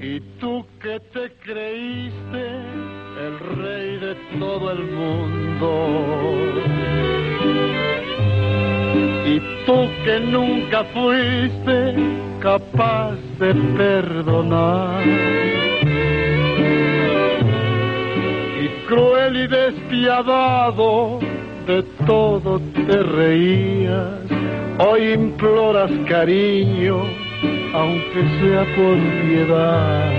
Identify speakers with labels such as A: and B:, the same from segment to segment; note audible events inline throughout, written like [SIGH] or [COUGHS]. A: Y tú que te creíste el rey de todo el mundo. Y tú que nunca fuiste capaz de perdonar. Y cruel y despiadado de todo te reías. Hoy imploras cariño, aunque sea por piedad.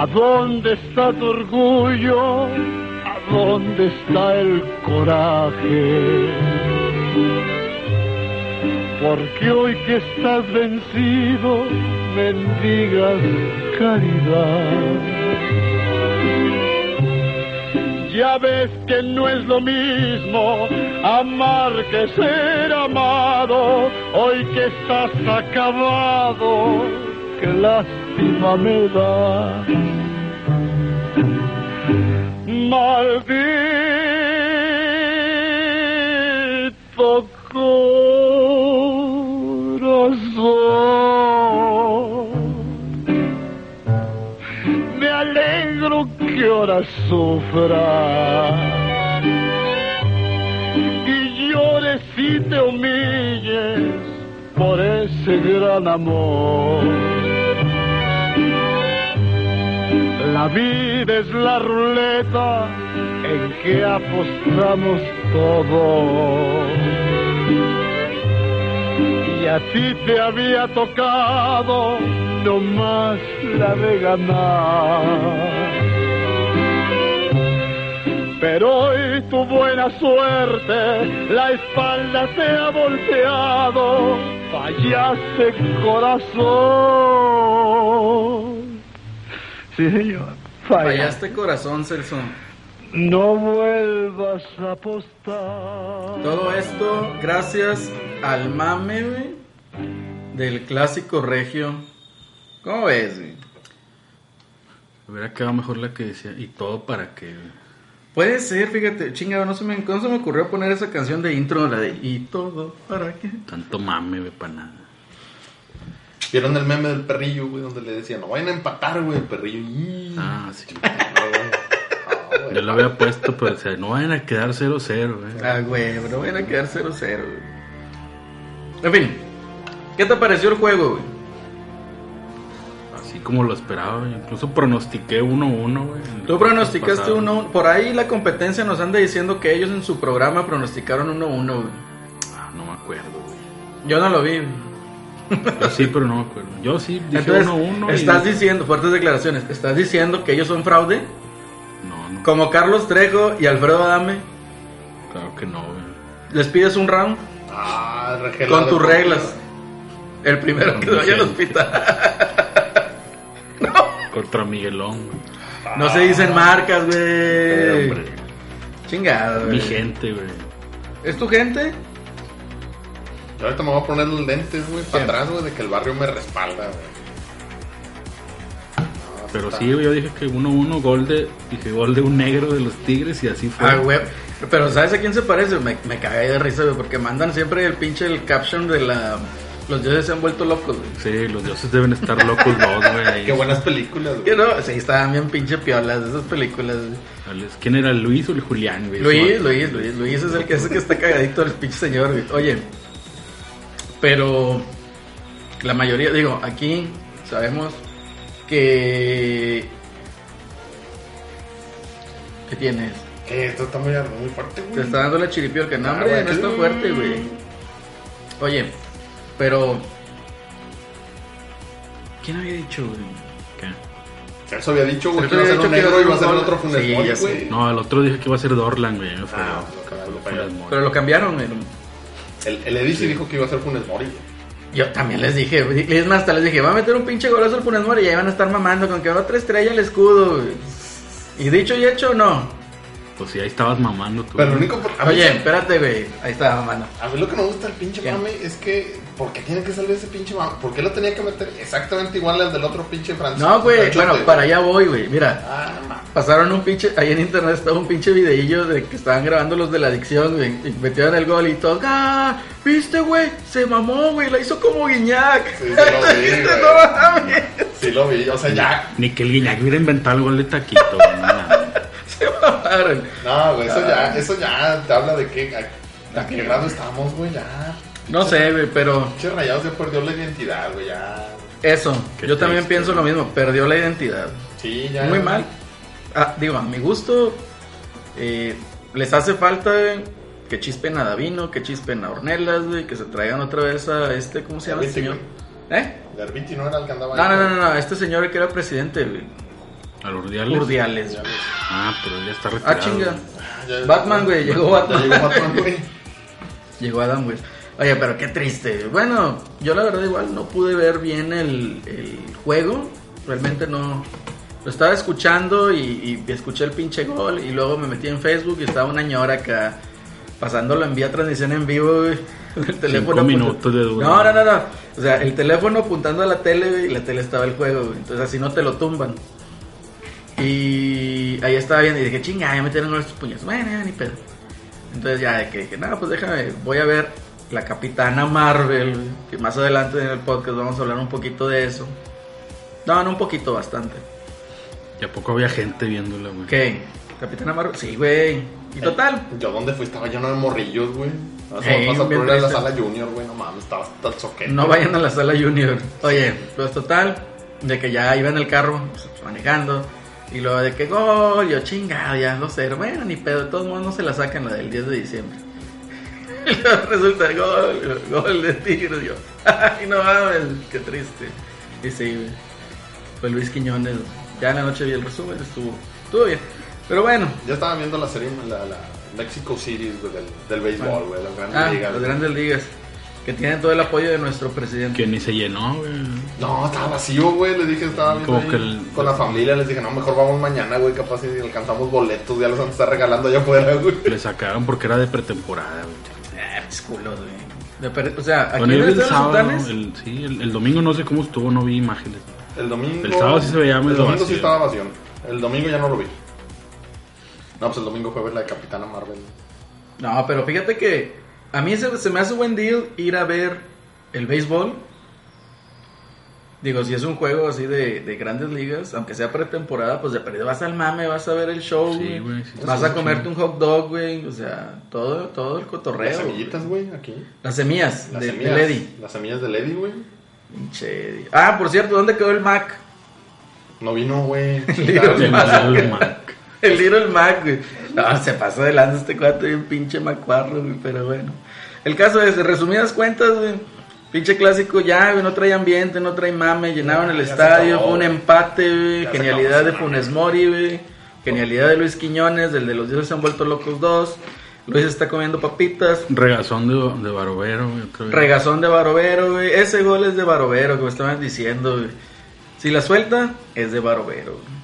A: ¿A dónde está tu orgullo? ¿A dónde está el coraje? Porque hoy que estás vencido, bendigas caridad. Ya ves que no es lo mismo amar que ser amado, hoy que estás acabado, que lástima me da. Maldito corazón, me alegro que ahora sufra y llores y te humilles por ese gran amor. La vida es la ruleta en que apostamos todo. Y a ti te había tocado no más la de ganar. Pero hoy tu buena suerte, la espalda te ha volteado, fallaste corazón. Sí, señor. Falla.
B: Fallaste corazón, Celso.
A: No vuelvas a apostar.
B: Todo esto gracias al mame, güey, del clásico regio. ¿Cómo ves, güey?
C: Hubiera quedado mejor la que decía, ¿y todo para qué? güey?
B: Puede ser, fíjate, chingado, no se, me, no se me ocurrió poner esa canción de intro, la de y todo, ¿para qué?
C: Tanto mame, güey, para nada.
D: Vieron el meme del perrillo, güey, donde le decían, no vayan a empatar, güey, el perrillo. y-
C: Ah, sí.
D: No, güey. No, güey.
C: Yo lo había puesto, pero decía, no vayan a quedar eh". 0-0, güey.
B: Ah, güey, pero van a quedar 0-0, güey. En fin, ¿qué te pareció el juego, güey?
C: Así como lo esperaba, güey. incluso pronostiqué 1-1, güey.
B: Tú pronosticaste
C: Pasado.
B: 1-1. Por ahí la competencia nos anda diciendo que ellos en su programa pronosticaron 1-1, güey.
C: Ah, no me acuerdo, güey.
B: Yo no lo vi. güey.
C: Yo sí, pero no me acuerdo. Yo sí dije
B: Entonces,
C: 1-1. y-
B: estás diciendo, fuertes declaraciones, estás diciendo que ellos son fraude,
C: No, no,
B: como Carlos Trejo y Alfredo Adame.
C: claro que no, güey.
B: Les pides un round
D: Ah, regelado.
B: con tus reglas. El primero que vaya al [LAUGHS] hospital.
C: Contra Miguelón, güey.
B: No se dicen marcas,
C: Eh,
B: güey.
C: hombre.
B: Chingado,
C: Mi
B: güey.
C: gente, güey.
B: ¿Es tu gente?
D: Yo ahorita me voy a poner los lentes, güey,
B: Bien.
D: para atrás, güey, de que el barrio me respalda, güey. No,
C: Pero
D: está-
C: sí, güey, yo dije que 1-1, gol de. Dije gol de un negro de los Tigres y así fue.
B: Ah, güey. Pero ¿sabes a quién se parece? Me, me cagué de risa, güey, porque mandan siempre el pinche el caption de la... Los dioses se han vuelto locos, güey.
C: Sí, los dioses deben estar locos dos, güey. ahí.
D: Qué buenas películas, güey.
B: Que no, sí, estaban bien pinche piolas esas películas. güey.
C: Alex, ¿Quién era Luis o el Julián, güey?
B: Luis, Luis, Luis, Luis es el que, es el que está cagadito el pinche señor, güey. Oye, pero la mayoría, digo, aquí sabemos que... ¿Qué tienes?
D: Que esto está muy, muy fuerte,
B: Te
D: güey.
B: está dando la chiripiorca. No,
D: Ah,
B: hombre,
D: güey.
B: no está fuerte, güey. Oye, pero. ¿Quién había dicho, güey?
C: ¿Qué?
D: Eso había dicho, güey,
B: Se
D: que iba a ser
B: había
D: un
B: dicho que
D: negro y
B: iba
D: va
B: a
D: a
B: ser
D: ser
B: un
D: otro
B: gol.
D: Funes
B: Sí,
D: Mori,
B: ya sé.
D: güey.
C: No, el otro dije que iba a ser Dorlan, güey. me fue-
D: Ah,
C: fue-
D: claro,
C: fue-
D: claro.
C: fue-
B: Pero lo cambiaron, güey.
D: El, el Edisi dijo que iba a ser Funes Mori, güey.
B: Yo también les dije, güey. es más, hasta les dije, va a meter un pinche golazo al Funes Mori y ahí van a estar mamando con que otra estrella al escudo, güey. Y dicho y hecho, no.
C: Pues sí, ahí estabas mamando tú.
D: Pero lo único. por- a mí
B: Oye,
D: se-
B: espérate, güey. Ahí está, mano.
D: A mí lo que no gusta del pinche
B: ¿Quién?
D: mame es que. ¿Por qué tiene que salir ese pinche mame? ¿Por qué lo tenía que meter exactamente igual al del otro pinche francés?
B: No, güey.
D: Chute.
B: Bueno, para allá voy, güey. Mira,
D: Ah, ma-
B: pasaron un pinche. Ahí en internet estaba un pinche videillo de que estaban grabando los de la adicción, güey. Y metieron el gol y todo. ¡Ah! ¿Viste, güey? Se mamó, güey. La hizo como Guiñac.
D: Sí, sí lo vi,
B: ¿Viste?
D: güey.
B: [LAUGHS] No mames.
D: Sí, lo vi. O sea, ya.
C: Ni que el Guiñac hubiera inventado el gol de taquito. güey, no mames.
B: Se mamaron.
D: No, güey. Eso ya. Eso ya te habla de que. A, a qué grado estamos, güey. Ya.
B: No sé, güey, pero
D: Pinche rayados ya perdió la identidad, güey. Ya.
B: eso.
C: Qué
B: yo también
C: triste,
B: pienso lo
C: güey.
B: mismo. Perdió la identidad.
D: Sí, ya.
B: Muy mal. Ah, digo, a mi gusto, eh, les hace falta güey, que chispen a Davino, que chispen a Ornelas, güey, que se traigan otra vez a este, ¿cómo se llama el
D: Viste,
B: señor? ¿Eh?
D: Garbiti no era el que andaba
B: No,
D: ahí.
B: no, no, no, no, este señor que era presidente, güey,
C: Al Urdiales.
B: Urdiales. güey.
C: Ah, pero él ya está retirado.
B: Ah, chinga.
C: güey.
D: Ah, ya-
B: Batman, güey, llegó Batman.
D: Ya llegó Batman, güey.
B: Llegó Adam West. Oye, pero qué triste. Bueno, yo la verdad igual no pude ver bien el, el juego. Realmente no. Lo estaba escuchando y, y escuché el pinche gol y luego me metí en Facebook y estaba una ñora acá pasándolo en vía transmisión en vivo. güey. [LAUGHS] El teléfono apunta-
C: minutos de
B: No,
C: duración.
B: no, no, no. O sea, el teléfono apuntando a la tele güey, y la tele estaba el juego. güey. Entonces así no te lo tumban. Y ahí estaba viendo y dije, chinga, ya metieron gol estos puños. Bueno, ya ni pedo. Entonces ya de que dije, nada, pues déjame, voy a ver la Capitana Marvel, güey, que más adelante en el podcast vamos a hablar un poquito de eso. No, no un poquito, bastante.
C: Y a poco había gente viéndola, güey.
B: ¿Qué? ¿Capitana Marvel? Sí, güey. Y total.
D: Yo dónde fui estaba lleno de morrillos, güey. Vas
B: Ey,
D: a pasar
B: bien
D: por una de la
B: triste.
D: sala junior, güey. No mames, estaba hasta el soquete.
B: No vayan a la sala junior. Oye, pues total, de que ya iba en el carro, pues, manejando. Y luego de que gol, yo chingado, ya no sé, bueno, ni pedo, de todos modos no se la sacan la del 10 de diciembre. [LAUGHS] Y luego resulta el gol, gol de Tigres, yo. Ay, no mames, qué triste. Y sí, güey. Fue Luis Quiñones. Ya en la noche vi el resumen, estuvo, estuvo bien. Pero bueno,
D: Ya estaba viendo la serie, la, la Mexico Series, güey, del, del béisbol, güey. Las grandes
B: ah,
D: ligas.
B: las
D: güey.
B: grandes ligas, que tienen todo el apoyo de nuestro presidente.
C: Que ni se llenó, güey.
D: No, estaba vacío, güey. Les dije, estaba viendo
C: Como
D: ahí
C: que el-
D: con la familia. Les dije, no, mejor vamos mañana, güey. Capaz si alcanzamos boletos, ya los han estar regalando allá afuera, [LAUGHS] güey.
C: Le sacaron porque era de pretemporada, güey.
B: Ah, es culo, güey. De per- O sea, aquí en
C: Bueno, yo
B: el
C: vi el
B: Estadio de los
C: sábado,
B: Sultanes.
C: el, sí, el, el domingo no sé cómo estuvo, no vi imágenes.
D: El domingo.
C: El sábado sí se veía medio
D: El domingo sí
C: vacío.
D: estaba vacío. El domingo ya no lo vi. No, pues el domingo fue ver la de Capitana Marvel.
B: No, pero fíjate que a mí se, se me hace buen deal ir a ver el béisbol. Digo, si es un juego así de, de grandes ligas, aunque sea pretemporada, pues de perdido vas al mame, vas a ver el show,
C: Sí,
B: güey.
C: güey, sí,
B: vas
C: sí,
B: a
C: sí.
B: comerte un hot dog, güey, o sea, todo, todo el cotorreo.
D: Las
B: güey.
D: semillitas, güey, aquí.
B: Las semillas
D: Las
B: de, de
D: semillas.
B: Lady.
D: Las semillas de Lady, güey.
B: Pinche Eddie. Ah, por cierto, ¿dónde quedó el Mac?
D: No vino,
B: [LAUGHS]
D: güey.
B: Little
C: Del
B: Mac.
C: Dalma.
B: [LAUGHS] El Little Mac, güey. No, se pasó de lanza este cuate, bien pinche macuarro, güey, pero bueno. El caso es, resumidas cuentas, güey. Pinche clásico ya, güey, no trae ambiente, no trae mame, llenaron el
D: Ya se
B: estadio,
D: acabó,
B: fue un
D: güey.
B: empate, güey.
D: Ya se
B: Genialidad
D: acabó
B: de
D: ese mame.
B: Funes Mori, güey. Genialidad de Luis Quiñones, del de los dioses se han vuelto locos dos. Luis está comiendo papitas.
C: Regazón de, de Barovero, güey. otra vez.
B: Regazón de Barovero, güey. Ese gol es de Barovero, como estaban diciendo, güey. Si la suelta, es de Barovero, güey.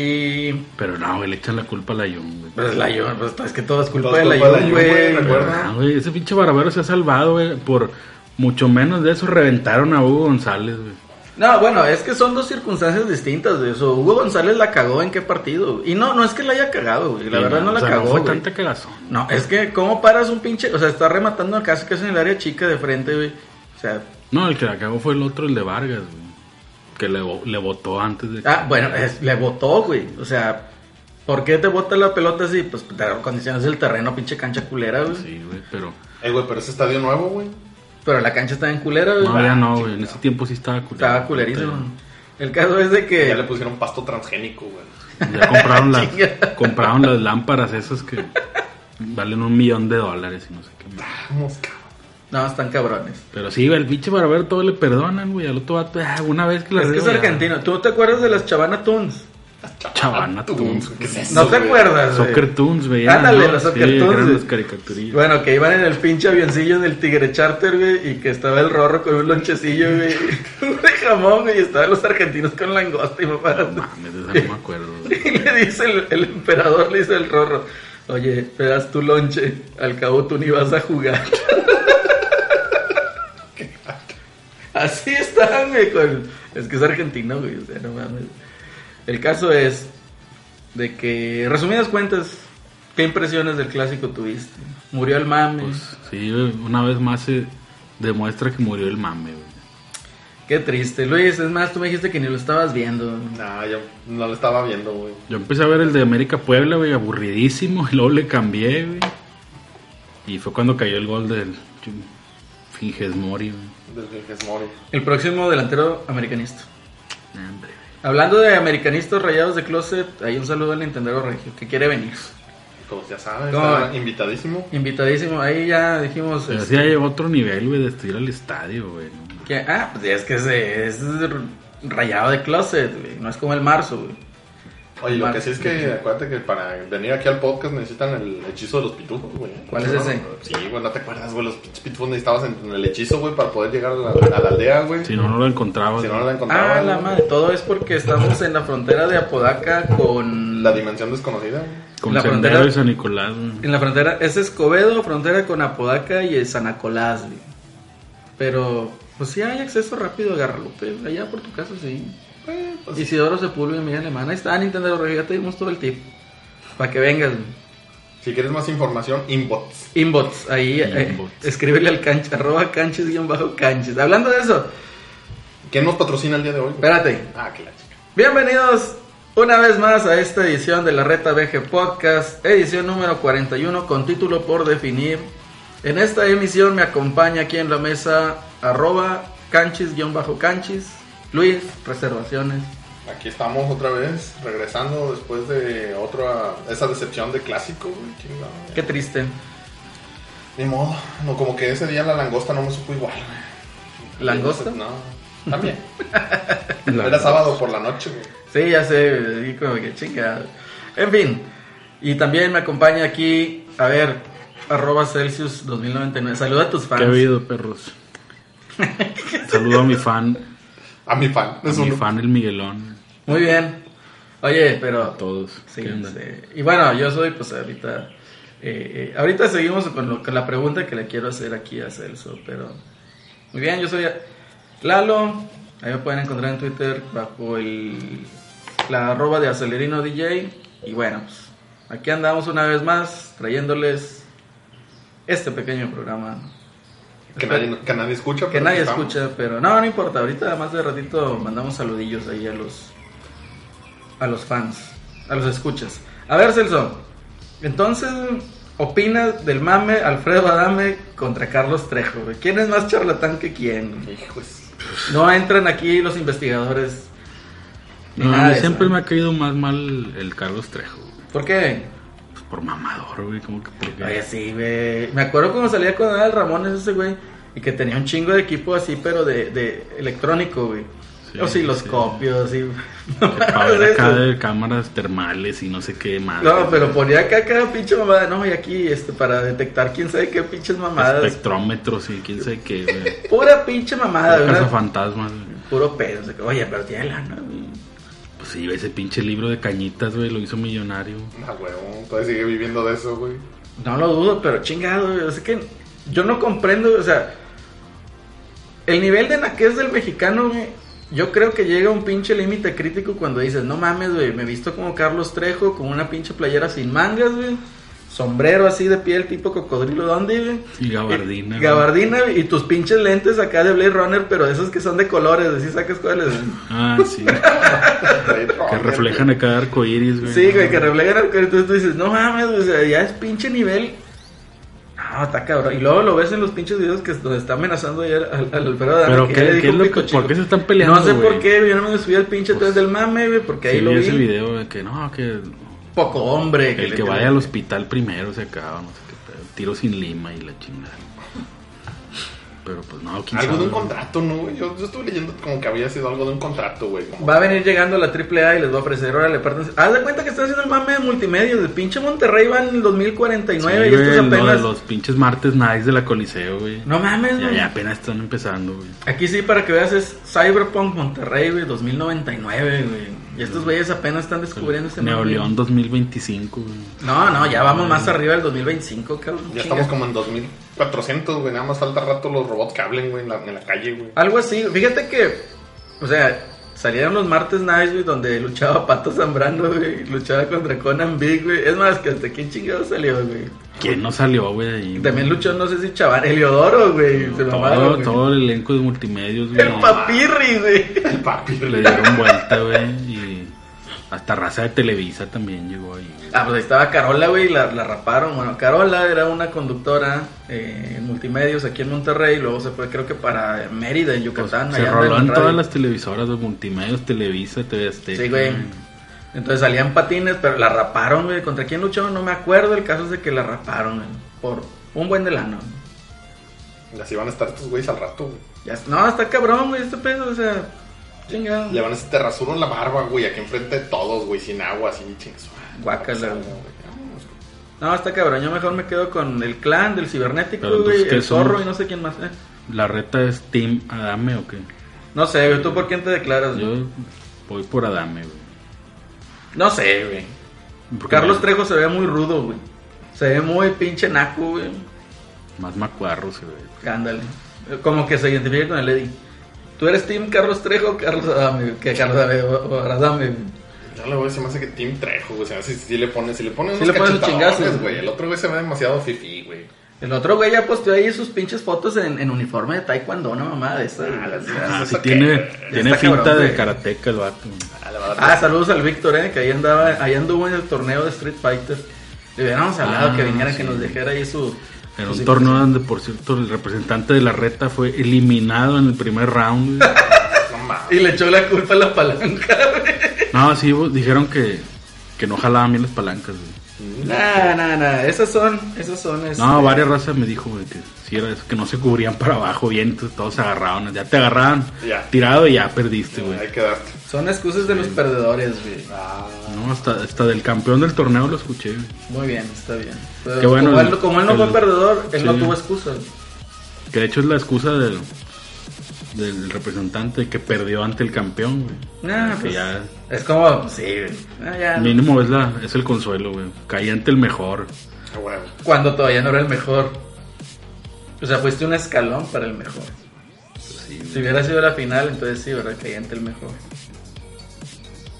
B: Y
C: Pero no, güey, le echan la culpa a la Jun, güey.
B: Pues la Jun, pues es que todo es culpa
D: Todo es
B: de la
D: culpa de la
B: Jun,
D: Jun, güey,
B: güey.
D: recuerda.
C: Ah, güey, ese pinche Barovero se ha salvado, güey. Por mucho menos de eso reventaron a Hugo González, güey.
B: No, bueno, es que son dos circunstancias distintas, güey. Eso, Hugo González la cagó en qué partido. güey. Y no, no es que la haya cagado, güey. La
C: Y
B: verdad no
C: o
B: la
C: sea,
B: cagó.
C: No fue
B: güey.
C: tanta cagazón.
B: No, es que, ¿cómo paras un pinche? O sea, está rematando casi casi en el área chica de frente, güey. O sea,
C: No, el que la cagó fue el otro, el de Vargas, güey. Que le, vo- le votó antes de. que-
B: ah, bueno, es- le botó, güey. O sea, ¿por qué te bota la pelota así? Pues te da condiciones del terreno, pinche cancha culera, güey.
C: Sí, güey, pero.
D: Eh, güey,
C: [LAUGHS]
D: pero ese estadio nuevo, güey.
B: Pero la cancha está en culera, güey.
C: No, ya no, güey. En ese tiempo sí estaba culero.
B: Estaba culerísimo. El caso es de que.
D: Ya le pusieron pasto transgénico, güey.
C: Ya compraron las,
B: [LAUGHS] Chinga.
C: compraron las lámparas esas que valen un millón de dólares y no sé qué más.
D: Vamos, cabrón.
B: No, están cabrones.
C: Pero sí, güey, el pinche para ver todo le perdonan, güey. Al otro vato, ah, una vez que la
B: Es que es
C: riego, ya.
B: argentino. ¿Tú no te acuerdas de las Chavana Tunes?
C: Chavana Tunes.
D: Ah, ¿Qué es eso,
B: ¿No te
D: güey?
B: acuerdas? güey?
C: Soccer Tunes, veían.
B: Ándale,
C: ¿no?
B: los
C: Sí,
B: Soccer
C: que
B: Tunes,
C: Eran
B: güey.
C: las
B: [LAUGHS]
C: caricaturillas.
B: Bueno, que iban en el pinche avioncillo del Tigre Charter, güey, y que estaba el rorro con un lonchecillo, güey, [LAUGHS] de jamón, güey, y estaban los argentinos con langosta y papá.
C: Mames, de esa no me acuerdo. güey.
B: [LAUGHS] Y le dice el, el emperador, le dice el rorro, oye, te das tu lonche, al cabo tú ni vas a jugar. [LAUGHS] Así está, güey, con- es que es argentino, güey, o sea, no mames. El caso es de que, resumidas cuentas, ¿qué impresiones del clásico tuviste? Murió el mame,
C: Pues, sí, güey, una vez más se demuestra que murió el mame, güey.
B: qué triste. Luis, es más, tú me dijiste que ni lo estabas viendo.
D: No, yo no lo estaba viendo, güey.
C: Yo empecé a ver el de América Puebla, güey, aburridísimo, [LAUGHS] y luego le cambié, güey. Y fue cuando cayó el gol del chum- Finges Mori, güey.
D: Desde que es Mori.
B: El próximo delantero americanista.
C: Nah, hombre, güey.
B: Hablando de americanistas rayados de closet, hay un saludo al Nintendo Regio que quiere venir.
D: Como ya sabes,
B: No,
D: está
B: güey.
D: invitadísimo.
B: Invitadísimo, ahí ya dijimos.
C: Pero
B: este,
C: sí hay otro nivel, güey, de estudiar al estadio, güey. no mames.
B: que, ah, pues es que se- es rayado de closet, güey, no es como el marzo, güey.
D: Oye, lo
B: Mar-
D: que sí es que acuérdate que para venir aquí al podcast necesitan el hechizo de los pitufos, güey.
B: ¿Cuál es ese?
D: Sí, güey, no te acuerdas, güey, los pinches pitufos necesitabas en en el hechizo, güey, para poder llegar a la, a la aldea, güey.
C: Si no, no lo encontraba.
D: Si no, no la encontrabas.
B: Ah, la
D: güey.
B: madre, todo es porque estamos en la frontera de Apodaca con.
D: La dimensión desconocida, güey.
C: Con
B: La
C: Sendero
B: frontera-
C: y San Nicolás, güey.
B: En la frontera, es Escobedo, frontera con Apodaca y el San Nicolás, güey. Pero, pues sí hay acceso rápido a Garralupe, allá por tu casa, sí.
D: Eh, pues,
B: Isidoro Sepúlveda, mira alemana. Ahí está Nintendo Regio, ya te dimos todo el tip. Para que vengas. güey.
D: Si quieres más información, inbox.
B: Inbots, ahí eh,
C: Inbots.
B: escríbele al cancha, arroba canches guión bajo canches. Hablando de eso,
D: ¿Quién nos patrocina el día de hoy? güey?
B: espérate.
D: Ah, que la chica.
B: Bienvenidos una vez más a esta edición de la Reta BG Podcast, edición número 41 con título por definir. En esta emisión me acompaña aquí en la mesa arroba canchis guión bajo canchis. Luis, reservaciones.
D: Aquí estamos otra vez, regresando después de otra. Esa decepción de clásico, güey. chingado.
B: Qué triste.
D: Ni modo. No, como que ese día la langosta no me supo igual, güey.
B: ¿Langosta?
D: No, también.
C: La-
D: Era sábado por la noche, güey.
B: Sí, ya sé, y como que chinga. En fin, y también me acompaña aquí, a ver, arroba Celsius 2099. Saluda a tus
C: ¿Qué ha
B: fans.
C: habido,
B: [LAUGHS]
C: perros? Saludo a mi fan,
D: A mi fan.
C: a
D: Es
C: mi
D: uno.
C: fan el Miguelón,
B: Muy bien. Oye,
C: a
B: pero...
C: todos.
B: Sí,
C: ¿Qué onda?
B: sí. Y bueno, yo soy pues ahorita... eh, eh, ahorita seguimos con, lo- con la pregunta que le quiero hacer aquí a Celso, pero... Muy bien, yo soy Lalo. Ahí me pueden encontrar en Twitter bajo el, la arroba de Acelerino DJ. Y bueno, pues, aquí andamos una vez más trayéndoles este pequeño programa
D: Que nadie, que nadie escucha.
B: que
D: pero
B: nadie
D: aquí estamos.
B: escucha, pero no, no importa. Ahorita más de ratito mandamos saludillos ahí a los a los fans, a los escuchas. A ver, Celso. Entonces, opinas del mame Alfredo Adame contra Carlos Trejo. güey? ¿Quién es más charlatán que quién?
D: Hijo de su-
B: No entran aquí los investigadores. ni
C: No,
B: nada
C: a mí
B: de eso,
C: siempre
B: ¿no?
C: me ha caído más mal el Carlos Trejo. güey.
B: ¿Por qué?
C: Pues por mamador, güey, como que porque...
B: Oye, sí, güey. Me acuerdo cuando salía con Adal Ramones ese güey. Y que tenía un chingo de equipo así, pero de, de electrónico, güey.
C: Sí,
B: Osciloscopios, sí. [LAUGHS]
C: Para ver acá de cámaras termales y no sé qué más.
B: No, pero ponía acá cada pinche mamada. No, y aquí, este, para detectar quién sabe qué pinches mamadas.
C: Espectrómetros y quién sabe qué, güey.
B: Pura pinche mamada,
C: Casa
B: Ah, ¿verdad?
C: fantasmas, güey.
B: Puro pedo. o sea, que, Oye, pero tiene lana, güey.
C: Pues sí, ese pinche libro de cañitas, güey, lo hizo millonario.
D: Ah, huevón. Todavía sigue viviendo de eso, güey.
B: No lo dudo, pero chingado, güey. O sea que yo no comprendo, o sea, el nivel de naquez del mexicano, güey, yo creo que llega a un pinche límite crítico cuando dices, no mames, güey, me visto como Carlos Trejo, con una pinche playera sin mangas, güey, sombrero así de piel tipo cocodrilo, ¿dónde, güey?
C: Y gabardina.
B: Y-
C: güey.
B: Gabardina güey, y tus pinches lentes acá de Blade Runner, pero esos que son de colores, así sacas cuáles. güey.
C: Ah, sí. Que
D: que
C: reflejan a cada arco iris, güey.
B: Sí, güey, que reflejan al Entonces tú dices, no mames, güey, o sea, ya es pinche nivel. No, está cabrón. Y luego lo ves en los pinches videos que donde está amenazando ayer al, al Alfredo Adame,
C: Pero
B: que
C: ¿qué-
B: ya le
C: qué
B: dijo
C: es lo
B: pico
C: que-
B: chico.
C: por qué se están peleando,
B: No sé
C: güey? Pues,
B: por qué, güey, yo no me subí al pinche tren del mame, güey, porque ahí
C: Sí,
B: lo
C: vi
B: vi.
C: ese video de que no, que
B: Poco hombre.
C: el
B: le-
C: que vaya al hospital primero se acaba, no sé qué pedo. Tiro sin lima y la chingada. Pero pues no, quién
D: Algo de un
C: sabe.
D: contrato, ¿no, güey? Yo, yo estuve leyendo como que había sido algo de un contrato, güey. como-
B: Va a venir llegando la AAA y les va a ofrecer, órale, pártense. Haz de cuenta que están haciendo el mame de multimedia. De pinche Monterrey van en el 2049
C: Sí,
B: y estos
C: güey, lo de
B: apenas.
C: los pinches martes nights de la Coliseo, güey.
B: No mames,
C: Ya,
B: güey.
C: ya apenas están empezando, güey.
B: Aquí sí, para que veas, es Cyberpunk Monterrey, güey, 2099, güey. Y
C: Mm.
B: estos güeyes apenas están descubriendo este
C: Neo
B: mame.
C: León 2025, güey.
B: No, no, ya vamos más arriba del 2025, cabrón.
D: Ya
B: Chinga.
D: estamos como en 2400, güey. Nada más falta rato los robots que hablen, güey, en la, en la calle, güey.
B: Algo así, fíjate que, o sea, salieron los martes nights, güey, donde luchaba Pato Zambrano, güey, luchaba contra Conan Big, güey. Es más, que hasta quién chingado salió, güey.
C: ¿Quién no salió, güey? ahí,
B: Y
C: güey?
B: También luchó, no sé si chaval, Eliodoro, güey, se mamaron,
C: todo,
B: güey.
C: todo el elenco de multimedios, güey.
B: El papirri, güey.
D: El papi,
C: Le
D: güey.
C: dieron vuelta, güey. Y hasta raza de Televisa también llegó ahí. güey.
B: Ah, pues ahí estaba Carola, güey, la, la raparon. Bueno, Carola era una conductora eh, en multimedios aquí en Monterrey, luego se fue creo que para Mérida, en
C: Pues,
B: Yucatán.
C: se
B: allá
C: roló
B: anda
C: en
B: radio.
C: todas las televisoras, de multimedios, Televisa, TV Azteca.
B: Sí, güey.
C: Mm.
B: Entonces salían patines, pero la raparon, güey. ¿Contra quién luchó? No me acuerdo. El caso es de que la raparon, güey. Por un buen de lano.
D: Y Así van a estar estos güeyes al rato, güey.
B: Ya, no, está cabrón, güey, este pedo, o sea... Chingado.
D: Le van a hacer te rasuro la barba, güey, aquí enfrente de todos, güey, sin agua, así, chingas. güey.
B: Guácala, güey.
D: Vámonos, güey.
B: No, está cabrón. Yo mejor me quedo con el clan del cibernético,
C: Pero entonces,
B: güey.
C: ¿qué
B: El
C: somos?
B: zorro y no sé quién más. eh.
C: La reta es Team Adame o qué?
B: No sé, güey. ¿Tú por quién te declaras? güey?
C: Yo voy por Adame, güey.
B: No sé, güey.
C: Porque
B: Carlos
C: me-
B: Trejo se ve muy rudo, güey. Se ve muy pinche naco, güey.
C: Más macuarro se ve.
B: Ándale. Como que se identifica con el Eddie. ¿Tú eres Team Carlos Trejo o Carlos Adame? güey? Que Carlos Adame, o- o Adame, güey.
D: Ya le voy, se me hace que Tim Trejo, güey. Se me hace si, si le pone, si le pone
B: Sí
D: unos
B: le pone sus
D: cachetadores,
B: chingazos,
D: güey. El otro güey se ve demasiado fifi, güey.
B: El otro güey ya posteó ahí sus pinches fotos en, en uniforme de taekwondo, una mamá de esas.
D: Ah, las-
B: Ah,
C: Ah,
D: ¿eso
C: sí,
D: qué?
C: tiene, tiene
B: Está
C: finta
B: cabrón,
C: de
B: güey.
C: karateca el vato. güey.
D: Ah, le va a dar-
B: Ah, saludos al Víctor, eh, que ahí andaba, ahí anduvo en el torneo de Street Fighter. Le hubiéramos hablado
C: Ah,
B: que viniera,
C: sí.
B: que nos dejara ahí su...
C: En
B: sus
C: un torneo donde, por cierto, el representante de la reta fue eliminado en el primer round.
B: [LAUGHS]
C: güey.
D: no mames.
B: Y le echó la culpa a la palanca, [LAUGHS] güey.
C: No, sí, bo- dijeron que, que no jalaban bien las palancas. güey.
B: Nah, nah, nah, esas son, esas son... este,
C: No, varias razas me dijo güey, que sí era eso, que no se cubrían para abajo bien, entonces todos se agarraban. Ya te agarraban
D: Ya.
C: tirado y ya perdiste, güey.
D: Ahí quedaste.
B: Son excusas de los perdedores, güey.
C: No, hasta, hasta del campeón del torneo lo escuché. güey.
B: Muy bien, está bien. Pero
C: Qué bueno,
B: como, él, como él no
C: el-
B: fue perdedor, él no
C: sí.
B: tuvo excusas.
C: Que de hecho es la excusa del, del representante que perdió ante el campeón, güey.
B: Nah,
C: Que
B: pues,
C: ya-
B: Es como, sí, güey. Ah, ya,
C: Mínimo es, la, es el consuelo, güey. Caí ante el mejor.
D: Ah, güey.
B: Cuando todavía no era el mejor. O sea, fuiste un escalón para el mejor.
C: Sí,
B: Si hubiera sido la final, entonces sí, ¿verdad? Que ante el mejor.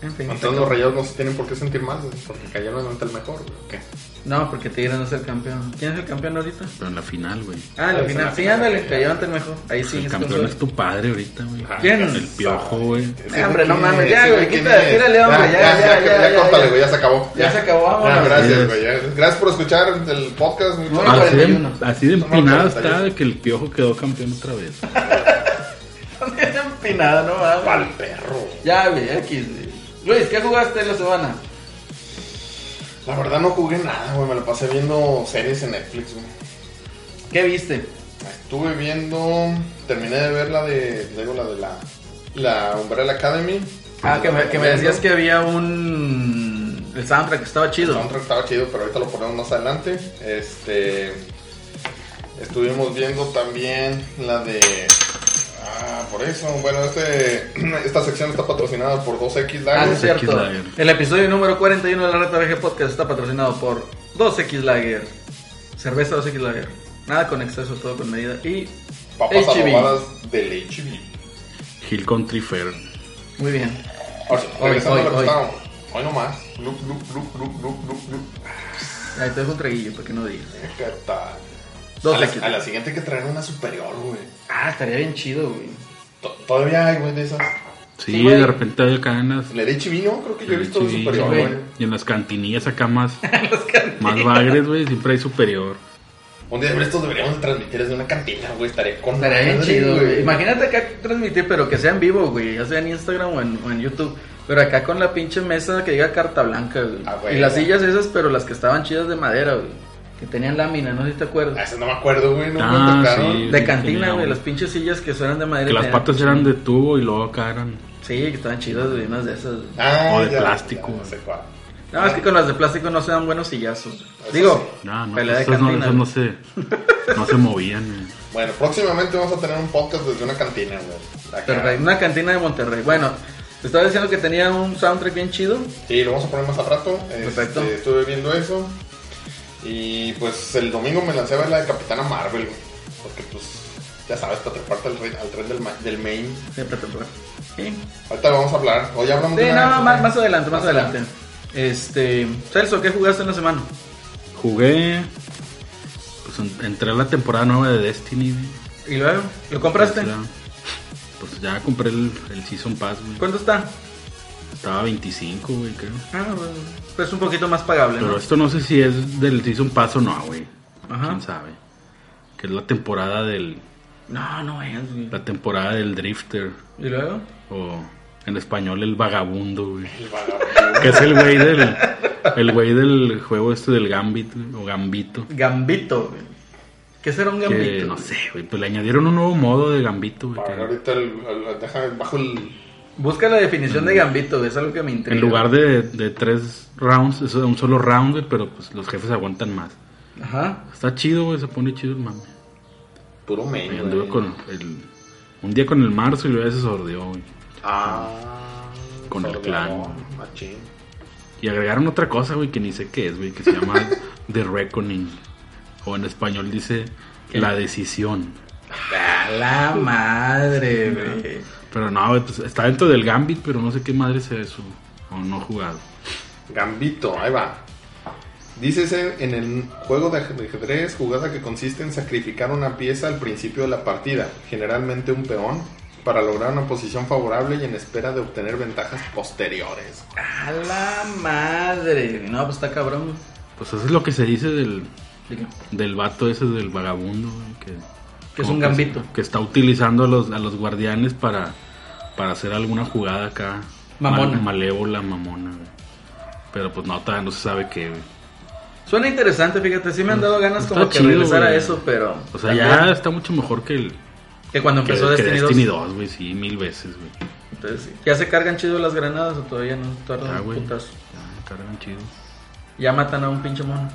B: En fin.
D: Entonces los rayados no se tienen por qué sentir mal, güey. Porque cayeron ante el mejor, güey. ¿o ¿Qué?
B: No, porque Tigres no es el campeón. ¿Quién es el campeón ahorita?
C: pero en la final, güey.
B: Ah, la
D: Es
B: final.
D: la
B: Sí,
D: final.
B: ándale, cayó ante el mejor. Ahí sí,
C: el
B: es
C: campeón
B: consuelo.
C: es tu padre ahorita, güey.
D: Ah,
B: ¿Quién?
D: ya
C: El piojo, güey.
D: Ese
B: Nah, hombre,
D: de
B: no
D: quién
B: mames,
D: es,
B: ya,
D: ese
B: güey,
D: de quién
B: quita-
D: es.
B: tírale, hombre, ya, ya, ya, ya,
D: córtale,
B: ya.
D: güey, ya se acabó.
B: Ya se acabó,
D: Ah,
B: vámonos.
D: gracias,
C: Adiós.
D: güey. ya. Gracias por escuchar el podcast. muchachos.
B: Ah,
C: Así de,
B: 41.
C: así de
D: No,
C: empinado
D: 41.
C: está de que el piojo quedó campeón otra vez.
B: Bien empinado, [LAUGHS] no mames.
D: Pa'l perro.
B: Ya, güey, X. güey. Luis, ¿qué jugaste en la semana?
D: La verdad no jugué nada, güey. Me la pasé viendo series en Netflix, güey.
B: ¿Qué viste?
D: Estuve viendo. Terminé de ver la de. Digo, la de la. La Umbrella Academy.
B: Ah, que me, que me decías que
D: El
B: había un. El soundtrack estaba chido.
D: soundtrack estaba chido, pero ahorita lo ponemos más adelante. Este. Estuvimos viendo también la de. Ah, por eso. Bueno, este, [CLEARS THROAT] esta sección está patrocinada por 2X Live.
B: Ah, sí, es
C: Dos X
B: cierto.
C: Lager.
B: El episodio número 41 de la Reta VG Podcast está patrocinado por 2X Lager. Cerveza 2X Lager. Nada con exceso, todo con medida. Y
D: Papas
B: HB.
D: adobadas del HB.
C: Hill Country Fair.
B: Muy bien.
D: Ahora sí,
B: Hoy,
D: regresando a
B: hoy,
D: lo que
B: hoy.
D: estábamos. Hoy nomás. Lup, lup, lup, lup, lup, lup, lup.
B: Ahí te dejo un traguillo para que no digas.
D: ¿Qué tal?
B: Dos
D: a, la,
B: X.
D: a la siguiente hay que traer una superior, güey.
B: Ah, estaría bien chido, güey.
D: To- Todavía hay, güey, de esas.
C: Sí,
B: Sí, güey.
C: de repente hay acá en las.
D: Le de chivino, creo que yo he visto
C: Sí,
D: superior,
B: güey.
D: güey.
C: Y en las cantinillas acá
B: [LAUGHS]
C: más. más bagres, güey. Siempre hay superior.
D: Un día de estos deberíamos transmitir desde una cantina, güey. Estaré con.
B: Estaría bien
D: madre,
B: chido, güey. Imagínate acá transmitir, pero que sea en vivo, güey. Ya sea en Instagram o en, o en YouTube. Pero acá con la pinche mesa que diga carta blanca, güey.
D: Ah, güey.
B: y las sillas esas, pero las que estaban chidas de madera, güey. que tenían lámina, no sé si te
D: Ah,
B: acuerdas.
D: ese no me acuerdo, güey. No
C: Ah,
D: me tocaron.
C: sí.
B: De cantina,
C: Tenía
B: güey,
C: un-
B: las pinches sillas que eran de madera.
C: Que las
B: tenían-
C: patas eran de tubo y luego acá eran.
B: Sí, que estaban chidas, güey, unas de esas. güey.
D: Ah,
C: O de
D: ya,
C: plástico,
D: ya,
C: güey.
D: sé cuál.
B: No, es que con las de plástico no se dan buenos sillazos. güey.
D: Eso
B: Digo,
C: No, no,
B: pelea de
C: esas no,
B: cantina.
C: esas no
B: güey.
C: se, no se movían. güey.
D: Bueno, próximamente vamos a tener un podcast desde una cantina, güey. Acá.
B: Monterrey, una cantina de Monterrey. Bueno, te estaba diciendo que tenía un soundtrack bien chido.
D: Sí, lo vamos a poner más a rato. Este,
B: Perfecto.
D: estuve viendo eso. Y pues el domingo me lancé a ver la de Capitana Marvel, güey. Porque pues, ya sabes, para treparte al, re- al tren del, ma- del main.
B: Siempre te acuerdas. Sí,
D: Ahorita lo vamos a hablar. O ya hablamos
B: Sí,
D: de una vez,
B: no,
D: ¿o
B: más,
D: qué?
B: más adelante, más adelante. Este, Celso, ¿qué jugaste en la semana?
C: Jugué. Pues en- entré a la temporada nueva de Destiny, güey.
B: ¿Y luego? ¿Lo compraste?
C: Entré a- Pues ya compré el, el Season Pass, güey.
B: ¿Cuánto está?
C: Estaba 25, güey, creo.
B: Ah, bueno, pues un poquito más pagable,
C: Pero
B: ¿no?
C: esto no sé si es del Season Pass o no, güey.
B: Ajá.
C: ¿Quién sabe? Que es la temporada del.
B: No, no es, güey.
C: La temporada del Drifter.
B: ¿Y luego?
C: O en español el vagabundo, güey.
D: El vagabundo.
C: Que es el güey del. El güey del juego este del Gambit, güey, o Gambito.
B: Gambito, güey. ¿Qué será un gambito?
C: Que no
B: güey?
C: sé, güey. Pues le añadieron un nuevo modo de Gambito, güey.
D: Para ver
C: que-
D: ahorita el- el- déjame bajo el...
B: Busca la definición de gambito, güey, es algo que me intriga.
C: Mm. En lugar de, de tres rounds, eso de un solo round, güey, pero pues los jefes aguantan más.
B: Ajá.
C: Está chido, güey, se pone chido el mame.
D: Puro main,
C: Ahí
D: güey.
C: anduve con el, un día con el marzo y luego se sordió, güey.
D: Ah.
C: Con el
D: sordeador,
C: clan.
D: Machín.
C: Y agregaron otra cosa, güey, que ni sé qué es, güey, que se
B: [LAUGHS]
C: llama The Reckoning. O en español dice La Decisión.
B: A la madre, güey.
C: Pero no, güey, pues está dentro del Gambit, pero no sé qué madre sea eso. O no jugado.
D: Gambito, ahí va. Dícese en el juego de aj- de ajedrez jugada que consiste en sacrificar una pieza al principio de la partida, generalmente un peón, para lograr una posición favorable y en espera de obtener ventajas posteriores.
B: A la madre, güey. No, pues está cabrón.
C: Pues eso es lo que se dice del,
B: güey.
C: del vato ese del vagabundo, güey, que
B: Que es
C: Como
B: un gambito.
C: Que está utilizando a los, a los guardianes para, para hacer alguna jugada acá.
B: Mamona.
C: Mal- malévola, mamona, güey. Pero pues no, todavía no se sabe qué, güey.
B: Suena interesante, fíjate, sí me han dado ganas
C: Mm. Está
B: como que
C: chido,
B: regresar a
C: güey.
B: eso, pero...
C: O sea,
B: también
C: ya está mucho mejor que el
B: Que cuando
C: que,
B: empezó
C: que
B: Destiny 2.
C: Destiny 2, güey, sí, mil veces, güey.
B: Entonces, sí. ¿Ya se cargan chido las granadas o todavía no?
C: Ya,
B: Tardan un
C: Ah, güey.
B: putazo.
C: Ya, cargan chido.
B: Ya matan a un pinche mono.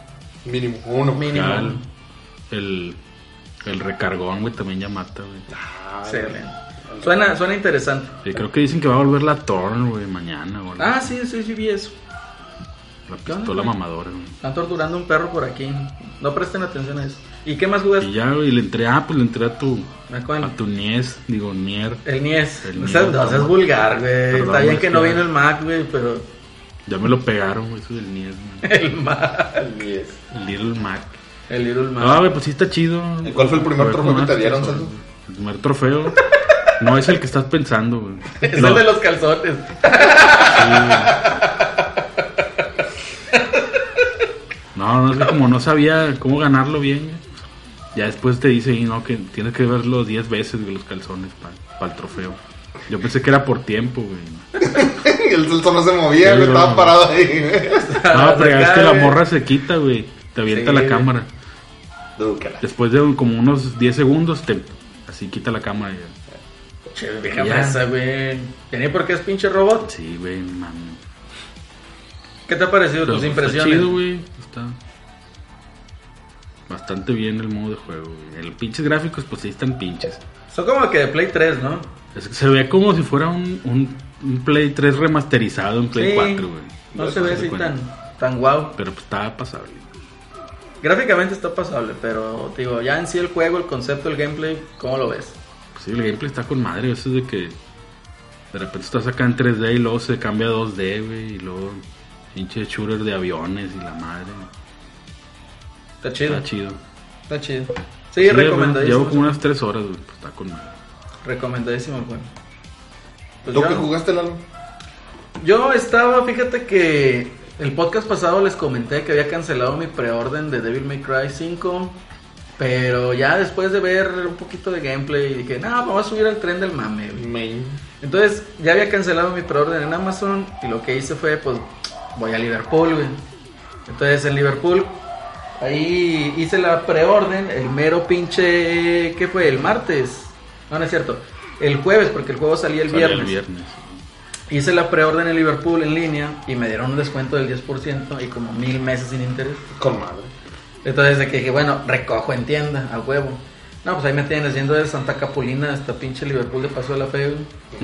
D: Mínimo uno.
B: Mínimo.
C: Ya el, el, el recargón, güey, también ya mata, güey.
D: Ah,
B: Excelente. Suena, suena interesante.
C: Sí, creo que dicen que va a volver la Thorn, güey, mañana, güey.
B: Ah, sí, sí, sí, vi eso.
C: La pistola mamadora, güey.
B: Están torturando un perro por aquí. No presten atención a eso. ¿Y qué más jugaste?
C: Y ya, güey, le entré, ah, pues le entré a tu,
B: ¿A cuál?
C: a tu Nies, digo, Nier.
B: El Nies.
C: Ah, El
B: o sea,
C: Nies,
B: no, o sea, es
C: no.
B: vulgar, güey.
C: Perdón,
B: Está bien
C: es
B: que
C: que-
B: no viene el Mac, güey, pero...
C: Ya me lo pegaron, güey, eso del Nies, güey.
B: El Mac.
D: diez.
C: El Little Mac.
B: El Little Mac.
C: Ah, güey, pues sí está chido.
D: ¿Y cuál fue el primer
C: A ver,
D: trofeo
C: ¿cómo
D: que te
C: más?
D: dieron, Santos?
C: El primer trofeo. No es el que estás pensando,
D: [LAUGHS]
C: güey.
B: [LAUGHS] es
C: No,
B: el de los calzones.
C: No, no, es que como no sabía cómo ganarlo bien, güey. Ya después te dice, y no, que tienes que verlo 10 veces, güey, los calzones para el trofeo. Yo pensé que era por
B: [LAUGHS]
C: tiempo, güey.
D: [LAUGHS] el sol no se movía,
C: Sí,
D: güey,
C: no.
D: estaba parado ahí. [LAUGHS]
B: [LAUGHS]
C: No, Ah, pero es que la
B: Acá,
C: morra se quita, güey. Te avienta
B: Sí,
C: la
B: güey.
C: cámara.
D: Dúcala.
B: Pues
C: Después de como unos 10 segundos, te así quita la cámara. güey.
B: Che, vieja
C: Ya.
B: fresa, güey. Tenía por qué es pinche robot.
C: Sí, güey, mami.
B: ¿Qué te ha parecido
C: Pero
B: tus
C: está
B: impresiones?
C: chido, güey. Está bastante bien el modo de juego, güey. El pinches gráficos, pues sí están pinches.
B: Son como que de Play 3, ¿no?
C: Es que se ve como si fuera un, un, un Play 3 remasterizado en Play
B: Sí.
C: 4, güey.
B: No
D: Yo
B: se ve
C: te
B: así
C: cuenta.
B: tan, tan guau.
C: Pero pues estaba pasable.
B: Gráficamente está pasable, pero te digo, ya en sí el juego, el concepto, el gameplay, ¿cómo lo ves?
C: Pues sí, el gameplay está con madre. Eso es de que de repente estás acá en 3D y luego se cambia a 2D, güey. Y luego pinche shooter de aviones y la madre.
B: Está chido.
C: Está chido.
B: Está chido. Sí, recomendadísimo.
C: Llevo como unas 3 horas, güey. Pues está con madre.
B: Recomendadísimo el juego. Pues
D: ¿Tú
B: yo-
D: qué jugaste, Lalo?
B: Yo estaba, fíjate que el podcast pasado les comenté que había cancelado mi preorden de Devil May Cry 5. Pero ya después de ver un poquito de gameplay dije, no, vamos a subir al tren del mame. güey".
D: Main.
B: Entonces ya había cancelado mi preorden en Amazon y lo que hice fue, pues, voy a Liverpool, güey. Entonces en Liverpool Ahí hice la preorden el mero pinche. ¿Qué fue? El martes. No, no es cierto. El jueves, porque el juego salía el
C: Salía
B: viernes.
C: el viernes. [LAUGHS]
B: Hice la preorden en Liverpool en línea y me dieron un descuento del 10% y como mil meses sin interés.
D: Con madre.
B: Entonces de que dije, bueno, recojo en tienda, a huevo. No, pues ahí me tienen haciendo de Santa Capulina hasta pinche Liverpool de Paso de la Fe, güey.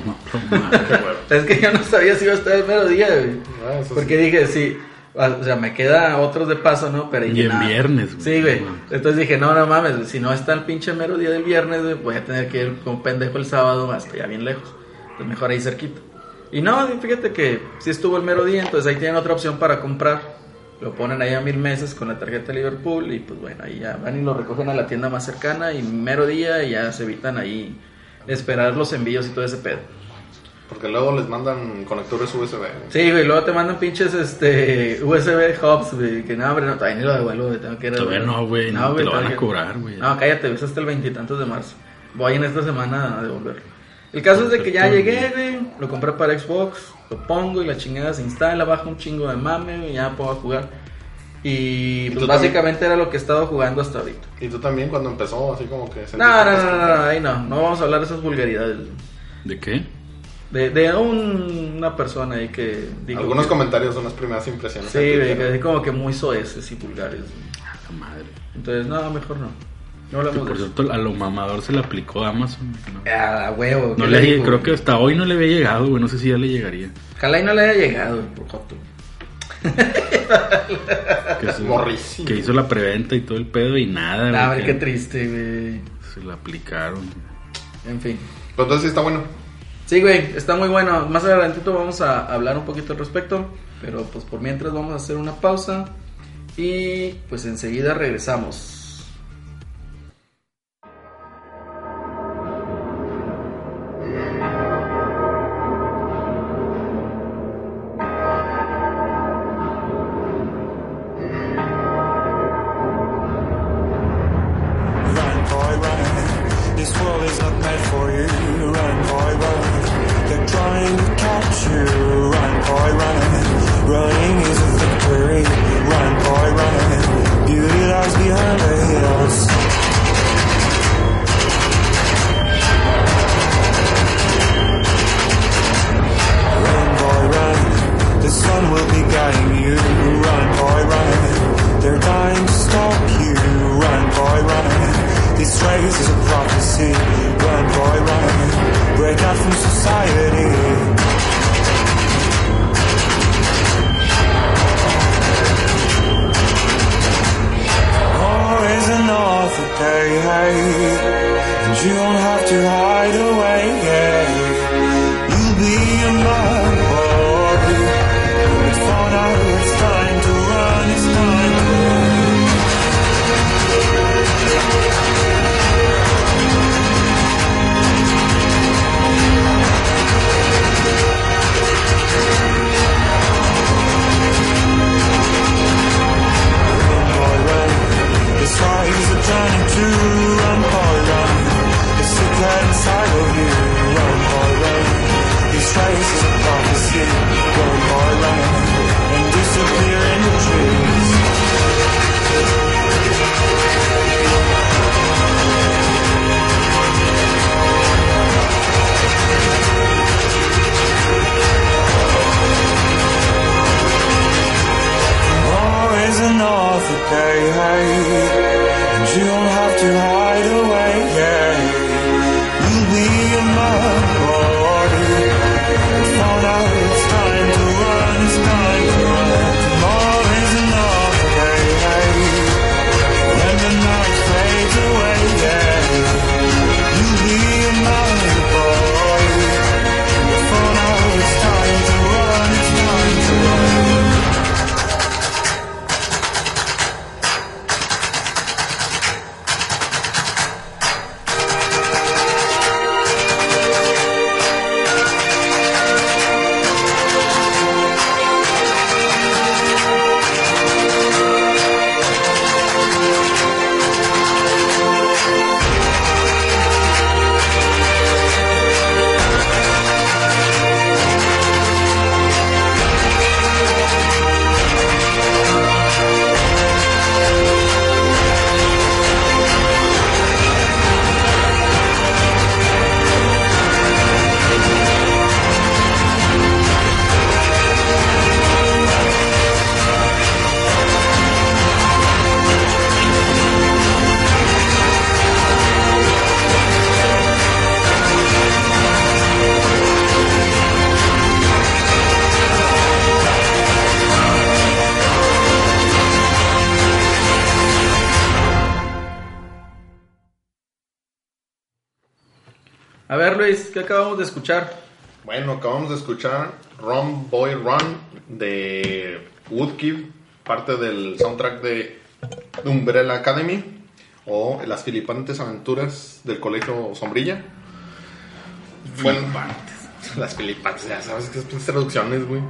C: No, no, madre.
B: [LAUGHS]
D: Qué huevo.
B: Es que yo no sabía si iba a estar el mero día, güey.
D: Ah, eso
B: Porque dije, sí, o sea, me queda otros de paso, ¿no? Pero dije,
C: Y en
B: nah.
C: viernes, güey.
B: Sí, güey.
C: No mames.
B: Entonces dije, no, no mames, si no está el pinche mero día del viernes, güey, voy a tener que ir con pendejo el sábado hasta ya bien lejos. Entonces mejor ahí cerquita. Y no, fíjate que si estuvo el mero día, entonces ahí tienen otra opción para comprar. Lo ponen ahí a mil meses con la tarjeta de Liverpool y pues bueno, ahí ya van y lo recogen a la tienda más cercana y mero día y ya se evitan ahí esperar los envíos y todo ese pedo.
D: sí. Porque luego les mandan conectores USB.
B: Sí, güey, luego te mandan pinches este, USB hubs, güey, que no, hombre, no, todavía ni lo devuelvo, güey, tengo que ir a-
C: Todavía no, güey. No, te lo van
B: todavía-
C: a cobrar, güey.
B: No, cállate, güey, es hasta el veintitantos de marzo. Voy en esta semana a devolverlo. El caso es de que ya llegué, güey, lo compré para Xbox, lo pongo y la chingada se instala, baja un chingo de mame, güey, ya puedo jugar. Y pues
D: tú
B: básicamente era lo que he estado jugando hasta ahorita.
D: Y tú también cuando empezó, así como que...
B: No, no, no, no, no, ahí no, no vamos a hablar de esas vulgaridades. güey.
C: ¿De qué?
B: De, de un- una persona ahí que... dijo
D: Algunos
B: que-
D: comentarios son las primeras impresiones.
B: Sí,
D: en Twitter.
B: güey, que es como que muy soeces y vulgares. güey.
C: A la Ah, madre.
B: Entonces, no, mejor no. No
C: Que,
B: hablamos
C: por
B: de eso.
C: cierto, a lo mamador se le aplicó Amazon. güey, No,
B: Ah, huevo.
C: No
B: ¿qué
C: le, ha-
B: dijo?
C: creo que hasta hoy no le había llegado, güey. No sé si ya le
D: [LAUGHS]
C: llegaría.
B: Ojalá y no le haya llegado, güey, por joto.
C: Que, se-
D: Morrísimo.
C: que hizo la preventa y todo el pedo y nada,
B: Ah,
C: güey,
B: hombre,
C: que
B: qué triste, güey.
C: Se la
D: [LAUGHS]
C: aplicaron.
B: En fin.
D: Pero Pues entonces sí está bueno.
B: Sí, güey, está muy bueno. Más adelantito vamos a hablar un poquito al respecto. Pero pues por mientras vamos a hacer una pausa. Y pues enseguida regresamos.
E: Run, boy, run. This world is not made for you. Run, boy, run. They're trying to catch you. Run, boy, run. Running is a victory. Run, boy, run. Beauty lies behind the hills. Run, boy, run. The sun will be guiding you. Run, boy, run. They're dying to stop you. Run, boy, run. This race is a prophecy. Run, boy, run. Break out from society. War is an awful day, and you don't have to hide away. You'll be in love, boy. It's for now. It's time to run. It's time to run. Run, boy, run.
B: Grace, ¿qué acabamos de escuchar?
D: Bueno, acabamos de escuchar Run Boy Run de Woodkid, parte del soundtrack de Umbrella Academy o Las Filipantes Aventuras del Colegio Sombrilla. Bueno, [LAUGHS] las Filipantes, ya sabes que es traducciones, güey.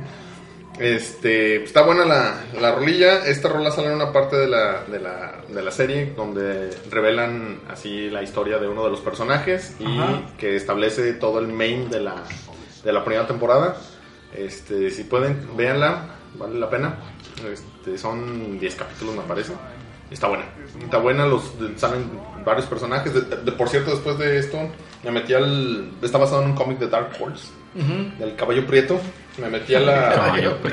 D: Este, está buena la, la rolilla. Esta rola sale en una parte de la, de, la, de la serie donde revelan así la historia de uno de los personajes y
B: Ajá.
D: que establece todo el main de la, de la primera temporada. Este, si pueden, véanla, vale la pena. Este, son 10 capítulos, me parece. Está buena. Está buena, los, de- salen varios personajes. De- de- por cierto, después de esto, me metí al. Está basado en un cómic de Dark Horse, del Caballo Prieto. Me metí a la.
C: [LAUGHS] Caballo
D: [LAUGHS]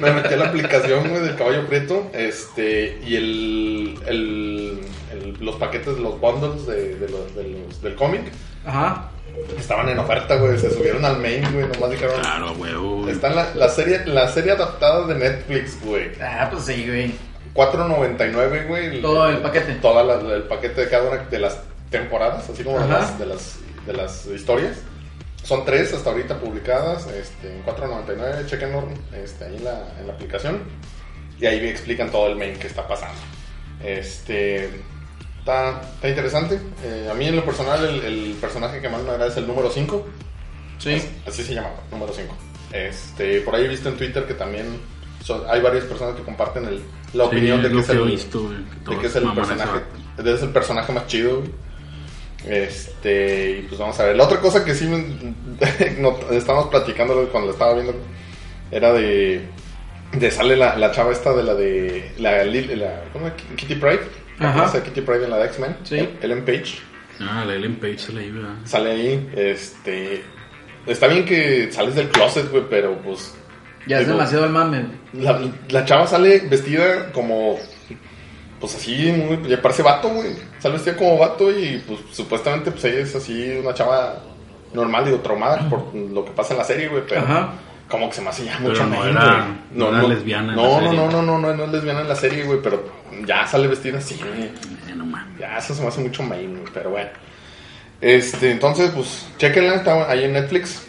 D: Me metí a la aplicación güey, del caballo prieto este, y el, el- el- los paquetes, los bundles de, de los, de los- del cómic
B: Ajá.
D: estaban en oferta, güey. Se subieron al main, güey. Nomás dijeron.
C: Claro, a huevo. güey.
D: Está la, la serie, la serie adaptada de Netflix, güey.
B: Ah, pues sí, güey.
D: 4.99, güey.
B: Todo el paquete.
D: Todo el paquete de cada una de las temporadas, así como de
B: Ajá.
D: las, de, las, de las historias. Son tres hasta ahorita publicadas, este, en 4.99, chequenlo este, ahí en la, en la aplicación. Y ahí explican todo el main que está pasando. Este, está, está interesante. Eh, a mí en lo personal el, el personaje que más me agrada es el número 5.
B: Sí.
D: Así se llamaba, número 5. Este, por ahí he visto en Twitter que también son- hay varias personas que comparten el- la
C: Sí,
D: opinión de
C: es
D: que
C: lo
D: es
C: que he
D: el,
C: visto, güey, que
D: de
C: todos
D: que es el
C: maman ese
D: personaje,
C: vato.
D: de- es el personaje más chido. güey. Este, y pues vamos a ver. La otra cosa que sí me- [LAUGHS] no- estábamos platicando cuando la estaba viendo era de de sale la, la chava esta de la de la, Lil- la- ¿cómo se llama? Kitty Pryde. ¿Te
B: Ajá.
D: acuerdas de Kitty Pryde en la de X-Men?
B: Sí.
D: Ellen Page
C: Ah, la Ellen Page se la iba.
D: sale ahí, este... Está bien que sales del closet, güey, pero pues...
B: Ya es
D: digo,
B: demasiado el mame.
D: La, la chava sale vestida como... Pues así, muy... Ya parece vato, güey. Sale vestida como vato y pues supuestamente pues ella es así una chava normal, digo, traumada por lo que pasa en la serie, güey, pero...
B: Ajá.
D: Como que se me hace ya
C: Pero
D: mucho
C: no
D: mame,
C: era-
D: güey.
C: no era lesbiana en la
D: No, no,
C: serie.
D: no, no, no, no, no es lesbiana en la serie, güey, pero ya sale vestida así, güey.
C: Eh, no mames.
D: Ya, eso se me hace mucho main, güey, pero bueno. Este, entonces, pues, chequenla, está ahí en Netflix.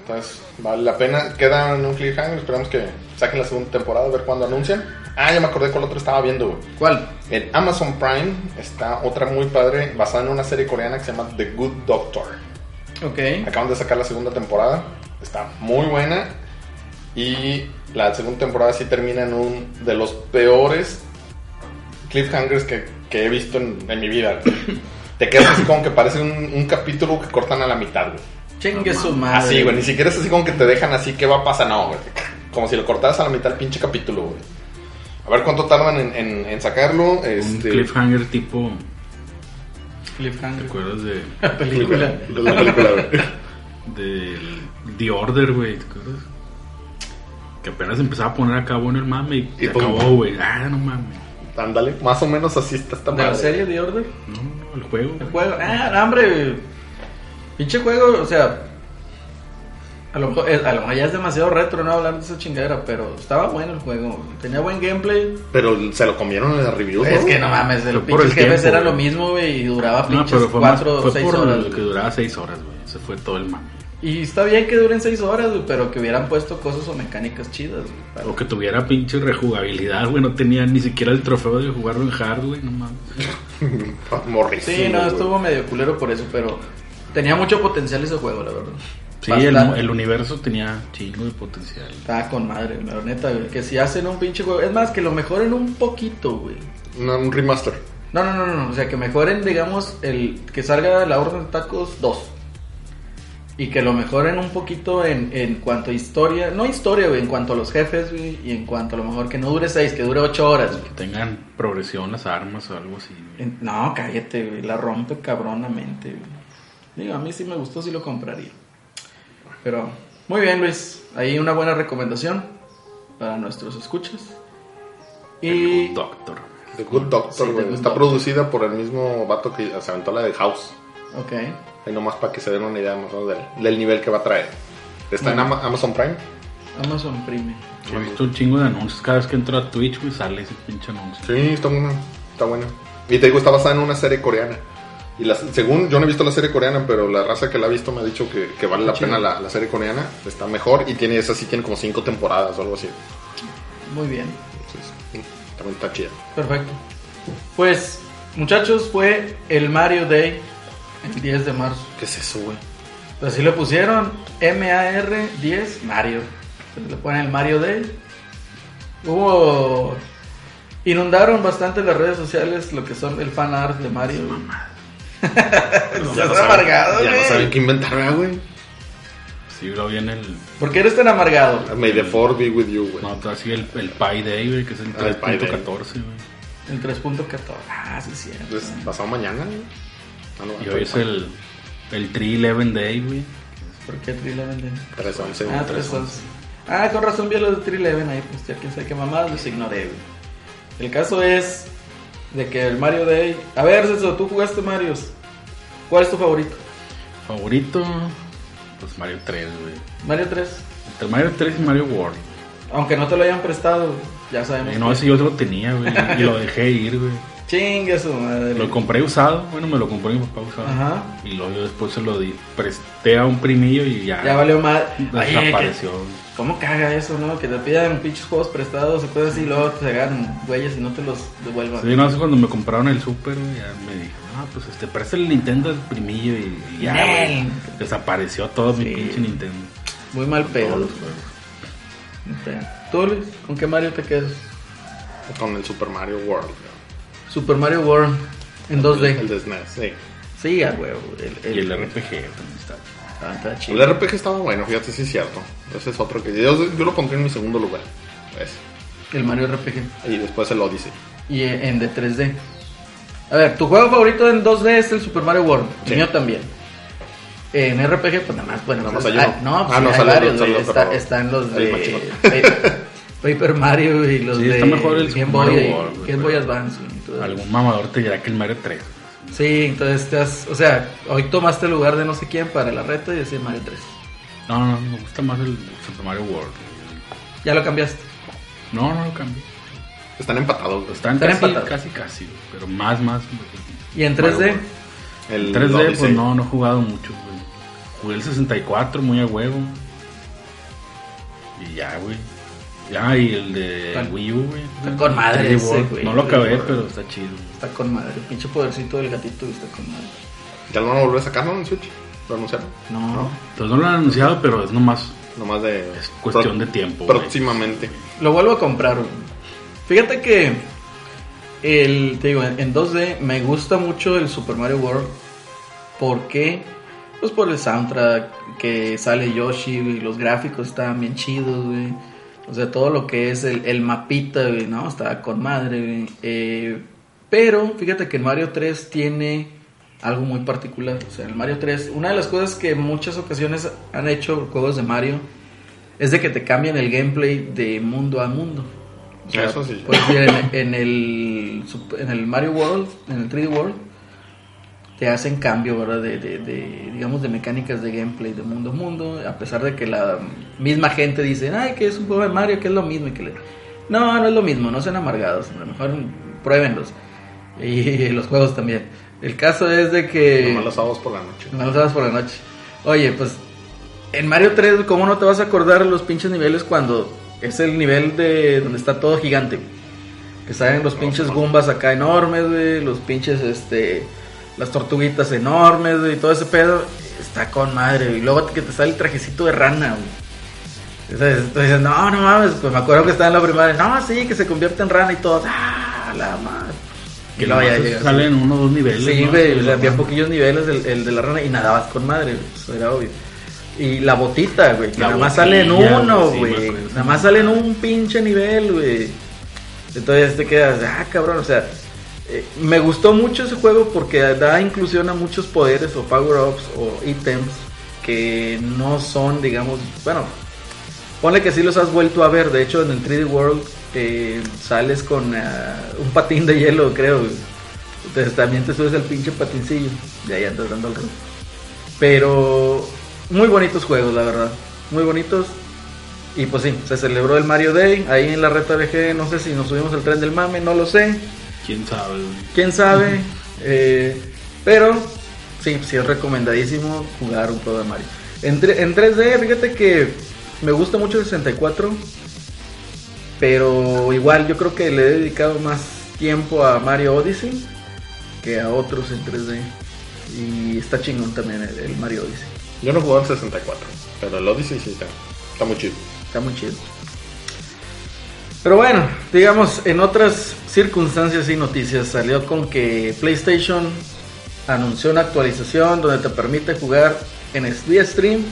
D: Entonces, vale la pena. Queda en un cliffhanger, esperamos que saquen la segunda temporada, a ver cuándo anuncian. Ah, ya me acordé cuál otro estaba viendo, güey.
B: ¿Cuál?
D: En Amazon Prime está otra muy padre, basada en una serie coreana que se llama The Good Doctor.
B: Ok.
D: Acaban de sacar la segunda temporada, está muy buena. Y la segunda temporada sí termina en un de los peores cliffhangers que, que he visto en, en mi vida. [COUGHS] güey. Te quedas así como que parece un, un capítulo que cortan a la mitad, güey.
B: Chingue su madre.
C: Ah,
D: Así, güey. Ni siquiera es así como que te dejan así, ¿qué va a pasar? No, güey. Como si lo cortaras a la mitad el pinche capítulo, güey. A ver cuánto tardan en, en- en sacarlo.
C: Un
D: Este,
C: cliffhanger tipo. ¿Te
B: Cliffhanger.
C: acuerdas
D: [LAUGHS]
C: de.
B: La película.
D: de la película, güey.
C: del The Order, güey? ¿Te acuerdas? Que apenas empezaba a poner acá bueno el mame y, se
D: pum.
C: acabó, güey. Ah, no mames.
D: Ándale, más o menos así está esta
B: ¿De la
D: madre.
B: serie de Order?
C: No, no, el juego.
B: El
C: güey.
B: juego. Ah, hombre. Pinche juego, o sea. A lo, mejor, eh, a lo mejor ya es demasiado retro, ¿no? Hablar de esa chingadera, pero estaba bueno el juego. Tenía buen gameplay.
D: Pero se lo comieron en la review.
B: Es que no mames, el
C: Fue por
B: pinche
C: el
B: jefes
C: tiempo,
B: era
C: güey.
B: lo mismo, güey, y duraba
C: No,
B: pinches
C: pero fue, más-
B: 4 o
C: fue
B: 6
C: por
B: horas.
C: lo que
B: güey.
C: duraba 6 horas, güey. Se fue todo el mame.
B: Y está bien que duren 6 horas, güey, pero que hubieran puesto cosas o mecánicas chidas, güey. para-
C: O que tuviera pinche rejugabilidad, güey. No tenía ni siquiera el trofeo de jugarlo en hard, güey. No mames.
D: [LAUGHS] Morrísimo.
B: Sí, no,
D: güey.
B: estuvo medio culero por eso, pero tenía mucho potencial ese juego, la verdad.
C: Sí, el,
B: Bastante.
C: el universo tenía chingo de potencial.
B: Estaba con madre, la neta, güey. Que si hacen un pinche juego. Es más, que lo mejoren un poquito, güey.
D: No, un remaster.
B: No, no, no, no, no. O sea, que mejoren, digamos, el que salga la orden de tacos 2. Y que lo mejoren un poquito en, en cuanto a historia. No historia, güey. En cuanto a los jefes, güey. Y en cuanto a lo mejor que no dure 6, que dure 8 horas, güey.
C: Que tengan progresión las armas o algo así. güey.
B: En- No, cállate, güey. La rompe cabronamente, güey. Digo, a mí sí me gustó, sí lo compraría. Pero, muy bien, Luis. Ahí una buena recomendación para nuestros escuchas. Y.
C: El Doctor.
D: The Good
B: Mm, Sí,
D: Doctor,
B: The
D: güey.
B: Good
D: Está
B: Doctor.
D: producida por el mismo vato que se aventó la de House.
B: Ok.
D: Ahí nomás para que se den una idea más o menos del, del nivel que va a traer. Está
B: Mm.
D: en Ama- Amazon Prime.
B: Amazon Prime.
C: He visto un chingo de anuncios. Cada vez que entro a Twitch, güey, sale ese pinche anuncio.
D: Sí, está bueno. Está bueno. Y te digo, está basada en una serie coreana. Y las, según yo no he visto la serie coreana, pero la raza que la ha visto me ha dicho que, que vale la
B: Chido.
D: pena la, la serie coreana. Está mejor y tiene esa sí tiene como cinco temporadas o algo así.
B: Muy bien.
D: Entonces, mm, también está chida.
B: Perfecto. Pues, muchachos, fue el Mario Day el 10 de marzo.
D: ¿Qué es eso, güey?
B: Así le Pues pusieron MAR10 Mario. Le ponen el Mario Day. Hubo. Inundaron bastante las redes sociales lo que son el fan art de Mario.
D: Ya
B: Estás
D: no saben-
B: amargado,
D: Ya no
B: güey.
D: saben qué inventar, ah, güey.
C: Sí, luego viene el.
B: ¿Por qué eres tan amargado?
D: May the four be with you, güey.
C: No, todavía sigue el, el Pi Day, güey, que es el
D: Ah, el Pi Day.
C: 3.14, güey.
B: El 3.14. Ah, sí, es cierto.
D: Entonces, Pues, pasado mañana, güey. Ah, no,
C: Y hoy es el, el 3.11 Day, güey.
B: ¿Por qué Trileven?
D: 3-11.
B: Ah, 311. Ah, con razón vi lo de Trileven ahí, pues ya quién sabe qué mamadas, los ignoré, güey. El caso es de que el Mario Day. A ver, Celso, tú jugaste Marios. ¿Cuál es tu favorito?
C: Favorito, pues Mario 3, güey.
B: Mario 3.
C: Entre Mario 3 y Mario World.
B: Aunque no te lo hayan prestado, ya sabemos.
C: Eh, no,
B: que-
C: ese yo lo tenía, güey. Y lo dejé ir, güey.
B: Chingue su madre.
C: Lo compré usado, bueno, me lo compró mi papá usado.
B: Ajá.
C: Y luego yo después se lo di, presté a un primillo y ya.
B: Ya valió madre. Oye,
C: Desapareció.
B: que-
C: güey.
B: ¿Cómo caga eso, no? Que te pidan pinches juegos prestados o cosas así y luego te hagan güeyes y no te los devuelvan.
C: Sí, no sé, cuando me compraron el Super, güey, ya me dijo, ah, pues este, presta el Nintendo al primillo y, y ya, güey.
B: Nel.
C: Desapareció todo mi
B: Sí.
C: pinche Nintendo.
B: Muy mal
C: Todos
B: pedo.
C: los juegos.
B: Neta. ¿Tú, Luis? ¿Con qué Mario te quedas?
D: Con el Super Mario World, güey.
B: Super Mario World en
D: El
B: 2D.
D: de SNES, sí.
B: Sí, a huevo. El,
C: Y el RPG también está. chido.
B: Ah, está chido.
D: El RPG estaba bueno, fíjate, sí es cierto. Ese es otro que yo, yo lo pondría en mi segundo lugar. Ese.
B: El Mario RPG.
D: Y después el Odyssey.
B: Y en de 3D. A ver, tu juego favorito en 2D es el Super Mario World.
D: Sí.
B: El mío también. En RPG, pues nada más, bueno,
D: Nada más
B: pues,
D: hay
B: ah,
D: uno.
B: no, pues
D: Ah, no,
B: hay
D: sale
B: varios,
D: otro, sale
B: güey.
D: otro,
B: Está-
D: pero-
B: están los
D: Ahí
B: de
D: es más chido.
B: Pa- [LAUGHS] Paper Mario y los
C: Sí,
B: de
C: está mejor el
B: Game
C: Super
B: Boy,
C: Mario
B: y
C: World, güey,
B: Game Boy
C: pero-
B: Advance. güey, y todo eso.
C: Algún mamador te dirá que el Mario 3.
B: Sí, entonces te has, o sea, hoy tomaste el lugar de no sé quién para la reta y decir Mario 3.
C: No, no, no, me gusta más el Super Mario World. güey.
B: Ya lo cambiaste.
C: No, no lo cambié.
D: Están empatados. güey.
C: Pues Están
B: Están
C: casi,
B: empatados.
C: casi, casi, güey, pero más, más. güey.
B: ¿Y en 3D?
C: Mario World.
D: El
C: 3D,
D: Odyssey.
C: pues no, no he jugado mucho, güey. Jugué el 64, muy a huevo. Y ya, güey. Ya, y el de
B: Está-
C: Wii U, güey.
B: está con madre
C: 3D
B: ese,
C: World.
B: güey.
C: No lo acabé,
B: 3D
C: pero está chido. güey.
B: Está con madre, el pinche podercito del gatito está con madre.
D: ¿Ya lo van a volver a sacar, no, en Switch? ¿Lo anunciaron?
B: No.
C: Entonces no lo han anunciado, pero es nomás.
D: Nomás de...
C: Es cuestión de tiempo, güey.
D: Próximamente.
B: Lo vuelvo a comprar. güey. Fíjate que el, te digo, en en 2D me gusta mucho el Super Mario World. ¿Por qué? Pues por el soundtrack que sale Yoshi y los gráficos están bien chidos, güey. O sea, todo lo que es el, el mapita, güey, ¿no? Está con madre, güey. Eh, pero fíjate que el Mario 3 tiene algo muy particular. O sea, el Mario 3, una de las cosas que en muchas ocasiones han hecho juegos de Mario es de que te cambian el gameplay de mundo a mundo. O sea,
D: Eso sí.
B: Por decir, en, en el, sup- en el Mario World, en el 3D World, te hacen cambio, ¿verdad? De, de- de, digamos, de mecánicas de gameplay de mundo a mundo, a pesar de que la misma gente dice, ay, que es un juego de Mario, que es lo mismo, y que le... No, no es lo mismo, no sean amargados, hombre, mejor pruébenlos. Y [LAUGHS] los juegos también. El caso es de que...
D: Nomás los sábados por la noche.
B: No lo sabes por la noche. Oye, pues en Mario 3, ¿cómo no te vas a acordar los pinches niveles cuando es el nivel de donde está todo gigante? güey? Que salen los pinches Goombas acá enormes, güey, los pinches, este, las tortuguitas enormes, güey, y todo ese pedo. Está con madre, güey. Y luego que te sale el trajecito de rana, güey. Entonces, tú dices, no, no mames, pues me acuerdo que estaba en la primaria. No, sí, que se convierte en rana y todo. ¡Ah, la madre!
C: Que
B: luego ya
C: nomás
B: llegas.
C: salen uno o dos niveles.
B: Sí,
C: ¿no? Pues,
B: güey, o sea, había poquillos niveles el, el de la rana y nadabas con madre, güey, eso era obvio. Y la botita, güey, que
C: La
B: nada más
C: botilla,
B: sale en uno,
C: güey, sí, me
B: güey.
C: acuerdo.
B: nada más sale en un pinche nivel, güey. Entonces te quedas, ah, cabrón, o sea, eh, me gustó mucho ese juego porque da inclusión a muchos poderes o power-ups o ítems que no son, digamos, bueno, Ponle que sí los has vuelto a ver. De hecho, en el 3D World eh, sales con ah, un patín de hielo, creo. güey. Entonces también te subes el pinche patincillo. Y ahí andas dando el rol. Pero muy bonitos juegos, la verdad. Muy bonitos. Y pues sí, se celebró el Mario Day. Ahí en la reta VG, no sé si nos subimos al tren del mame, no lo sé.
C: ¿Quién sabe, güey?
B: ¿Quién sabe? Eh, Pero sí, sí es recomendadísimo jugar un juego de Mario. En, tre- en 3D, fíjate que me gusta mucho el 64. Pero igual yo creo que le he dedicado más tiempo a Mario Odyssey que a otros en 3D. Y está chingón también el, el Mario Odyssey.
D: Yo no jugué en 64, pero el Odyssey sí está, está muy chido.
B: Está muy chido. Pero bueno, digamos, en otras circunstancias y noticias salió con que PlayStation anunció una actualización donde te permite jugar en SD Stream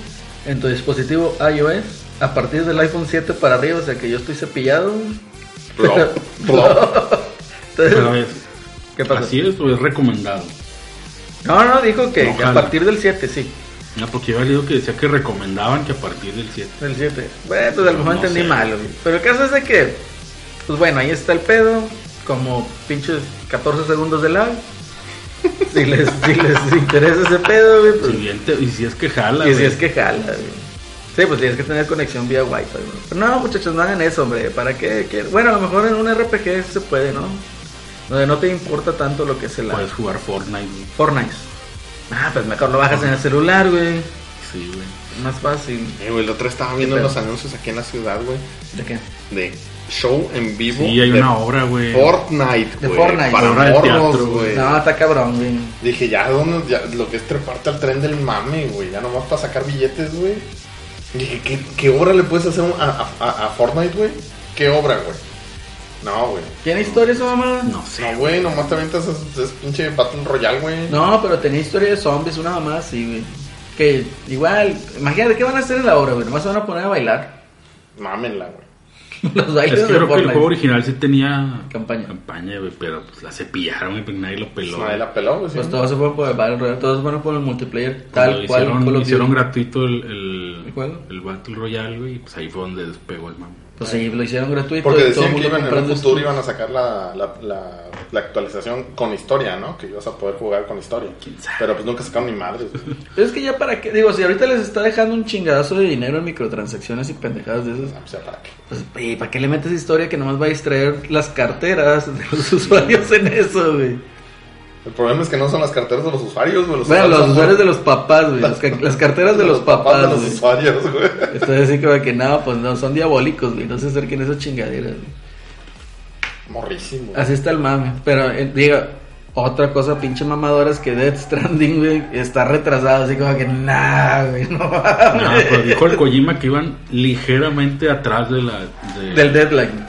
B: en tu dispositivo iOS a partir del iPhone 7 para arriba, o sea que yo estoy cepillado. [LAUGHS]
D: Plop, plop.
B: Entonces,
C: Pero es-
B: [LAUGHS] ¿Qué pasó?
C: así es, o es recomendado.
B: No, no, dijo que
C: Ojalá.
B: a partir del 7, sí.
C: Mira, porque yo había leído que decía que recomendaban que a partir del 7.
B: Del 7. Bueno, pues a lo mejor
C: No
B: entendí
C: sé.
B: mal, güey. Pero el caso es de que, pues bueno, ahí está el pedo, como pinches 14 segundos de
C: [LAUGHS]
B: lag. Si les, si les interesa ese pedo, güey, pues.
C: Si bien te- y si es que jala.
B: y si
C: güey.
B: es que jala, güey. Sí, pues tienes que tener conexión vía wifi, güey. Pero no, muchachos, no hagan eso, hombre. ¿Para qué? ¿Qué? Bueno, a lo mejor en un RPG se puede, ¿no? Donde no te importa tanto lo que es el lag.
C: Puedes jugar Fortnite, güey.
B: Fortnite. Ah, pues mejor lo bajas en el celular, güey.
C: Sí, güey.
B: Más fácil.
D: Eh, güey, el otro estaba viendo
B: pedo?
D: los anuncios aquí en la ciudad, güey,
B: ¿De qué?
D: de show en vivo.
C: Sí, hay
D: de
C: una obra, güey.
D: Fortnite,
B: De
D: güey,
B: Fortnite.
D: Para
C: Obra de
D: morros,
C: teatro,
D: güey.
B: No, está cabrón, güey.
D: Dije, ya, ¿dónde, ya, lo que es treparte al tren del mame, güey. Ya nomás para sacar billetes, güey. Dije, ¿qué, qué obra le puedes hacer a, a- a- a Fortnite, güey? ¿Qué obra, güey? No, güey.
B: ¿Tiene historia esa mamada?
C: No sé.
D: No, güey, nomás te avientas ese, ese pinche Battle Royale, güey.
B: No, pero tenía historia de zombies, una mamá así, güey. Que igual, imagínate qué van a hacer en la obra, güey. Nomás se van a poner a bailar. [LAUGHS]
D: Mámenla, güey.
B: Los
C: Es
B: bailes de
C: que creo que el
B: Fortnite.
C: juego original sí tenía
B: Campaña.
C: campaña, güey, pero pues, la cepillaron y pues, nadie lo peló.
D: Nadie la peló, güey. sí.
B: Pues todos se fueron por el Battle Royale, todos se fueron por el multiplayer,
C: Cuando
B: tal cual.
C: hicieron,
B: Call of
C: hicieron
B: Duty.
C: gratuito el, el,
B: ¿El juego?
C: el Battle Royale, güey, y pues ahí fue donde despegó el mame.
B: Pues sí, lo hicieron gratuito.
D: Porque
B: y todo el
D: decían que
B: mundo
D: iban en
B: comprando
D: un futuro
B: esto.
D: iban a sacar la, la, la, la actualización con historia, ¿no? Que ibas a poder jugar con historia.
C: ¿Quién sabe?
D: Pero pues nunca sacaron ni madres, güey.
B: Es que ya para qué, digo, si ahorita les está dejando un chingadazo de dinero en microtransacciones y pendejadas de esas,
D: O sea, ¿para qué?
B: pues, güey, ¿para qué le metes historia que nomás va a distraer las carteras de los [LAUGHS] usuarios en eso, güey?
D: El problema es que no son las carteras de los usuarios, güey. Los
B: Bueno, los
D: son-
B: usuarios de los papás, güey. Las, ca- las carteras de los papás,
D: de los
B: güey.
D: usuarios, güey.
B: Entonces sí como que nada, pues no, son diabólicos, güey. No se acerquen a esas chingaderas, güey.
D: Morrísimo.
B: Así está el mame. Pero, eh, digo, otra cosa pinche mamadora es que Dead Stranding, güey, está retrasado. Así como que nada, güey, no mames.
C: No, pero dijo el Kojima que iban ligeramente atrás de la, de-
B: Del deadline.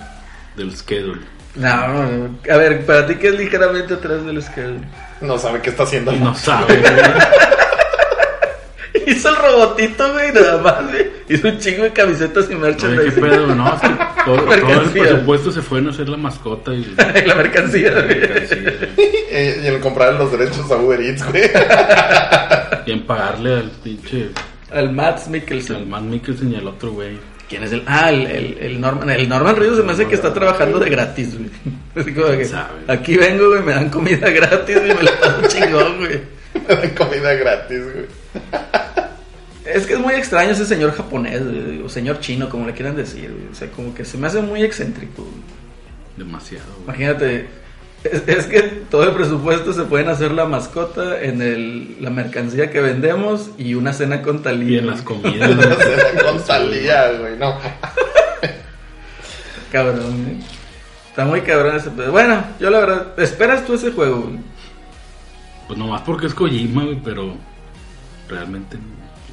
C: del schedule.
B: No, no, no. A ver, para ti que es ligeramente atrás del schedule.
D: No sabe qué está haciendo.
C: Y
D: [LAUGHS]
C: no sabe, güey.
B: [LAUGHS] Hizo el robotito, güey, nada más, güey. Hizo un chingo de camisetas y
C: Oye, ¿qué
B: merchandising.
C: pedo? No, es que todo, todo el
B: Mercancía.
C: presupuesto se fue en hacer la mascota y
B: [LAUGHS] Y la mercancía,
C: la
B: güey.
C: mercancía,
D: Y,
C: güey.
D: Eh, y en comprar los derechos a Uber Eats, güey. [LAUGHS]
C: Y en pagarle al pinche,
B: Al Matt
C: al
B: Mikkelsen.
C: Matt Mikkelsen y al otro güey.
B: ¿Quién es el? Ah, el, el, el Norman. El Norman Reedus se me hace que está trabajando de gratis, güey. [LAUGHS] Así como que,
C: Sabe.
B: aquí vengo, güey, me dan comida [LAUGHS] gratis, güey, me la paso chingón, güey.
D: Me dan comida gratis, güey. [LAUGHS]
B: Es que es muy extraño ese señor japonés, güey, o señor chino, como le quieran decir, güey. O sea, como que se me hace muy excéntrico, güey.
C: Demasiado, güey.
B: Imagínate, es, es que todo el presupuesto se pueden hacer la mascota en el, la mercancía que vendemos y una cena con
C: Y
B: talía.
C: en las
B: güey.
C: comidas.
B: [LAUGHS]
D: No
C: güey.
D: se dan con salida, güey. No.
B: Cabrón, güey. Está muy cabrón ese pedo. Bueno, yo la verdad, ¿esperas tú ese juego, güey?
C: Pues nomás porque es Kojima, güey, pero realmente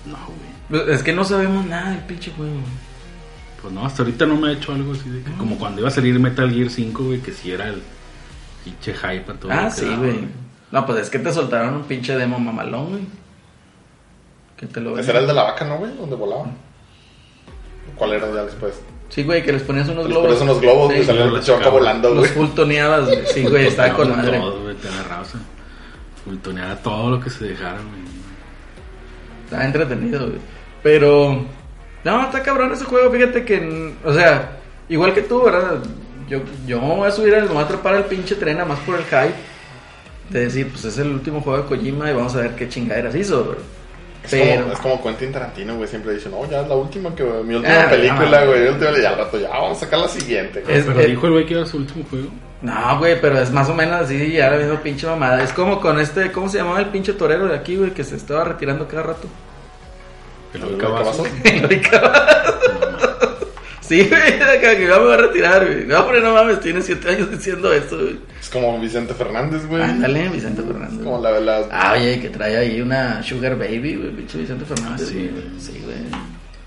C: no, güey.
B: Pues, Es que no sabemos nada del pinche juego.
C: Pues no, hasta ahorita no me ha hecho algo así de que,
B: Ah.
C: como cuando iba a salir Metal Gear 5, güey, que si era el pinche hype a todo. lo
B: ah,
C: que
B: sí,
C: daba,
B: güey. No, pues es que te soltaron un pinche demo mamalón, güey. Que te lo
D: Ese era el de la vaca, ¿no, güey? Donde volaba. ¿Cuál era ya después?
B: Sí, güey, que les ponías unos
D: Por
B: globos.
D: eso unos globos, güey.
B: Sí,
D: Salía el
C: Los
D: chavaca
C: cabos.
D: volando,
B: los
D: güey.
B: fultoneabas, güey. Sí, güey,
C: [LAUGHS]
B: estaba con
C: Fultoneaban
B: madre.
C: Todo, güey, te agarrabas a fultonear a todo lo que se dejara, güey.
B: Estaba entretenido, güey. Pero. No, está cabrón ese juego. Fíjate que. n- O sea, igual que tú, ¿verdad? Yo, yo me voy a subir al. Me voy a atrapar al pinche tren, nada más por el hype. De decir, pues es el último juego de Kojima y vamos a ver qué chingaderas hizo, güey.
D: Es
B: Pero.
D: como, es como Quentin Tarantino, güey. Siempre dice, no, ya es la última, que mi última
B: Ah,
D: película,
B: no.
D: güey. última, y al rato ya vamos a sacar la siguiente, güey.
B: Es-
C: Pero
B: eh,
C: dijo el güey que era su último juego.
B: No, güey, pero es más o menos así, ya la misma pinche mamada. Es como con este, ¿cómo se llamaba el pinche torero de aquí, güey? Que se estaba retirando cada rato. [LAUGHS]
C: El
D: ¿Lo
C: Cabazo.
D: acabas?
B: sí, güey, acá que ya me voy a retirar, güey. No, pero no mames, tiene siete años diciendo esto, güey.
D: Es como Vicente Fernández, güey.
B: Ándale, Vicente
D: Es
B: Fernández.
D: Pues, como la de las.
B: Ah, oye, que trae ahí una Sugar Baby, güey, pinche Vicente Fernández.
C: Ah, sí,
B: güey.
C: güey.
B: Sí, güey.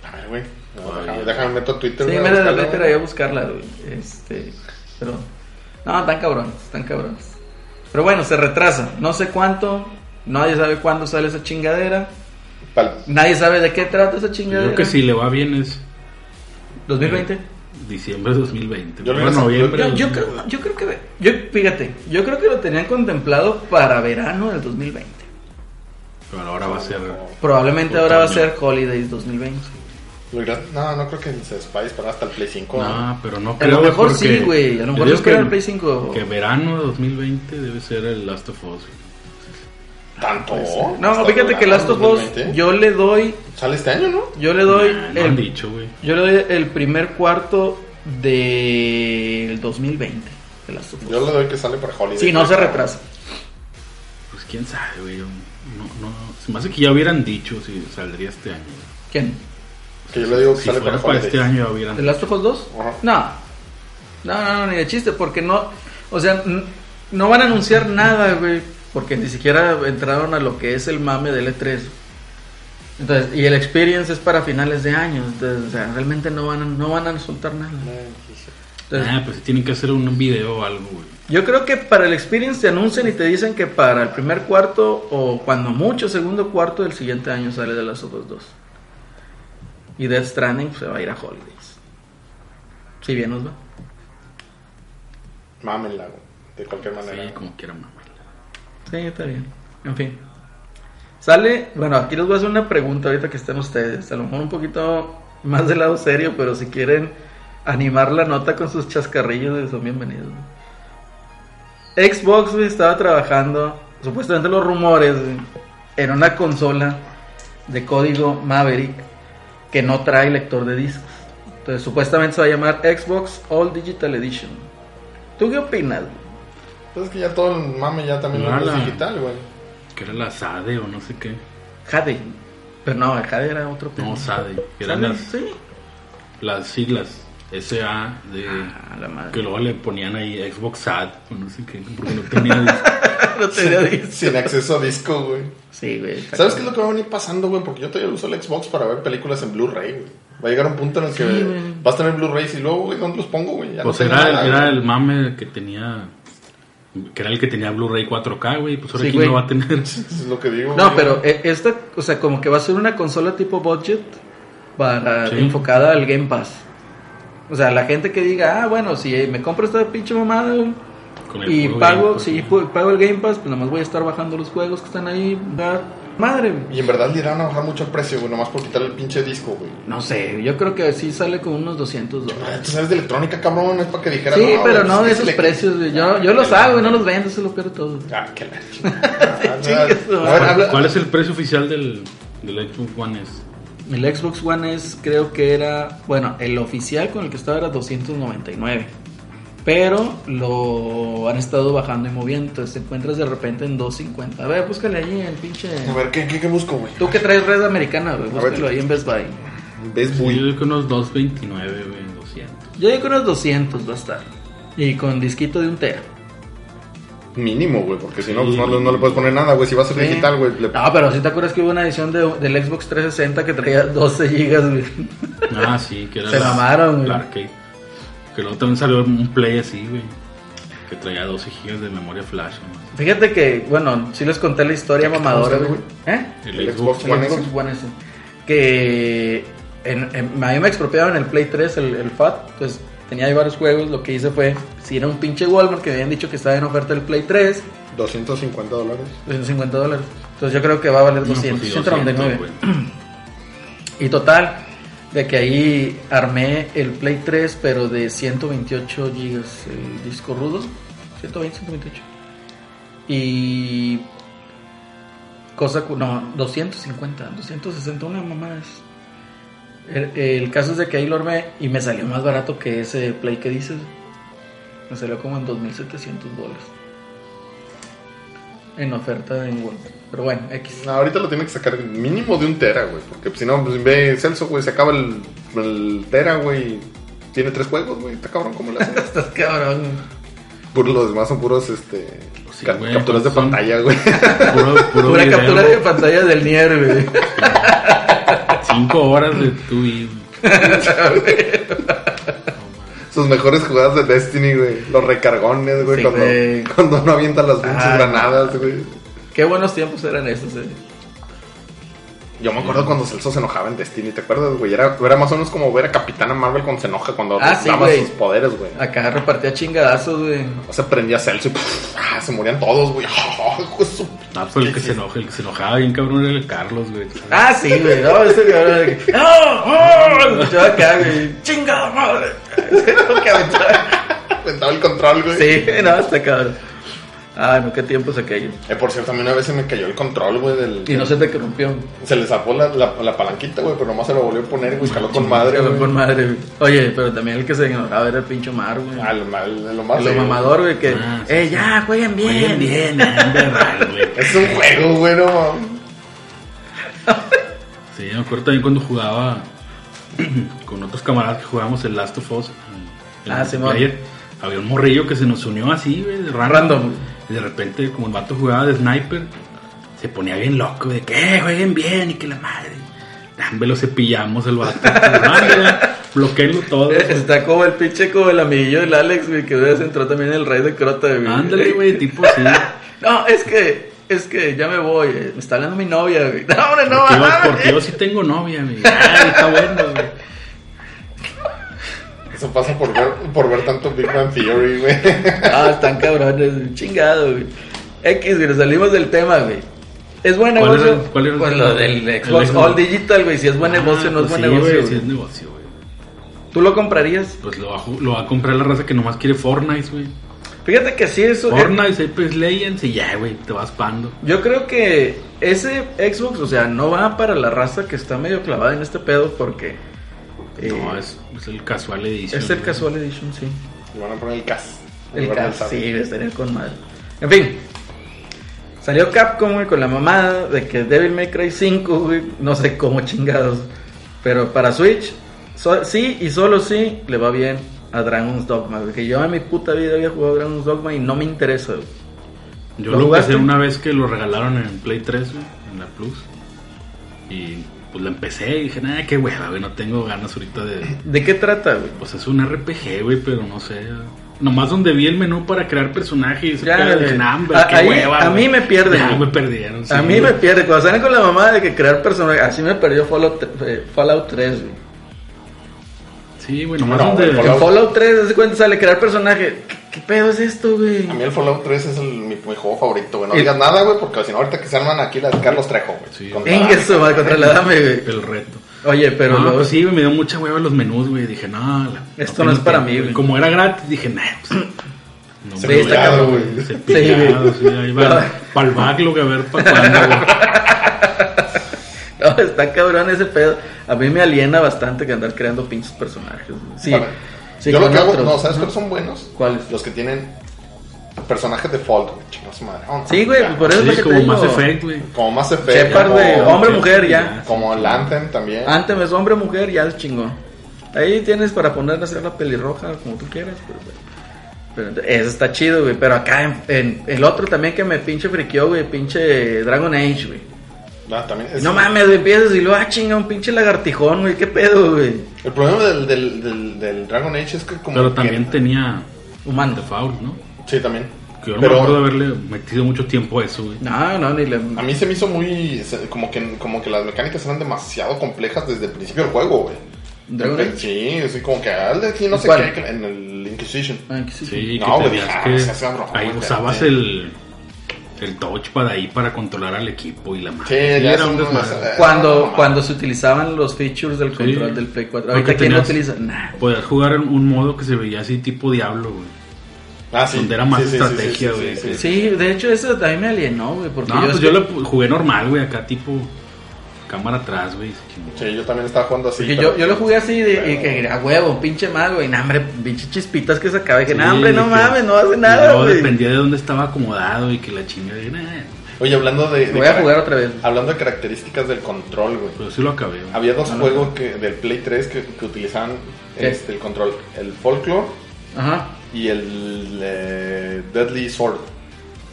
D: A ver, güey. No, déjame, déjame meto a Twitter.
B: Sí,
D: güey, a
B: mira,
D: buscarla,
B: vete
D: güey.
B: ahí a buscarla, güey. Este, pero. No, están cabrones, están cabrones. Pero bueno, se retrasa. No sé cuánto, nadie sabe cuándo sale esa chingadera.
D: Pal-
B: Nadie sabe de qué trata esa
C: Yo
B: chingadera.
C: creo que si le va bien es
B: 2020.
C: diciembre de 2020.
D: Yo le
C: Bueno,
D: hubiera-
C: noviembre.
B: Yo,
C: de
B: yo
C: 2020.
B: creo, yo creo que. Yo, fíjate, yo creo que lo tenían contemplado para verano del 2020.
C: Pero ahora va a ser.
B: Probablemente ahora va a
C: Otoño.
B: ser Holidays 2020.
D: lo irá- No, no creo que se despaye esperar hasta el Play 5.
C: No, pero no
B: A
C: creo.
B: lo mejor
C: porque-
B: sí, güey. A lo
C: yo
B: mejor
C: digo
B: es que era
C: que-
B: el Play 5.
C: Que verano de 2020 debe ser el Last of Us. güey.
D: Tanto.
C: Oh,
B: Pues No,
D: Hasta
B: fíjate que
D: verano
B: Last of Us,
D: 2020.
B: yo le doy.
D: Sale este año, ¿no?
B: Yo le doy.
C: Nah, No han
B: el,
C: dicho, güey.
B: yo le doy el primer cuarto del 2020. De Last of Us.
D: Yo le doy que sale para Holiday.
B: Sí, no se retrasa.
C: Pues quién sabe, güey. yo No, no, se me hace que ya hubieran dicho si saldría este año. güey.
B: ¿Quién?
D: Que yo le digo que
B: Pues
C: Si
D: sale
C: fuera
D: para
C: para este
D: Holiday.
C: año ya hubieran
B: ¿De Last of Us 2?
D: Ajá.
B: No. No, no, no, ni de chiste, porque no. O sea, n- no van a anunciar nada, güey. Porque ni siquiera entraron a lo que es el mame del E3. Entonces, y el experience es para finales de año. Entonces, o sea, realmente no van a, no van a soltar nada. Entonces,
C: Ah, pues sí tienen que hacer un video o algo, güey.
B: yo creo que para el experience te anuncian y te dicen que para el primer cuarto o cuando mucho segundo cuarto del siguiente año sale de las otras dos. Y Death Stranding pues, se va a ir a Holidays. Si bien nos va.
D: Mámenla, güey. De cualquier manera.
C: Sí, como quiera mamarla.
B: Sí, está bien. En fin. Sale, bueno, aquí les voy a hacer una pregunta ahorita que estén ustedes. A lo mejor un poquito más del lado serio, pero si quieren animar la nota con sus chascarrillos, eh, son bienvenidos. güey. Xbox güey, estaba trabajando, supuestamente los rumores, güey, en una consola de código Maverick que no trae lector de discos. Entonces, supuestamente se va a llamar Xbox All Digital Edition. ¿Tú qué opinas? güey?
D: Entonces Pues que ya todo el mame ya también
C: Nada.
D: es digital, güey.
C: Que era la SADE E o no sé qué.
B: Jade. Pero no, Jade era otro
C: No,
B: pendejo.
C: SADE. E. que Eran
B: ¿Sale?
C: las,
B: E? Sí.
C: las siglas. S.A. de.
B: Ah, la madre.
C: E. Que luego le ponían ahí Xbox SAD E o no sé qué. Porque no tenía.
B: [LAUGHS]
C: disco.
B: no te había dicho.
D: Sin acceso a disco, güey.
B: Sí, güey. exacto.
D: ¿Sabes qué es lo que va a venir pasando, güey? Porque yo todavía uso el Xbox para ver películas en Blu-ray, güey. Va a llegar un punto en el que
B: güey.
D: vas a tener Blu-rays y luego, güey, ¿dónde los pongo, güey? Ya no
C: Pues
D: tengo
C: era,
D: nada,
C: era
D: güey.
C: el mame que tenía. Que era el que tenía Blu-ray 4K, güey. Pues ahora
B: Sí,
C: quién no
B: güey.
C: va a tener. [LAUGHS]
D: Es lo que digo.
B: No,
D: güey.
B: pero eh, esta, o sea, como que va a ser una consola tipo budget para
C: Sí.
B: enfocada al Game Pass. O sea, la gente que diga, ah, bueno, si eh, me compro esta pinche mamada güey,
C: Con el
B: y
C: puro
B: pago,
C: Game Pass,
B: si
C: ¿no?
B: pago el Game Pass, pues nada más voy a estar bajando los juegos que están ahí. va- Madre, güey.
D: Y en verdad le irán a bajar mucho el precio, güey, nomás por quitarle el pinche disco, güey.
B: no sé, yo creo que sí sale con unos 200 dólares.
D: Tú sabes de electrónica, cabrón, es para que dijera.
B: Sí, pero
D: güey,
B: no
D: es
B: de
D: que
B: esos
D: [LAUGHS] le-
B: precios, güey. Yo, yo los hago y no los vendo, eso es lo peor de todo.
D: Ah, qué la chingada.
B: [LAUGHS]
D: Ah,
B: chingue su
D: no, a
B: madre.
D: ver,
C: ¿Cuál,
D: habla-
C: cuál es el precio oficial del, del Xbox One S?
B: El Xbox One es, creo que era, bueno, el oficial con el que estaba era 299. Pero lo han estado bajando y moviendo. Entonces te encuentras de repente en 250. A ver, búscale ahí el pinche.
D: A ver, ¿qué, qué, qué busco, güey?
B: Tú que traes red americana, güey,
D: ver.
B: búscalo ahí en Best Buy.
D: ¿Ves,
C: Yo
D: güey?
C: digo que unos 229, güey, 200.
B: Yo digo que unos 200 va a estar. Y con disquito de un tera.
D: Mínimo, güey, porque si no, pues no, le- no le puedes poner nada, güey. Si va a ser digital, güey. le-
B: No, Ah, pero si te acuerdas que hubo una edición de- del Xbox 360 que traía 12 gigas, güey. [LAUGHS]
C: Ah, sí, que era
B: Se
C: la-
B: mamaron, güey.
C: la arcade. Que luego también salió un Play así, güey. Que traía 12 GB de memoria flash. ¿no?
B: Fíjate que, bueno, sí les conté la historia
D: ¿Qué
B: mamadora,
D: estamos
B: güey.
D: hablando,
B: ¿Eh?
C: El,
D: El
C: Xbox.
D: Xbox One
B: El
D: S.
B: Xbox One S. Que en, en- a mí me expropiaron el Play 3, el, el FAT. Entonces tenía ahí varios juegos. Lo que hice fue, si era un pinche Walmart que me habían dicho que estaba en oferta el Play 3,
D: 250 dólares.
B: 250 dólares. Entonces yo creo que va a valer
C: No, pues sí,
B: 200,
C: 200,
B: 199.
C: güey.
B: Y total, de que ahí armé el Play 3, pero de 128 gigas el disco rudo. 120, 128. Y. Cosa. cu- No, 250, 260, una mamá es. El, el caso es de que ahí lo armé y me salió más barato que ese Play que dices. Me salió como en 2.700 dólares. En oferta en Walmart. Pero bueno, X. [LAUGHS]
D: No, ahorita lo tienen que sacar mínimo de un tera, güey. Porque pues, si no, pues, ve Celso, güey, se acaba el, el tera, güey. Tiene tres juegos, güey. Está cabrón, ¿cómo
B: [LAUGHS]
D: le hacen?
B: Estás cabrón.
D: Por los demás son puros, este...
B: Pues
C: Sí,
D: ca-
C: güey,
D: capturas de
C: son-
D: pantalla, güey. [LAUGHS]
C: Puro, puro
B: Pura
C: video,
B: captura de pantalla del Nier, güey.
C: Cinco horas de tu vida.
D: Sus mejores jugadas de Destiny, güey. Los recargones, güey.
B: Sí,
D: cuando,
B: güey.
D: cuando no avientan las pinches
B: Ah,
D: granadas, güey.
B: Qué buenos tiempos eran estos, eh.
D: Yo me acuerdo cuando Celso se enojaba en Destiny, ¿te acuerdas, güey? Era, era más o menos como ver a Capitana Marvel cuando se enoja cuando
B: Ah, sí,
D: daba
B: güey.
D: sus poderes, güey.
B: Acá repartía chingadazos, güey.
D: O sea, prendía Celso y pff, ah, se morían todos, güey. [LAUGHS] Hijo de su-
C: Ah, pues el que se enoja, el que se enojaba bien cabrón era el Carlos, güey.
B: Ah, sí, güey. No, ese cabrón. de que, ¡No! ¡Oh! Yo acá, güey. ¡Chingada [LAUGHS] madre! Lo que aventaba.
D: Aventaba el control, güey.
B: Sí, no, está cabrón. Ah, no, qué tiempos aquellos.
D: Eh, por cierto, a mí una vez se me cayó el control, güey, del...
B: Y no se te rompió.
D: Se le zafó la, la, la palanquita, güey, pero nomás se lo volvió a poner, güey, jaló con madre,
B: Pero
D: güey.
B: con madre, güey. Oye, pero también el que se ignoraba era el pinche Omar, güey.
D: Ah, lo, mal- lo más...
B: lo
D: sí, güey.
B: mamador, güey, que.
C: Ah, sí,
B: ¡Eh, ya! ¡Jueguen bien!
C: Bien, bien, hombre, raro, güey.
D: Es un juego, güey, no mames.
C: [LAUGHS] Sí, me acuerdo también cuando jugaba [CLEARS THROAT] con otros camaradas que jugábamos el Last of Us. el
B: Ah, sí,
C: multiplayer, Había un morrillo que se nos unió así, güey, de random.
B: Random.
C: Y de repente, como el vato jugaba de sniper, se ponía bien loco, de que "Eh, jueguen bien y que la madre. Hombre, lo cepillamos el vato. Bloqueenlo todo.
B: Eh, Está como el pinche, como el amiguillo del Alex, güey, que ves entró también el rey de Crota, güey.
C: Ándale, güey, tipo
B: [LAUGHS]
C: así.
B: No, es que, es que ya me voy. eh, Me está hablando mi novia, güey. [LAUGHS] No, hombre, no, ah,
C: Porque,
B: mames.
C: yo, porque yo sí tengo novia, güey. Ay, está bueno, güey.
D: Eso pasa por ver, por ver tanto Big Bang Theory, güey. [LAUGHS]
B: Ah, están cabrones, güey, chingado, güey. X, güey, nos salimos del tema, güey. ¿Es buen
C: ¿Cuál
B: negocio?
C: era- cuál era el
B: pues
C: tema?
B: lo del
C: El
B: Xbox
C: Xbox.
B: All Digital, güey. Si es buen negocio o no es
C: Ah,
B: buen
C: pues sí,
B: negocio.
C: güey, sí
B: güey.
C: es negocio, güey.
B: ¿Tú lo comprarías?
C: Pues lo va, a ju- lo va a comprar la raza que nomás quiere Fortnite, güey.
B: Eh, Fíjate que sí, eso. eh,
C: Fortnite, Apex Legends y ya, güey, te vas pando.
B: Yo creo que ese Xbox, o sea, no va para la raza que está medio clavada en este pedo porque. eh,
C: No, es, es el casual edition.
B: es el
C: güey.
B: Casual Edition, sí.
D: Y van a poner el CAS. en
B: El
D: lugar del
B: Cap,
D: sable.
B: sí, estaría con madre. En fin. Salió Capcom, güey, con la mamada de que Devil May Cry 5, güey, no sé cómo chingados. Pero para Switch, so- sí y solo sí le va bien a Dragon's Dogma, güey. Que yo en mi puta vida había jugado Dragon's Dogma y no me interesa, güey.
C: Yo
B: ¿Lo
C: lo
B: jugaste?
C: empecé una vez que lo regalaron en Play 3, güey, en la Plus. Y pues la empecé y dije, nada, qué hueva, güey, no tengo ganas ahorita de.
B: ¿De qué trata, güey?
C: Pues es un RPG, güey, pero no sé. Nomás donde vi el menú para crear personajes,
B: Ya,
C: ya,
B: güey.
C: dije, nah, hombre,
B: A-
C: qué
B: ahí-
C: hueva.
B: a
C: güey".
B: mí me pierden,
C: Ya,
B: güey.
C: me perdieron. sí,
B: a mí
C: güey.
B: me pierde. Cuando salen con la mamada de que crear personajes, así me perdió Fallout, eh, Fallout 3, güey.
C: Sí, güey, nomás
D: No,
C: donde.
D: güey,
B: En
D: Fallout-
B: Fallout 3, ¿se cuenta? Sale crear personaje. ¿Qué, qué pedo es esto, güey?
D: A mí el Fallout 3 es el- mi, mi juego favorito, güey. No
B: Y-
D: digas nada, güey, porque si no, ahorita que se arman aquí las de Carlos Trejo, güey.
C: Sí.
D: Con-
B: Venga, eso va contra la dame, güey.
C: el reto.
B: Oye, pero
C: Pero
B: luego
C: pues sí, güey, me dio mucha hueva los menús, güey. Dije, no, la-
B: Esto no es
C: tengo
B: para
C: tiempo,
B: mí, güey.
C: Como era gratis, dije, nah, pues. No,
D: Se
B: Sí,
C: güey,
B: está
D: pillado,
B: cabrón,
D: güey.
B: [LAUGHS]
C: se pillado, sí, ahí va. Para el backlog, a ver para
B: [LAUGHS]
C: cuándo, güey.
B: No, está cabrón ese pedo. A mí me aliena bastante que andar creando pinches personajes. güey. Sí.
D: Para-
B: sí,
D: Yo lo
B: con
D: que hago,
B: otros.
D: no, ¿sabes cuáles son buenos?
B: ¿Cuáles?
D: Los que tienen personajes de Fallout, güey. Chingas madre. Oh, no,
B: Sí, güey,
D: ya.
B: por eso es lo
C: Sí,
B: que
C: como
B: te digo.
C: más Effect, güey.
D: Como más efecto.
B: Shepard, güey,
D: como,
B: hombre, Ah.
C: sí,
B: mujer,
C: sí,
B: ya.
D: como el Anthem también.
B: Antes es hombre, mujer, ya el chingón. Ahí tienes para ponerle a hacer la pelirroja como tú quieras. Pero, güey. Pero ent- eso está chido, güey. Pero acá en, en- el otro también que me pinche friqueó, güey, pinche Dragon Age, güey.
D: Ah, también es-
B: No mames, güey, empiezas y luego, ah, chinga, un pinche lagartijón, güey, qué pedo, güey.
D: El problema del, del, del, del Dragon Age es que como...
C: Pero
D: que-
C: también tenía un
B: Humano.
C: default, ¿no?
D: Sí, también.
C: Que yo no me acuerdo de
D: Pero
C: haberle metido mucho tiempo a eso, güey.
B: No, no, ni le.
D: a mí se me hizo muy... se- Como que, como que las mecánicas eran demasiado complejas desde el principio del juego, güey.
B: Dragon Age.
D: Sí, así como que hazle aquí no sé
B: ¿Cuál?
D: qué en el Inquisition.
B: Ah, que sí.
C: Sí,
D: No,
C: que
D: güey,
C: tenías
D: dije, ah,
C: que.
D: se hace broma,
C: ahí
D: güey,
C: usabas
D: sí.
C: el. El touchpad ahí para controlar al equipo y la madre.
D: Sí,
C: Y
D: ya
C: era
D: es
C: un
D: un-
C: desmadre.
D: es-
B: Cuando,
D: Ah,
B: cuando se utilizaban los features del control
C: Sí.
B: del Play 4.
C: Lo
B: Ahorita
C: que
B: quién lo
C: tenías-
B: utiliza.
D: eh.
B: Nah.
C: Podías jugar en un modo que se veía así tipo diablo, güey.
D: Ah, sí.
C: Donde era más
D: Sí, sí, sí,
C: estrategia,
D: sí, sí,
C: güey.
D: sí, sí.
B: Sí, de hecho eso también me alienó, güey. Porque
C: No,
B: yo,
C: pues yo lo jugué normal, güey, acá tipo cámara atrás, güey. se chingó.
D: Sí, yo también estaba jugando así.
B: Porque
D: pero-
B: yo, yo lo jugué así de, y que a huevo, pinche mal, güey. Nah, hombre, pinche chispitas que sacaba. Dije, nah,
C: Sí,
B: hombre, no
C: que-
B: mames, no
D: Pues
B: hace nada,
C: No,
B: güey.
C: dependía de dónde estaba acomodado y que la chingada. y nah,
D: Oye, hablando de. de
B: Voy a
D: carac-
B: jugar otra vez.
D: Hablando de características del control, güey.
C: Pero sí lo acabé, güey.
D: Había dos
B: Ah, no.
D: juegos que, del Play 3 que, que utilizaban
B: ¿Qué?
D: este, el control: el Folklore
B: Ajá.
D: y el eh, Deadly Sword.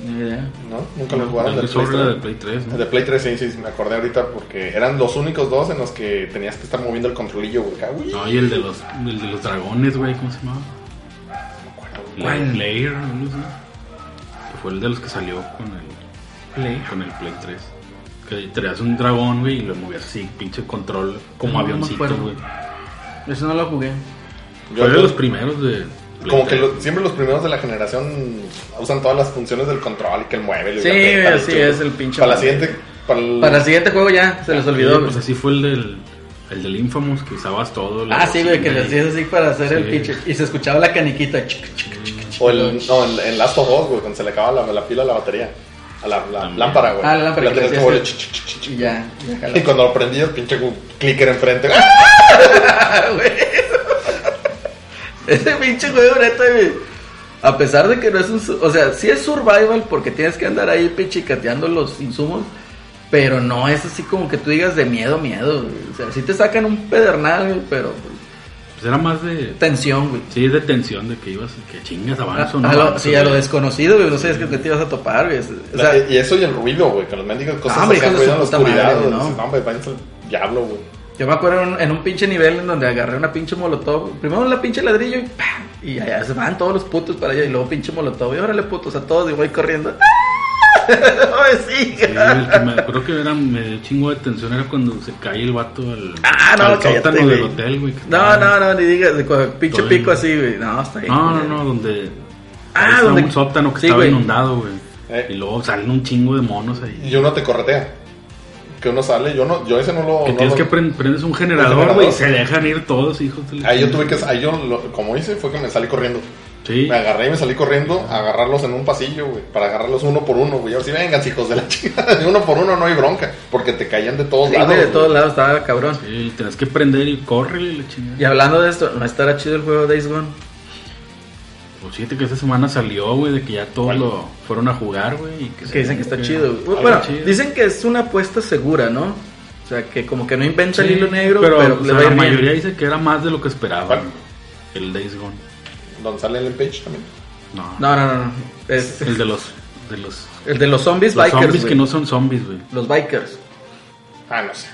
B: Ni idea.
D: ¿No? Nunca lo jugaron
C: El
D: del Play
C: visor era
D: 3.
C: del Play 3, ¿no?
D: De Play 3, sí, sí, me acordé ahorita porque eran los únicos dos en los que tenías que estar moviendo el controlillo, güey. acá, uy.
C: No, y el de los, el de los dragones, güey, ¿cómo se llamaba?
B: ¿Cuál?
C: Player, no sé. Que fue el de los que salió con el con el Play 3. Que traías un dragón, güey, y lo movías así, pinche control, como
B: No, no me
C: avioncito,
B: acuerdo.
C: güey.
B: Eso no lo jugué.
D: Yo-
C: Fue de
D: yo-
C: los primeros de. Play
D: Como que
C: 3.
D: lo- siempre los primeros de la generación usan todas las funciones del control y que el mueve. el
B: Sí,
D: aprieta,
B: güey,
D: el
B: sí,
D: chulo.
B: es el pinche
D: Para la
B: mueve.
D: siguiente. Para el,
B: Para el siguiente juego ya, se les olvidó.
C: Sí,
B: güey.
C: pues así fue el del. El del Infamous, que usabas todo. la
B: ah, sí, güey, que le
C: bocina y-
B: hacías así para hacer el
C: Sí.
B: pinche. Y se escuchaba la caniquita. chic, chic, chic, chic.
D: O el, no, el, el Last of Us, güey, cuando se le acaba la, la pila a la batería. A la, la
C: También.
D: lámpara, güey.
B: Ah, la lámpara que le
D: tenías que
B: hacías
D: mover,
B: que-
D: ch, ch, ch, ch, ch.
B: Y ya, ya jalaba.
D: Y cuando lo prendías, pinche gu- clicker enfrente.
B: Ah, güey. Ese pinche juego, neta, güey. A pesar de que no es un. su- O sea, sí es survival porque tienes que andar ahí pichicateando los insumos. Pero no es así como que tú digas de miedo, miedo. güey. O sea, sí te sacan un pedernal, güey, pero pues,
C: Pues era más de.
B: tensión, güey.
C: Sí, de tensión, de que ibas, que chingas,
B: A,
C: avanzo, ¿no?
B: a Ah, lo,
C: avanzo,
B: sí, a lo
C: güey.
B: desconocido, güey. No sabes que te ibas a topar, güey. O sea,
D: y eso y el ruido, güey, que los mendigos cosas
B: Ah, hombre,
D: sacan
B: hijos de
D: ruido en la
B: su puta madre,
D: oscuridad. güey.
B: ¿no?
D: Dices, No, hombre, váyanse al diablo, güey.
B: Yo me acuerdo en, en un pinche nivel en donde agarré una pinche molotov. Primero la pinche ladrillo y ¡pam! Y allá se van todos los putos para allá. Y luego pinche molotov. Y órale putos a todos y voy corriendo. [LAUGHS] ¡No me
C: Sí, el
B: sigas!
C: que me, creo que era me dio chingo de tensión era cuando se cae el vato al,
B: Ah, no,
C: al
B: cállate,
C: sótano del
B: güey.
C: hotel, güey. que
B: No,
C: estaba-
B: no, no, ni digas. de cuando Pinche
C: Estoy-
B: pico así, güey. No, está bien.
C: No, no,
B: güey.
C: no, donde.
B: Ah,
C: Ah,
B: donde-
C: un sótano que
B: sí,
C: estaba
B: güey.
C: inundado, güey.
D: Eh.
C: Y luego salen un chingo de monos ahí.
D: Y uno te corretea. Que uno sale, yo no, yo ese no lo.
C: Que
D: no
C: tienes
D: lo-
C: que prend- prendes un generador,
D: generador.
C: güey, y se dejan ir todos, hijos. de la
D: Ahí yo
C: chingada.
D: tuve que. Ahí yo, lo- como hice, fue que me salí corriendo.
C: Sí.
D: Me agarré y me salí corriendo a agarrarlos en un pasillo, güey. Para agarrarlos uno por uno, güey. Ahora sí, vengan, hijos de la [LAUGHS] chingada. De uno por uno no hay bronca. Porque te caían de todos
B: Sí,
D: lados.
B: güey, de
D: güey.
B: todos lados estaba cabrón.
C: Sí, tienes que prender y corre la chingada.
B: Y hablando de esto, ¿no estará chido el juego Days Gone?
C: Pues fíjate que esta semana salió, güey, de que ya todos
D: ¿Cuál?
C: lo fueron a jugar, güey. y se-
B: Que dicen que está chido. güey.
C: algo
B: Bueno,
C: chido.
B: dicen que es una apuesta segura, ¿no? O sea, que como que no inventa
C: Sí,
B: el hilo negro,
C: pero,
B: pero,
C: o
B: le
C: sea,
B: va a ir
C: la
B: bien.
C: mayoría dice que era más de lo que esperaban.
D: ¿Cuál?
C: güey. El Days Gone.
D: Donde sale el page también.
C: No.
B: No, no, no. no. Es,
C: El de los. De los,
B: El de los zombies
C: los
B: bikers.
C: zombies
B: güey.
C: que no son zombies, güey.
B: Los bikers.
D: Ah, no sé.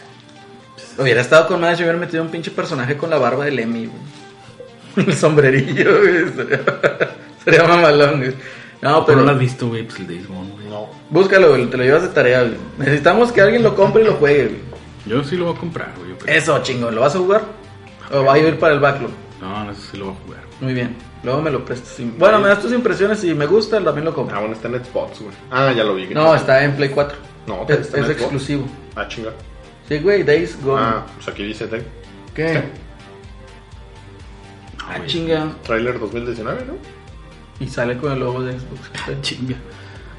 B: Hubiera estado con más, yo hubiera metido un pinche personaje con la barba de Lemmy, güey. [LAUGHS] El sombrerillo, güey. Sería, sería mamalón, güey. No,
C: Pero
B: pero.
C: no lo has visto, güey, pues el Days Gone, güey.
D: No.
B: Búscalo, güey. Te lo llevas de tarea, güey. Necesitamos que alguien lo compre y lo juegue, güey.
C: Yo sí lo voy a comprar, güey. yo creo.
B: Eso, chingón. ¿Lo vas a jugar? ¿O va a ir para el backlog?
C: No, no sé si lo voy a jugar.
B: Muy bien. Luego me lo prestas. Sí. Bueno, me das tus impresiones. Si me gusta, también lo
D: Ah,
B: compro.
D: bueno, está en Xbox, güey. Ah, ya lo vi. que
B: No, está en Play 4.
D: No, está en
B: es, es
D: Xbox.
B: exclusivo.
D: Ah, chinga.
B: Sí, güey. Days Gone.
D: Ah, pues aquí dice de-
B: ¿Qué?
C: No,
B: Ah,
C: güey.
B: chinga.
D: Trailer 2019, ¿no?
B: Y sale con el logo de Xbox.
D: Ah,
C: Chinga.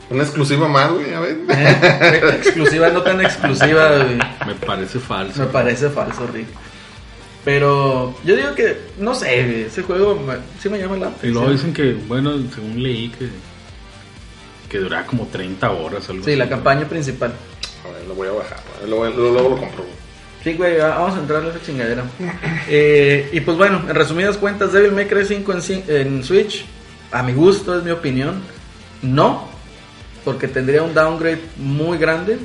D: Una exclusiva más, güey, a ver. [LAUGHS]
B: exclusiva, no tan exclusiva, güey.
C: Me
B: [LAUGHS]
C: parece
B: Me
C: falso.
B: parece falso, Rick. Pero yo digo que, no sé, güey, ese juego me- sí me llama la
C: Y luego
B: atención.
C: dicen que, bueno, según leí que. Que duraba como 30 horas algo
B: Sí,
C: así,
B: la
C: ¿no?
B: campaña principal.
D: A ver, lo voy a bajar. a ver, lo voy- lo- Luego lo compro, güey.
B: Sí, güey, va- vamos a entrarle a esa chingadera. Eh, y pues bueno, en resumidas cuentas, Devil May Cry 5 en, si- en Switch, a mi gusto, es mi opinión, no, porque tendría un downgrade muy grande.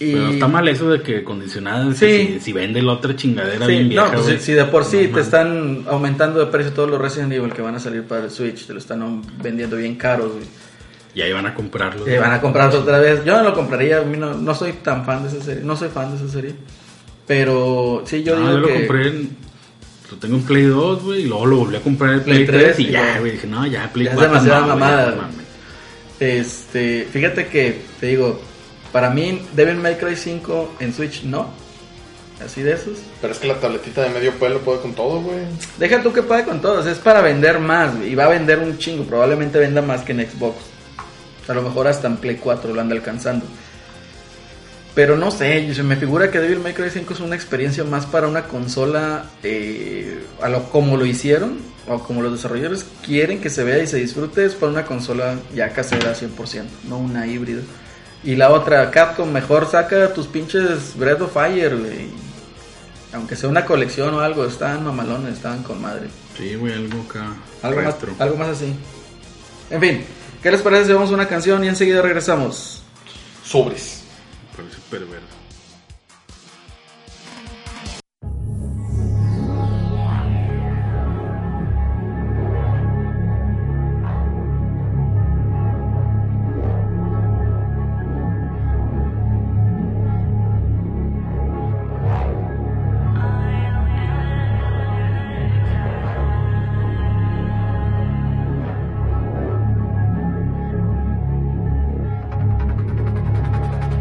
B: Y
C: Pero está mal eso de que condicionadas.
B: Sí.
C: Si, si vende la otra chingadera
B: Sí,
C: bien vieja,
B: no, pues,
C: güey.
B: si, si de por sí
C: No
B: te
C: mames.
B: están aumentando de precio todos los Resident Evil que van a salir para el Switch, te lo están um, vendiendo bien caros, güey.
C: Y ahí van a comprarlo.
B: Te van a comprar otra vez. Yo no lo compraría, a mí no, no soy tan fan de esa serie, no soy fan de esa serie. Pero sí, yo
C: No,
B: digo
C: Ah, yo
B: que
C: lo compré en. Lo tengo en Play 2, güey. Y luego lo volví a comprar en Play, 3, y ya, güey. Dije, no, ya, Play
B: Ya es
C: 4.
B: demasiada
C: no, güey,
B: mamada,
C: no
B: güey.
C: mames.
B: este, fíjate que te digo, para mí Devil May Cry 5 en Switch no. Así de esos.
D: Pero es que la tabletita de medio pelo puede con todo, güey.
B: Deja tú que pague con todos, es para vender más güey, y va a vender un chingo, probablemente venda más que en Xbox. A lo mejor hasta en Play 4 lo anda alcanzando. Pero no sé, se me figura que Devil May Cry 5 es una experiencia más para una consola eh, a lo como lo hicieron o como los desarrolladores quieren que se vea y se disfrute es para una consola ya casera 100%, no una híbrida. Y la otra, Capcom, mejor saca tus pinches Breath of Fire, güey. Aunque sea una colección o algo, estaban mamalones, estaban con madre.
C: Sí, güey, algo acá.
B: Algo más,
C: retro.
B: algo más así. En fin, ¿qué les parece si vamos a una canción y enseguida regresamos?
D: Sobres.
C: Parece perverso.
F: I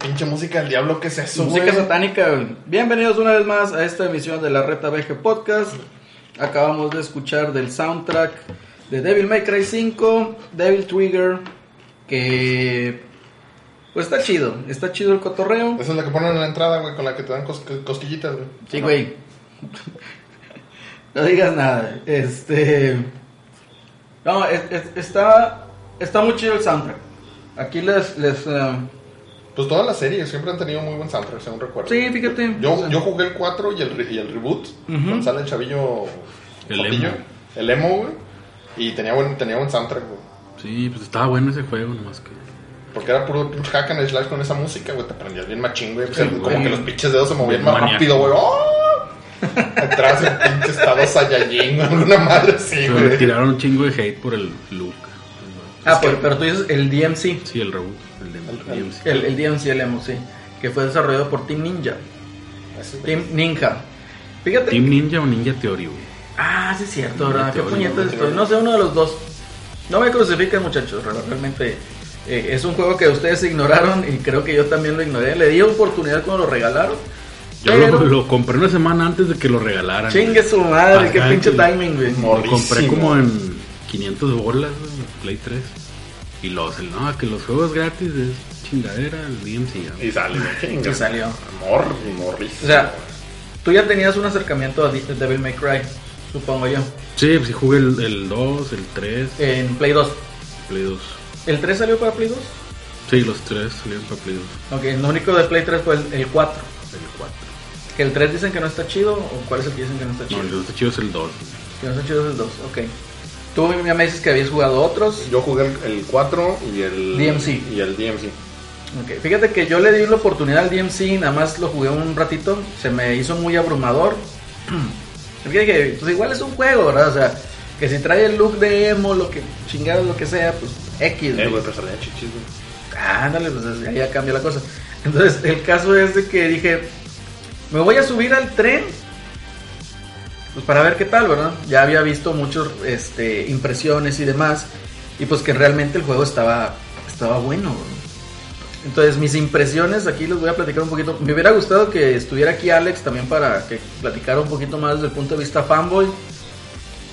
D: pinche música del diablo, ¿qué es eso,
B: Música
D: güey?
B: satánica. güey. Bienvenidos una vez más a esta emisión de la Reta BG Podcast. Acabamos de escuchar del soundtrack de Devil May Cry 5, Devil Trigger, que pues está chido, está chido el cotorreo.
D: Esa es la que ponen en la entrada, güey, con la que te dan cos- cosquillitas, güey.
B: Sí, güey. [LAUGHS] No digas nada. Este. No, es- es- está. Está muy chido el soundtrack. Aquí les. les eh,
D: Pues todas las series siempre han tenido muy buen soundtrack, según recuerdo.
B: Sí, fíjate.
D: Yo, yo jugué el 4 y el, re- y el reboot.
B: Ujú.
D: Cuando sale el chavillo.
C: El
D: Jotillo,
C: emo.
D: El emo, güey. Y tenía buen, tenía buen soundtrack, güey.
C: Sí, pues estaba bueno ese juego, nomás que.
D: Porque era puro pinche hack and slash con esa música, güey. Te prendías bien machín, güey. Pues,
C: Sí,
D: el-
C: güey.
D: como que los pinches dedos se movían más
C: Maníaco.
D: rápido, güey. ¡Oh! Atrás el pinche estado Saiyajin, güey. Alguna madre así,
B: [LAUGHS]
C: Pero le
D: güey.
C: tiraron un chingo de hate por el look.
B: Ah, pero, pero tú dices el DMC.
C: Sí, el reboot, el de DMC.
B: El, el DMC, el emo, sí. Que fue desarrollado por Team Ninja.
D: Así, güey.
B: Team Ninja. Fíjate.
C: Team Ninja o Ninja Theory, güey.
B: Ah, sí, es cierto, ¿verdad? Qué
C: Teoría,
B: puñetas
D: teoría.
B: estoy. No sé, uno de los dos. No me crucifiquen, muchachos. Realmente eh, es un juego que ustedes ignoraron y creo que yo también lo ignoré. Le di oportunidad cuando lo regalaron.
C: Yo
B: pero-
C: lo, lo compré una semana antes de que lo regalaran.
B: Chingue
C: güey.
B: su madre, qué
C: Ajá,
B: pinche
C: que-
B: timing, güey.
D: No.
C: Lo compré
D: Morrísimo.
C: como en 500 bolas, güey, en Play 3. Y los, el- no, que los juegos gratis es chingadera, el DMC. güey.
D: Y sale, güey. Chinga.
B: Y salió.
D: Amor, morris.
B: O sea, tú ya tenías un acercamiento a Di- Devil May Cry, supongo yo,
C: Sí, pues sí jugué el, el 2, el 3,
B: en Play 2.
C: Play 2.
B: ¿El 3 salió para Play 2?
C: Sí, los 3 salieron para Play 2,
B: Ok, lo único de Play 3 fue el, el 4.
C: el 4.
B: Que el 3 dicen que no está chido, o cuál es el que dicen que no está
C: No,
B: chido.
C: el que está chido es el 2. güey.
B: Que no está chido es el 2, ok. Tú ya me dices que habías jugado otros.
D: Yo jugué el, el 4 y el.
B: DMC.
D: Y el DMC.
B: Ok, Fíjate que yo le di la oportunidad al DMC, nada más lo jugué un ratito, se me hizo muy abrumador. [CLEARS THROAT] Porque dije, pues igual es un juego, ¿verdad? O sea, que si trae el look de emo, lo que chingado, lo que sea, pues X.
D: Eh,
B: güey.
D: güey, pero salía chichis, güey.
B: Ah, Ándale, pues ahí ya cambia la cosa. Entonces, el caso es de que dije, me voy a subir al tren, pues para ver qué tal, ¿verdad? Ya había visto muchas este, impresiones y demás, y pues que realmente el juego estaba, estaba bueno. ¿verdad? Entonces, mis impresiones aquí les voy a platicar un poquito. Me hubiera gustado que estuviera aquí Alex también para que platicara un poquito más desde el punto de vista fanboy.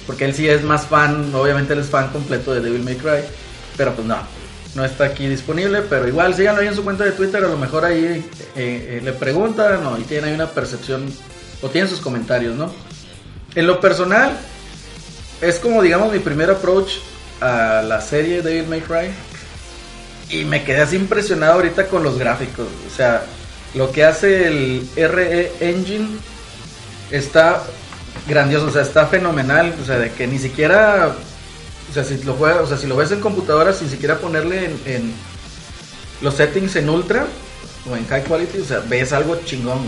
B: Porque él sí es más fan, obviamente él es fan completo de Devil May Cry. Pero pues no, no está aquí disponible. Pero igual síganlo ahí en su cuenta de Twitter. A lo mejor ahí eh, eh, le preguntan o y tienen ahí una percepción o tienen sus comentarios, ¿no? En lo personal, es como digamos mi primer approach a la serie Devil May Cry. Y me quedé así impresionado ahorita con los gráficos. O sea, lo que hace el RE Engine está grandioso, o sea, está fenomenal. O sea, de que ni siquiera. O sea, si lo, juegas, o sea, si lo ves en computadora, sin siquiera ponerle en, en los settings en ultra o en high quality, o sea, ves algo chingón.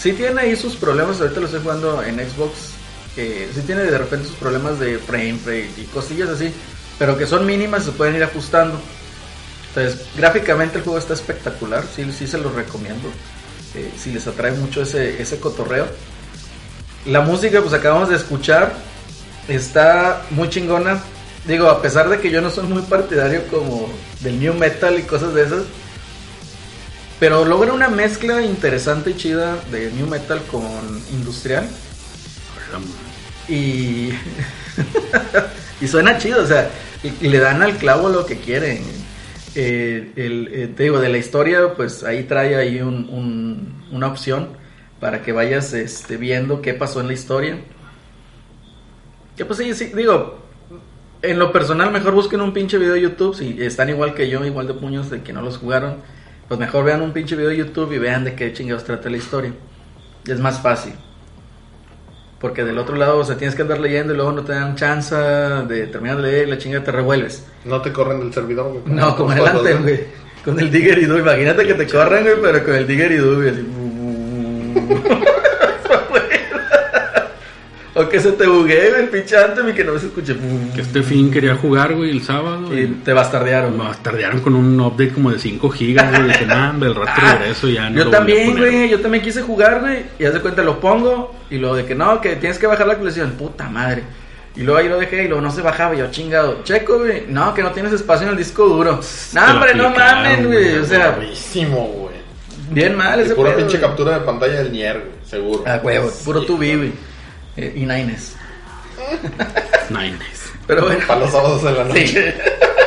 B: Si tiene ahí sus problemas, ahorita lo estoy jugando en Xbox, que sí tiene de repente sus problemas de frame rate y cosillas así, pero que son mínimas, se pueden ir ajustando. Entonces, gráficamente el juego está espectacular, sí, sí se los recomiendo, eh, si les atrae mucho ese, ese cotorreo. La música, pues acabamos de escuchar, está muy chingona. Digo, a pesar de que yo no soy muy partidario como del new metal y cosas de esas, pero logra una mezcla interesante y chida de new metal con industrial
C: Ahora, güey.
B: y [LAUGHS] y suena chido, o sea, y- y le dan al clavo lo que quieren. Eh, el, eh, te digo, de la historia, pues ahí trae ahí un- un- una opción para que vayas este, viendo qué pasó en la historia. Que pues sí, sí, digo, en lo personal mejor busquen un pinche video de YouTube, si están igual que yo, igual de puños de que no los jugaron, pues mejor vean un pinche video de YouTube y vean de qué chingados trata la historia. Es más fácil. Porque del otro lado, o sea, tienes que andar leyendo y luego no te dan chance de terminar de leer y la chinga te revuelves.
D: No te corren del servidor, güey. [LAUGHS]
B: No, [LAUGHS] como
D: Los
B: adelante,
D: juegos,
B: güey. Con el Digger y Do, imagínate que te corran, güey, pero con el Digger y Do, güey, así. [LAUGHS] o que se te buguee, güey, el pinche Anthem y que no se escuche.
C: Que este fin quería jugar, güey, el sábado.
B: Y
C: Y
B: te bastardearon.
C: me bastardearon con un update como de 5 gigas, güey. Dije, nah, hombre,
B: [LAUGHS]
C: el rato regreso ya no
B: Ah, yo
C: lo volví a
B: también,
C: poner".
B: güey, yo también quise jugar, güey, y haz de cuenta lo pongo, y lo de que no, que tienes que bajar la actualización, puta madre. Y luego ahí lo dejé y luego no se bajaba, yo chingado. Checo, güey, no, que no tienes espacio en el disco duro. No,
C: la
B: hombre, no
C: aplicaron,
B: mames,
C: güey,
B: güey, o sea,
D: Buenísimo, güey.
B: Bien mal
D: Y
B: ese
D: pura
B: pedo,
D: pinche
B: güey.
D: captura de pantalla del Nier, güey, seguro.
B: A huevo, puro
D: Sí,
B: tu güey. Eh, y Nines.
C: Nines.
B: Pero bueno.
D: Para los sábados de la [LAUGHS] noche.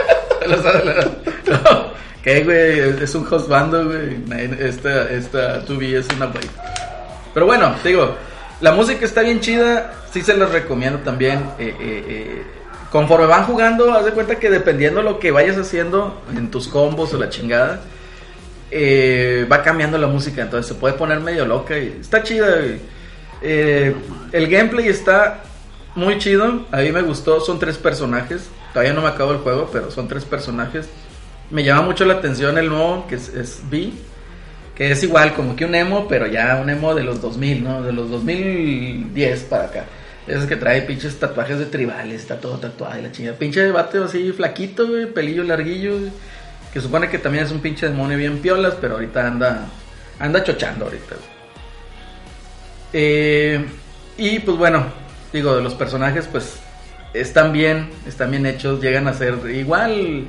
B: [LAUGHS] Sí. Los adolescentes. No, ¿Qué, güey? Es- Es un host bando, güey. Nine- Esta, esta 2B es una güey. Pero bueno, te digo, la música está bien chida. Sí se los recomiendo también. Eh, eh, eh, Conforme van jugando, haz de cuenta que dependiendo lo que vayas haciendo en tus combos o la chingada, eh, va cambiando la música. Entonces se puede poner medio loca. Y está chida, güey. Eh, el gameplay está muy chido. A mí me gustó. Son tres personajes. Todavía no me acabo el juego, pero son tres personajes. Me llama mucho la atención el nuevo, que es, es B. Que es igual, como que un emo, pero ya un emo de los 2000, ¿no? De los 2010 para acá. Esos que trae pinches tatuajes de tribales, está todo tatuado y la chingada. Pinche vato así flaquito, güey, pelillo larguillo. güey, Que supone que también es un pinche demonio bien piolas, pero ahorita anda anda chochando ahorita. güey. Eh, y pues bueno, digo, de los personajes, pues están bien, están bien hechos, llegan a ser igual,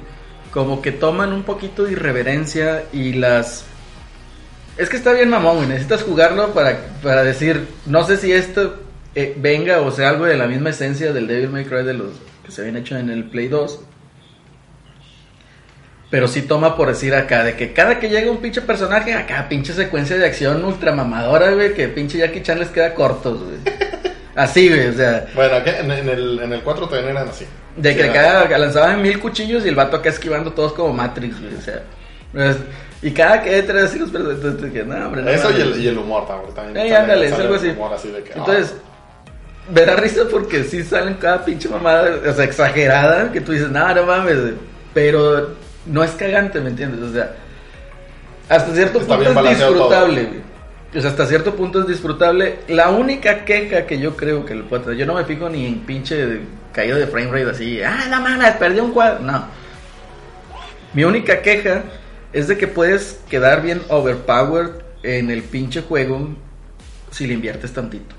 B: como que toman un poquito de irreverencia y las. Es que está bien mamón, güey. Necesitas jugarlo para, para decir, no sé si esto eh, venga o sea algo de la misma esencia del Devil May Cry de los que se habían hecho en el Play 2. Pero sí toma por decir acá, de que cada que llega un pinche personaje, acá pinche secuencia de acción ultramamadora, güey, que pinche Jackie Chan les queda cortos, güey. Así, güey, o sea.
D: Bueno, ¿qué? En, en el, en el 4 también eran así.
B: De que
D: Sí,
B: cada que lanzaban mil cuchillos y el vato acá esquivando todos como Matrix, güey. O sea, pues, y cada que entra así los personajes, que no, hombre. no
D: Eso y
B: mames.
D: el, y el humor también. también
B: Ey,
D: sale-
B: ándale, es
D: sale
B: algo
D: el
B: así.
D: humor así de que, ah,
B: Entonces, me da risa porque sí salen cada pinche mamada, o sea, exagerada, que tú dices, no, no mames, pero no es cagante, ¿me entiendes? O sea, hasta cierto
D: Está bien
B: punto es
D: balanceado
B: disfrutable,
D: todo.
B: güey. O sea, hasta cierto punto es disfrutable. La única queja que yo creo que le puedo traer, yo no me fijo ni en pinche caída de frame rate así, ah, la mana, perdí un cuadro. No. Mi única queja es de que puedes quedar bien overpowered en el pinche juego si le inviertes tantito.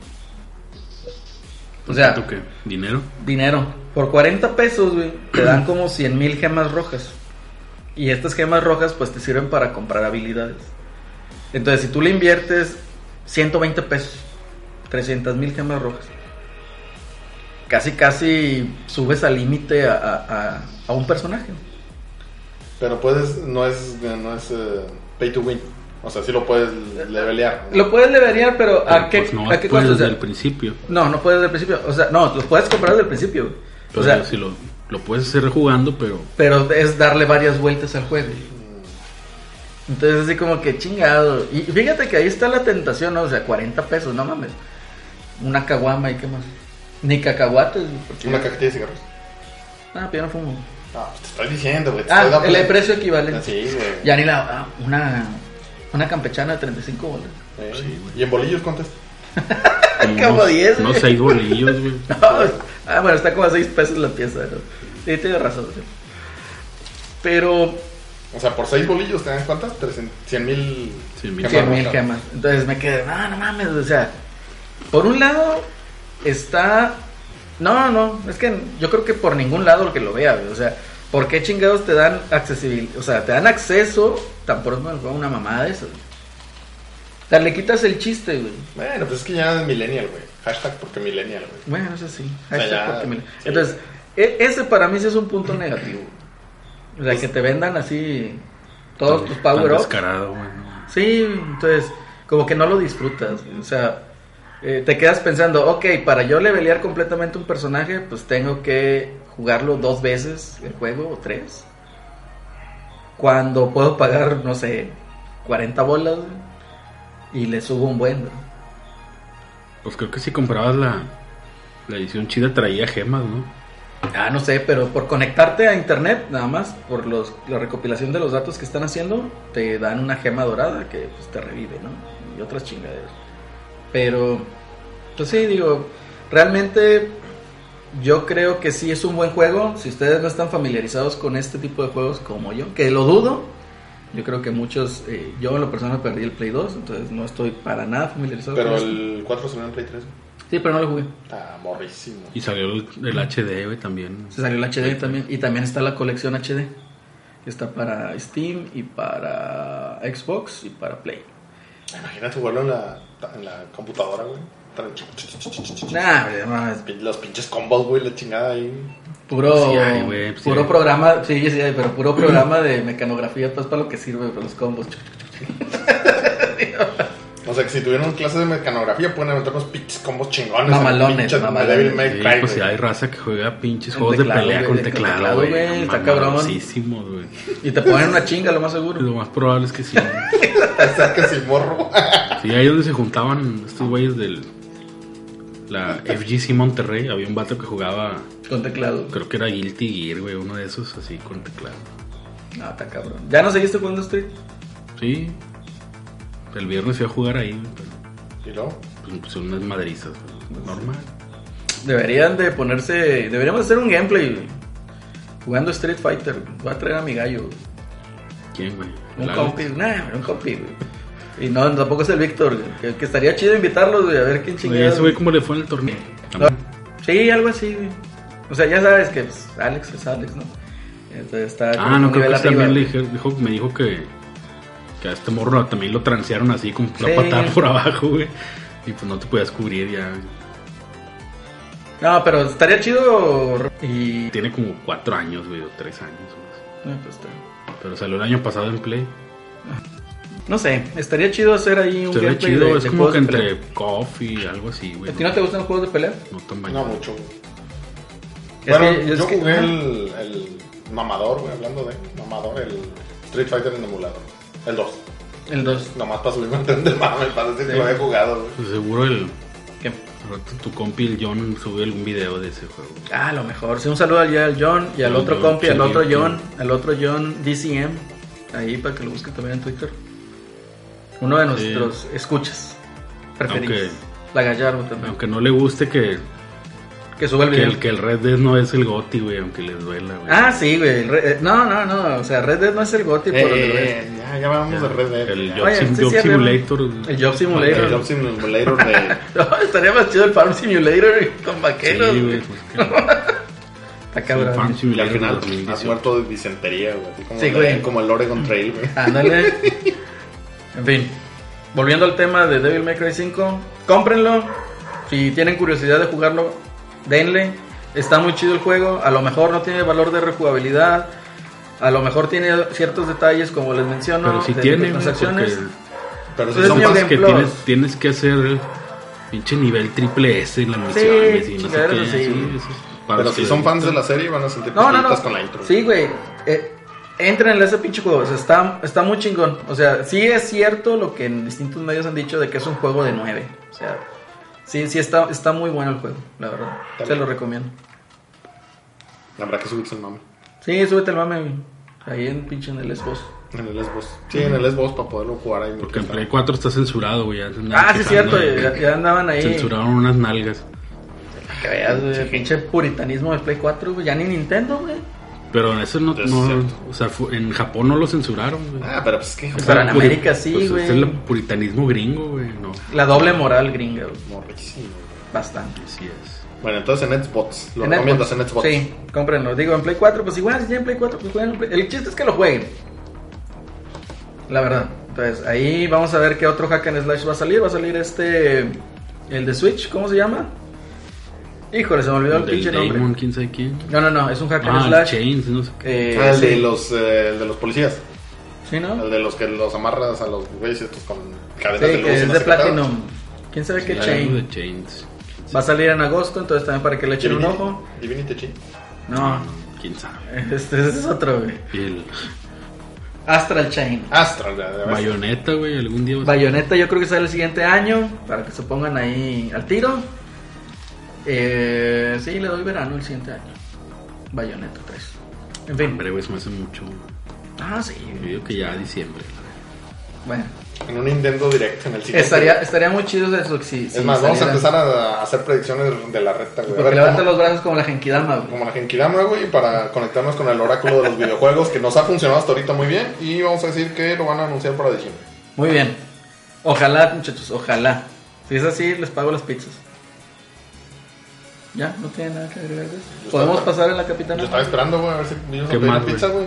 B: O sea,
C: ¿Tú qué? ¿Dinero?
B: dinero. Por 40 pesos, güey, te dan como 100 mil gemas rojas. Y estas gemas rojas, pues te sirven para comprar habilidades. Entonces, si tú le inviertes 120 pesos, 300 mil gemas rojas, casi, casi subes al límite a, a- a- a un personaje.
D: Pero puedes, no es, no es eh, pay to win. O sea, sí lo puedes levelear.
B: Lo puedes levelear, pero ¿a qué,
C: Pues no,
B: a qué
C: pues
B: costo? O
C: desde
B: sea,
C: el principio.
B: no, no puedes desde el principio. O sea, no, los puedes comprar desde el principio. güey.
C: Pero
B: o sea,
C: si lo, lo puedes hacer jugando, pero
B: pero es darle varias vueltas al juego. Entonces así como que chingado. Y fíjate que ahí está la tentación, ¿no? O sea, 40 pesos, no mames. Una caguama y qué más. Ni cacahuates. porque-
D: Una cajetilla de cigarros.
B: Ah, pero yo no fumo.
D: Ah, pues te estoy diciendo, güey. te
B: Ah,
D: estoy dando-
B: el precio equivalente.
D: Sí, güey.
B: Ya ni la... ah, una, una campechana de 35 bolas. [LAUGHS]
D: Eh, y en bolillos contesta.
C: como
B: Como
C: unos-
B: Ah, diez,
C: unos
B: güey.
C: seis bolillos, güey.
B: ah, bueno, está como a 6 pesos la pieza. ¿no? Sí, tienes razón. sí. Pero
D: O sea, por seis bolillos te dan cuántas? 100 mil.
C: Cien mil.
B: Cien mil
D: rojas.
B: gemas. Entonces me quedé, no, no mames, o sea, por un lado está, no, no, es que yo creo que por ningún lado el que lo vea, güey, o sea, ¿por qué chingados te dan accesibilidad? O sea, te dan acceso tan pronto a una mamada de eso. O sea, le quitas el chiste, güey.
D: Bueno, pues es que ya es millennial, güey. Hashtag porque millennial, güey.
B: Bueno, eso sí.
D: O sea,
B: Hashtag
D: ya,
B: porque me-
D: sí.
B: Entonces, e- ese para mí sí es un punto negativo. O
D: Pues
B: sea, que te vendan así [LAUGHS] todos pues, tus
C: Tan
B: power-ups.
C: descarado, güey, no.
B: Sí, entonces, como que no lo disfrutas. O sea, eh, te quedas pensando, ok, para yo levelear completamente un personaje, pues tengo que jugarlo dos veces el juego o tres. Cuando puedo pagar, no sé, 40 bolas y le subo un buen. ¿no?
C: Pues creo que si comprabas la, la edición chida traía gemas, ¿no?
B: Ah, no sé, pero por conectarte a internet, nada más, por los, la recopilación de los datos que están haciendo, te dan una gema dorada que pues, te revive, ¿no? Y otras chingaderas. Pero, pues sí, digo, realmente yo creo que sí es un buen juego. Si ustedes no están familiarizados con este tipo de juegos como yo, que lo dudo, yo creo que muchos, eh, yo en lo personal perdí el Play 2, entonces no estoy para nada familiarizado
D: Pero
B: con esto.
D: el 4 salió en Play 3. güey.
B: Sí, pero no lo jugué.
D: Está morrísimo.
C: Y salió el, el HD, güey, también.
B: Se salió el HD también. Y también está la colección HD. Está para Steam y para Xbox y para Play.
D: Imagínate jugarlo en la, en la computadora, güey. Tra-
C: Pues,
B: Nah, güey, no, es
D: Los pinches combos, güey, la chingada ahí.
B: puro,
C: Sí hay, güey, pues sí
B: puro
C: hay.
B: programa, sí, sí, hay, pero puro programa de mecanografía, pues para lo que sirve, para los combos.
D: O sea, que si tuvieran clases de mecanografía, pueden aventar unos pinches combos chingones.
B: Mamalones,
D: Pinches
B: mamalones.
D: Devil May
C: Sí,
D: Cry,
C: pues sí,
D: güey. [LAUGHS]
C: hay raza que juega pinches
B: Con
C: juegos de
B: teclado,
C: pelea
B: güey,
C: con
B: con
C: teclado,
B: teclado,
C: güey.
B: güey,
C: No
B: está
C: mames,
B: cabrón.
C: mamoncísimo, güey.
B: Y te ponen una chinga, lo más seguro.
C: Lo más probable es que sí. güey.
D: O sea, que si morro. [LAUGHS]
C: Sí, ahí donde se juntaban estos güeyes del. La FGC Monterrey, había un vato que jugaba,
B: Con teclado.
C: creo que era Guilty Gear, güey, uno de esos, así con teclado.
B: No, está cabrón. ¿Ya no seguiste jugando Street?
C: Sí, el viernes fui a jugar ahí, güey, pero
D: y luego,
C: pues, pues, son unas madrizas, güey, normal.
B: Deberían de ponerse. Deberíamos hacer un gameplay güey. jugando Street Fighter. güey. Voy a traer a mi gallo. güey.
C: ¿Quién, güey?
B: Un
C: ¿El
B: compi. Nah, un compi, güey. Y no, tampoco es el Víctor. güey. Que, que estaría chido invitarlos, güey, a ver quién
C: Oye,
B: chingada.
C: ese güey, ¿cómo le fue en el torneo?
B: No, Sí, algo así, güey. O sea, ya sabes que pues, Alex es Alex, ¿no? Entonces está. como
C: Ah, no,
B: un
C: creo
B: nivel
C: que
B: arriba,
C: también le
B: güey.
C: dije, dijo, me dijo que, que a este morro también lo transearon así con la
B: Sí.
C: patada por abajo, güey. Y pues no te podías cubrir ya.
B: No, pero estaría chido. Y.
C: Tiene como cuatro años, güey, o tres años. güey.
B: No, pues, está-
C: Pero salió el año pasado en Play.
B: no sé, estaría chido hacer ahí un
C: Se ve
B: gameplay
C: chido,
B: de,
C: es
B: de
C: como
B: juegos
C: que
B: de pelea.
C: entre coffee, algo así, güey.
B: ¿A ti no te gustan los juegos de pelea?
C: No tan
D: no
C: bañado.
D: mucho, güey.
B: Es
D: Bueno,
B: que- es
D: yo
B: que-
D: jugué
B: ajá.
D: el, el mamador, güey, hablando de mamador, el Street Fighter en emulador. El 2.
B: El 2.
D: Nomás para subirme al tren del mame, para decir que lo había jugado, güey.
C: Pues seguro el
B: ¿Qué?
C: al rato tu compi, el John, subió algún video de ese juego.
B: Ah, a lo mejor. Sí, un saludo al, al John y al
C: Al
B: otro
C: John,
B: compi, al
C: sí,
B: otro
C: sí.
B: John, al otro John DCM. Ahí para que lo busquen también en Twitter. Uno de
C: Sí.
B: nuestros escuchas preferidos.
C: Aunque-
B: La Gallardo también.
C: Aunque no le guste que,
B: Que suba el
C: que
B: video.
C: el, que el Red Dead no es el Goti, güey, aunque les duela, güey.
B: Ah, sí, güey. el Re- eh, No, no, no. O sea, Red Dead no es el GOTY. por lo que lo es. [LAUGHS]
D: Eh, ya, ya vamos de Red Dead.
C: El
D: ya.
C: Job,
B: pues Oye, este
C: Sim-
B: sí,
C: Job
B: sí, había-
C: Simulator.
B: el Job Simulator.
D: El Job [LAUGHS] Simulator de...
B: No, estaría más chido el Farm Simulator güey, con
C: Sí,
B: vaqueros.
C: güey.
B: güey.
C: pues que-
B: Está
C: el Farm
B: cabrón.
D: Y al
C: Simulator
D: final has
C: 2018.
D: muerto de disentería, güey. así Como,
B: Sí,
D: el-
B: güey.
D: como el Oregon Trail, güey.
B: [LAUGHS] Ándale. En fin. Volviendo al tema de Devil May Cry 5, cómprenlo. Si tienen curiosidad de jugarlo, denle. Está muy chido el juego. A lo mejor no tiene valor de rejugabilidad. A lo mejor tiene ciertos detalles, como les menciono,
C: Pero si
B: de
C: tiene, güey,
B: transacciones.
C: porque-
D: Pero si
B: Entonces,
D: son
C: son
B: mi
C: cosas
D: más...
C: que
B: ejemplo.
C: tienes, tienes que hacer pinche nivel triple S en las
B: Sí,
C: misiones y no sé
B: chingaderas
C: qué.
B: así.
C: sí, eso es para
D: Pero
C: los
D: si
C: que-
D: son fans de la serie, van a sentir
B: No, no,
D: cosquillitas
B: no.
D: con la intro.
B: Sí, güey. Eh, entrenle a ese pinche juego. O sea, está, está muy chingón. O sea, sí es cierto lo que en distintos medios han dicho de que es un juego de 9. O sea, sí, sí está, está muy bueno el juego, la verdad.
D: Está
B: Se
D: bien.
B: lo recomiendo.
D: Habrá que subirse el mame.
B: Sí, súbete el mame, güey. Ahí en pinche en el Xbox.
D: En el Xbox. Sí, en el Xbox para poderlo jugar ahí.
C: Porque en
D: multiplayer.
C: Play 4 está censurado, güey. ya andan
B: Ah, sí, es
C: quejando
B: cierto.
C: de
B: Ya,
C: que
B: ya andaban ahí.
C: Censuraron unas nalgas.
B: Que veas, güey, el pinche puritanismo de Play 4, güey. Ya ni Nintendo, güey.
C: Pero eso no.
D: Es
C: no-
D: cierto.
C: o sea, fu- en Japón no lo censuraron, güey.
D: Ah, pero pues qué...
C: Es
B: pero
C: el
B: en
C: puri-
B: América sí,
C: pues,
B: güey.
C: Es el puritanismo gringo, güey. No,
B: La doble moral gringa, güey.
D: Morrísimo.
B: Bastante.
C: así es.
D: Bueno, entonces en Xbox. Lo
B: En
D: recomiendas en Xbox. Ah,
B: Sí, cómprenlo. Digo, en Play 4, pues igual, si tienen Play 4, pues jueguen en Play- El chiste es que lo jueguen. La verdad. Entonces, ahí vamos a ver qué otro hack and slash va a salir. Va a salir este. El de Switch, ¿cómo se llama? Híjole, se me olvidó el
C: Del
B: pinche nombre.
C: Damon, quién sabe quién.
B: No, no, no, es un hack and
C: Ah, el
B: slash.
C: Chains, no sé qué.
B: eh,
D: Ah, el
B: sí.
D: de los, eh, el de los policías.
B: Sí, ¿no?
D: El de los que los amarras a los güeyes estos con
B: Sí,
D: cadenas de luz. y
B: que es
D: no
B: de
D: sé qué pedo.
B: Platinum. ¿Quién sabe qué
C: Algo
B: chain?
C: de Chains. Quién
B: Va a
C: sabe.
B: salir en agosto, entonces también para que le echen un
D: Divinity-
B: ojo.
D: Divinity Chin.
B: No, [LAUGHS]
C: Quién sabe.
B: este, ese es otro, güey.
C: Y el
B: Astral Chain.
D: Astral, Ah, ya, ya ves.
C: Bayonetta, güey, algún día. va a salir.
B: Bayonetta yo creo que sale el siguiente año, para que se pongan ahí al tiro. Eh, sí, le doy verano el siguiente año. Bayonetta 3. En fin.
C: Hombre, güey, se me hace mucho. güey.
B: Ah, sí.
C: Yo digo que ya diciembre.
B: Bueno,
D: En un Nintendo directo en el siguiente.
B: estaría, estaría muy chido eso si, si
D: es más, vamos a
B: salieran.
D: empezar a hacer predicciones de la recta, güey. A
B: Porque
D: ver,
B: levanta
D: ¿cómo-
B: los brazos como la Genkidama, güey.
D: como la Genkidama, güey, para conectarnos con el oráculo de los videojuegos que nos ha funcionado hasta ahorita muy bien y vamos a decir que lo van a anunciar para diciembre.
B: Muy bien. Ojalá, muchachos, ojalá. Si es así, les pago las pizzas. ¿Ya? ¿No tiene nada que agregar de eso?
D: Yo
B: ¿Podemos
D: estaba-
B: pasar en la
D: Yo
B: capitana?
D: estaba esperando, güey, a ver si ellos
C: ¿Qué
D: nos pedían
C: más,
D: pizza, güey.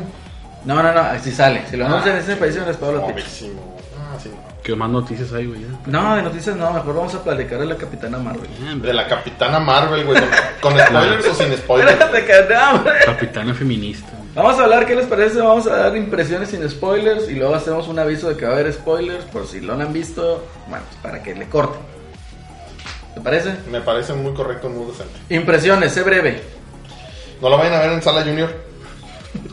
B: No, no, no, si sale.
D: Ah,
B: Si lo anuncian en ese país, señores, Pablo Pichos.
D: Pobrecísimo. Ah, sí.
C: ¿Qué más noticias hay, güey? ya?
B: No, de noticias no, mejor vamos a platicar de la Capitana Marvel.
C: Ah,
D: De la Capitana Marvel, güey. ¿Con con spoilers o sin
B: [LAUGHS]
D: spoilers?
B: Espérate que- no, güey.
C: Capitana feminista.
B: Vamos a hablar, ¿qué les parece? Vamos a dar impresiones sin spoilers y luego hacemos un aviso de que va a haber spoilers por si no lo han visto, bueno, pues para que le corten. ¿Te parece?
D: Me parece muy correcto, muy decente.
B: Impresiones, sé breve.
D: No lo vayan a ver en Sala Junior.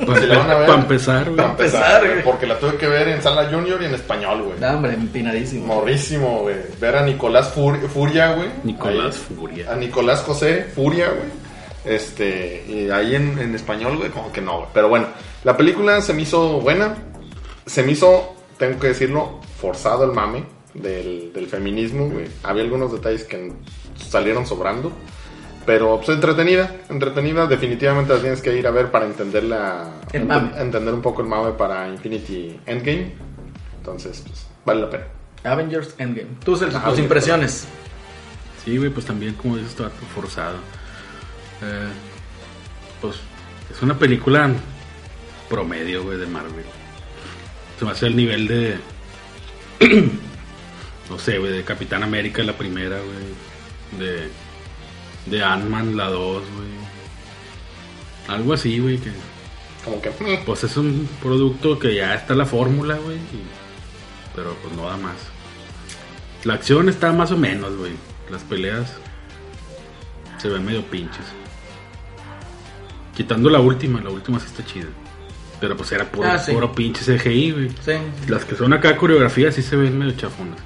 C: Para
D: Si la van a ver.
C: empezar, güey.
D: Para
B: empezar,
D: empezar, güey,
B: güey.
D: Porque la tuve que ver en Sala Junior y en español, güey.
B: No, hombre, empinadísimo.
D: Morrísimo, güey. Ver a Nicolás Fur- Furia, güey.
C: Nicolás
D: Ahí.
C: Furia.
D: A Nicolás José Furia, güey. Este, y ahí en, en español, güey, como que no, güey. Pero bueno, la película se me hizo buena. Se me hizo, tengo que decirlo, forzado el mame del, del feminismo, güey. Había algunos detalles que salieron sobrando. Pero pues entretenida, entretenida, definitivamente la tienes que ir a ver para entender la
B: El mame.
D: entender un poco el mame para Infinity Endgame. Entonces, pues, vale la pena.
B: Avengers Endgame. Tú, Celso, tus
D: Avengers.
B: impresiones.
C: Sí, güey, pues también, como dices, está forzado. Eh, pues es una película promedio, güey, de Marvel. Se me hace el nivel de. [CLEARS THROAT] no sé, güey, de Capitán América, la primera, güey. De. De Ant-Man, la 2, güey. Algo así, güey, que.
D: Como que mm,
C: Pues es un producto que ya está la fórmula, güey. y- Pero pues no da más. La acción está más o menos, güey. Las peleas se ven medio pinches. Quitando la última, la última sí está chida. Pero pues era puro,
B: Ah, sí.
C: puro pinche CGI, güey.
B: Sí.
C: Las que son acá coreografías sí se ven medio chafonas.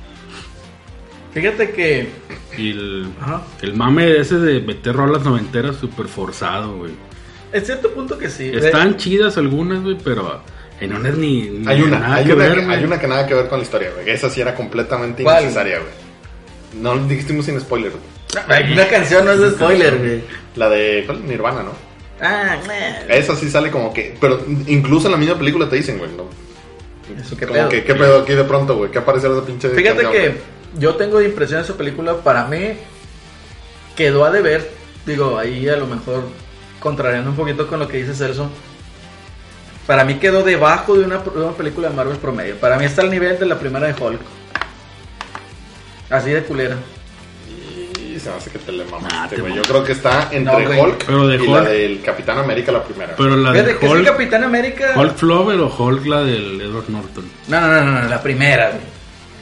B: Fíjate que.
C: Y el,
B: Ajá.
C: el mame ese de meter rolas noventeras súper forzado, güey.
B: En cierto punto que sí. De-
C: Están chidas algunas, güey, pero en unas ni, ni
D: Hay una,
C: nada
D: hay,
C: que
D: una
C: ver,
D: que,
C: güey.
D: hay una que nada que ver con la historia, güey. Esa sí era completamente
B: ¿Cuál?
D: innecesaria, güey. No lo dijimos sin spoiler, güey.
B: Ay, Una canción no es de spoiler, güey.
D: La de ¿cuál? Nirvana, ¿no?
B: Ah, meh.
D: Esa sí sale como que. Pero incluso en la misma película te dicen, güey, ¿no?
B: Eso, ¿qué
D: como
B: pedo?
D: que, ¿qué pedo aquí de pronto, güey? ¿Qué apareció esa pinche.
B: Fíjate
D: canción,
B: que
D: güey?
B: yo tengo de impresión de esa película. Para mí, quedó a deber. Digo, ahí a lo mejor contrariando un poquito con lo que dice Celso. Para mí quedó debajo de una, de una película de Marvel promedio. Para mí está al nivel de la primera de Hulk. Así de culera.
D: Y se me hace que te le
C: Ah,
D: mamaste,
C: te
D: güey. Yo
C: mamaste.
D: creo que está entre
B: güey.
D: Hulk
C: Pero de
D: y la
C: Hulk.
D: del Capitán América, la primera.
C: Pero la de
B: Fíjate que sí,
C: Hulk,
B: Capitán América.
C: Hulk Flower o Hulk la del Edward Norton.
B: No, no, no, no, no, la primera, güey.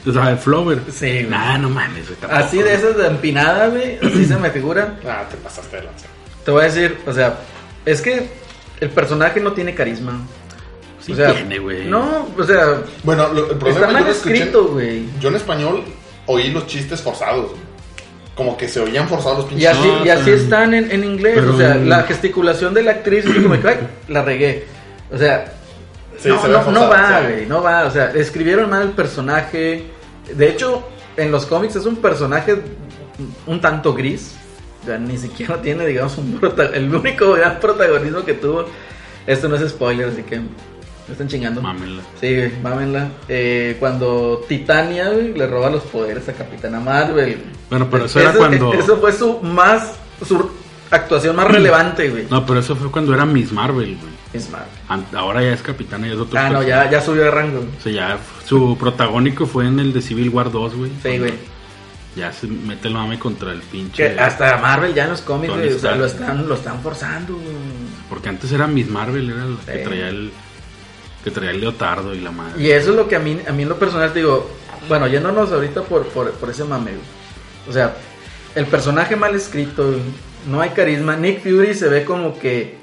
C: O sea, el Flower.
B: Sí, güey.
C: Nah, no mames. güey, tampoco,
B: Así de
C: güey.
B: esas de empinada, güey. Así se me figura.
D: Ah, te pasaste de lanza.
B: Te voy a decir, o sea, es que el personaje no tiene carisma.
C: Sí
B: o sea,
C: tiene, güey.
B: No, o sea,
D: Bueno, lo- el problema
B: está mal
D: yo lo escuché-
B: escrito, güey.
D: Yo en español oí los chistes forzados. güey. Como que se oían forzados los
B: Y
D: pinches
B: así,
C: No,
B: y así
C: pero-
B: están en, en inglés.
C: pero-
B: o sea, la gesticulación de la actriz es como que, "Ay, la regué. O sea,
D: Sí,
B: no,
D: se ve
B: no- no
D: forzado,
B: va,
D: sí.
B: güey, no va. O sea, escribieron mal el personaje. De hecho, en los cómics es un personaje un tanto gris. O sea, ni siquiera [LAUGHS] tiene, digamos, un prota- el único gran protagonismo que tuvo. Esto no es spoiler, así que me están chingando.
C: Mámela.
B: Sí, güey, mámenla. Eh, cuando Titania güey, le roba los poderes a Capitana Marvel.
C: Bueno, pero eso era
B: [LAUGHS]
C: cuando-
B: Eso fue su más. su actuación más relevante, güey.
C: No, pero eso fue cuando era Miss Marvel, güey.
B: Es Marvel.
C: An- Ahora ya es capitana y es otro.
B: Ah, no,
C: personaje.
B: ya, ya subió de rango. güey.
C: O sea, ya f- su protagónico fue en el de Civil War 2, güey.
B: Sí, güey.
C: Ya se mete el mame contra el pinche.
B: Que hasta Marvel ya en los cómics,
C: Tony
B: güey, o sea,
C: Stark.
B: lo están, lo están forzando, güey.
C: Porque antes era Miss Marvel, era la que
B: Sí.
C: traía el. Que traía el leotardo y la madre.
B: Y eso es lo que a mí, a mí en lo personal te digo, bueno, yéndonos ahorita por, por, por ese mame, güey. O sea, el personaje mal escrito, güey, no hay carisma. Nick Fury se ve como que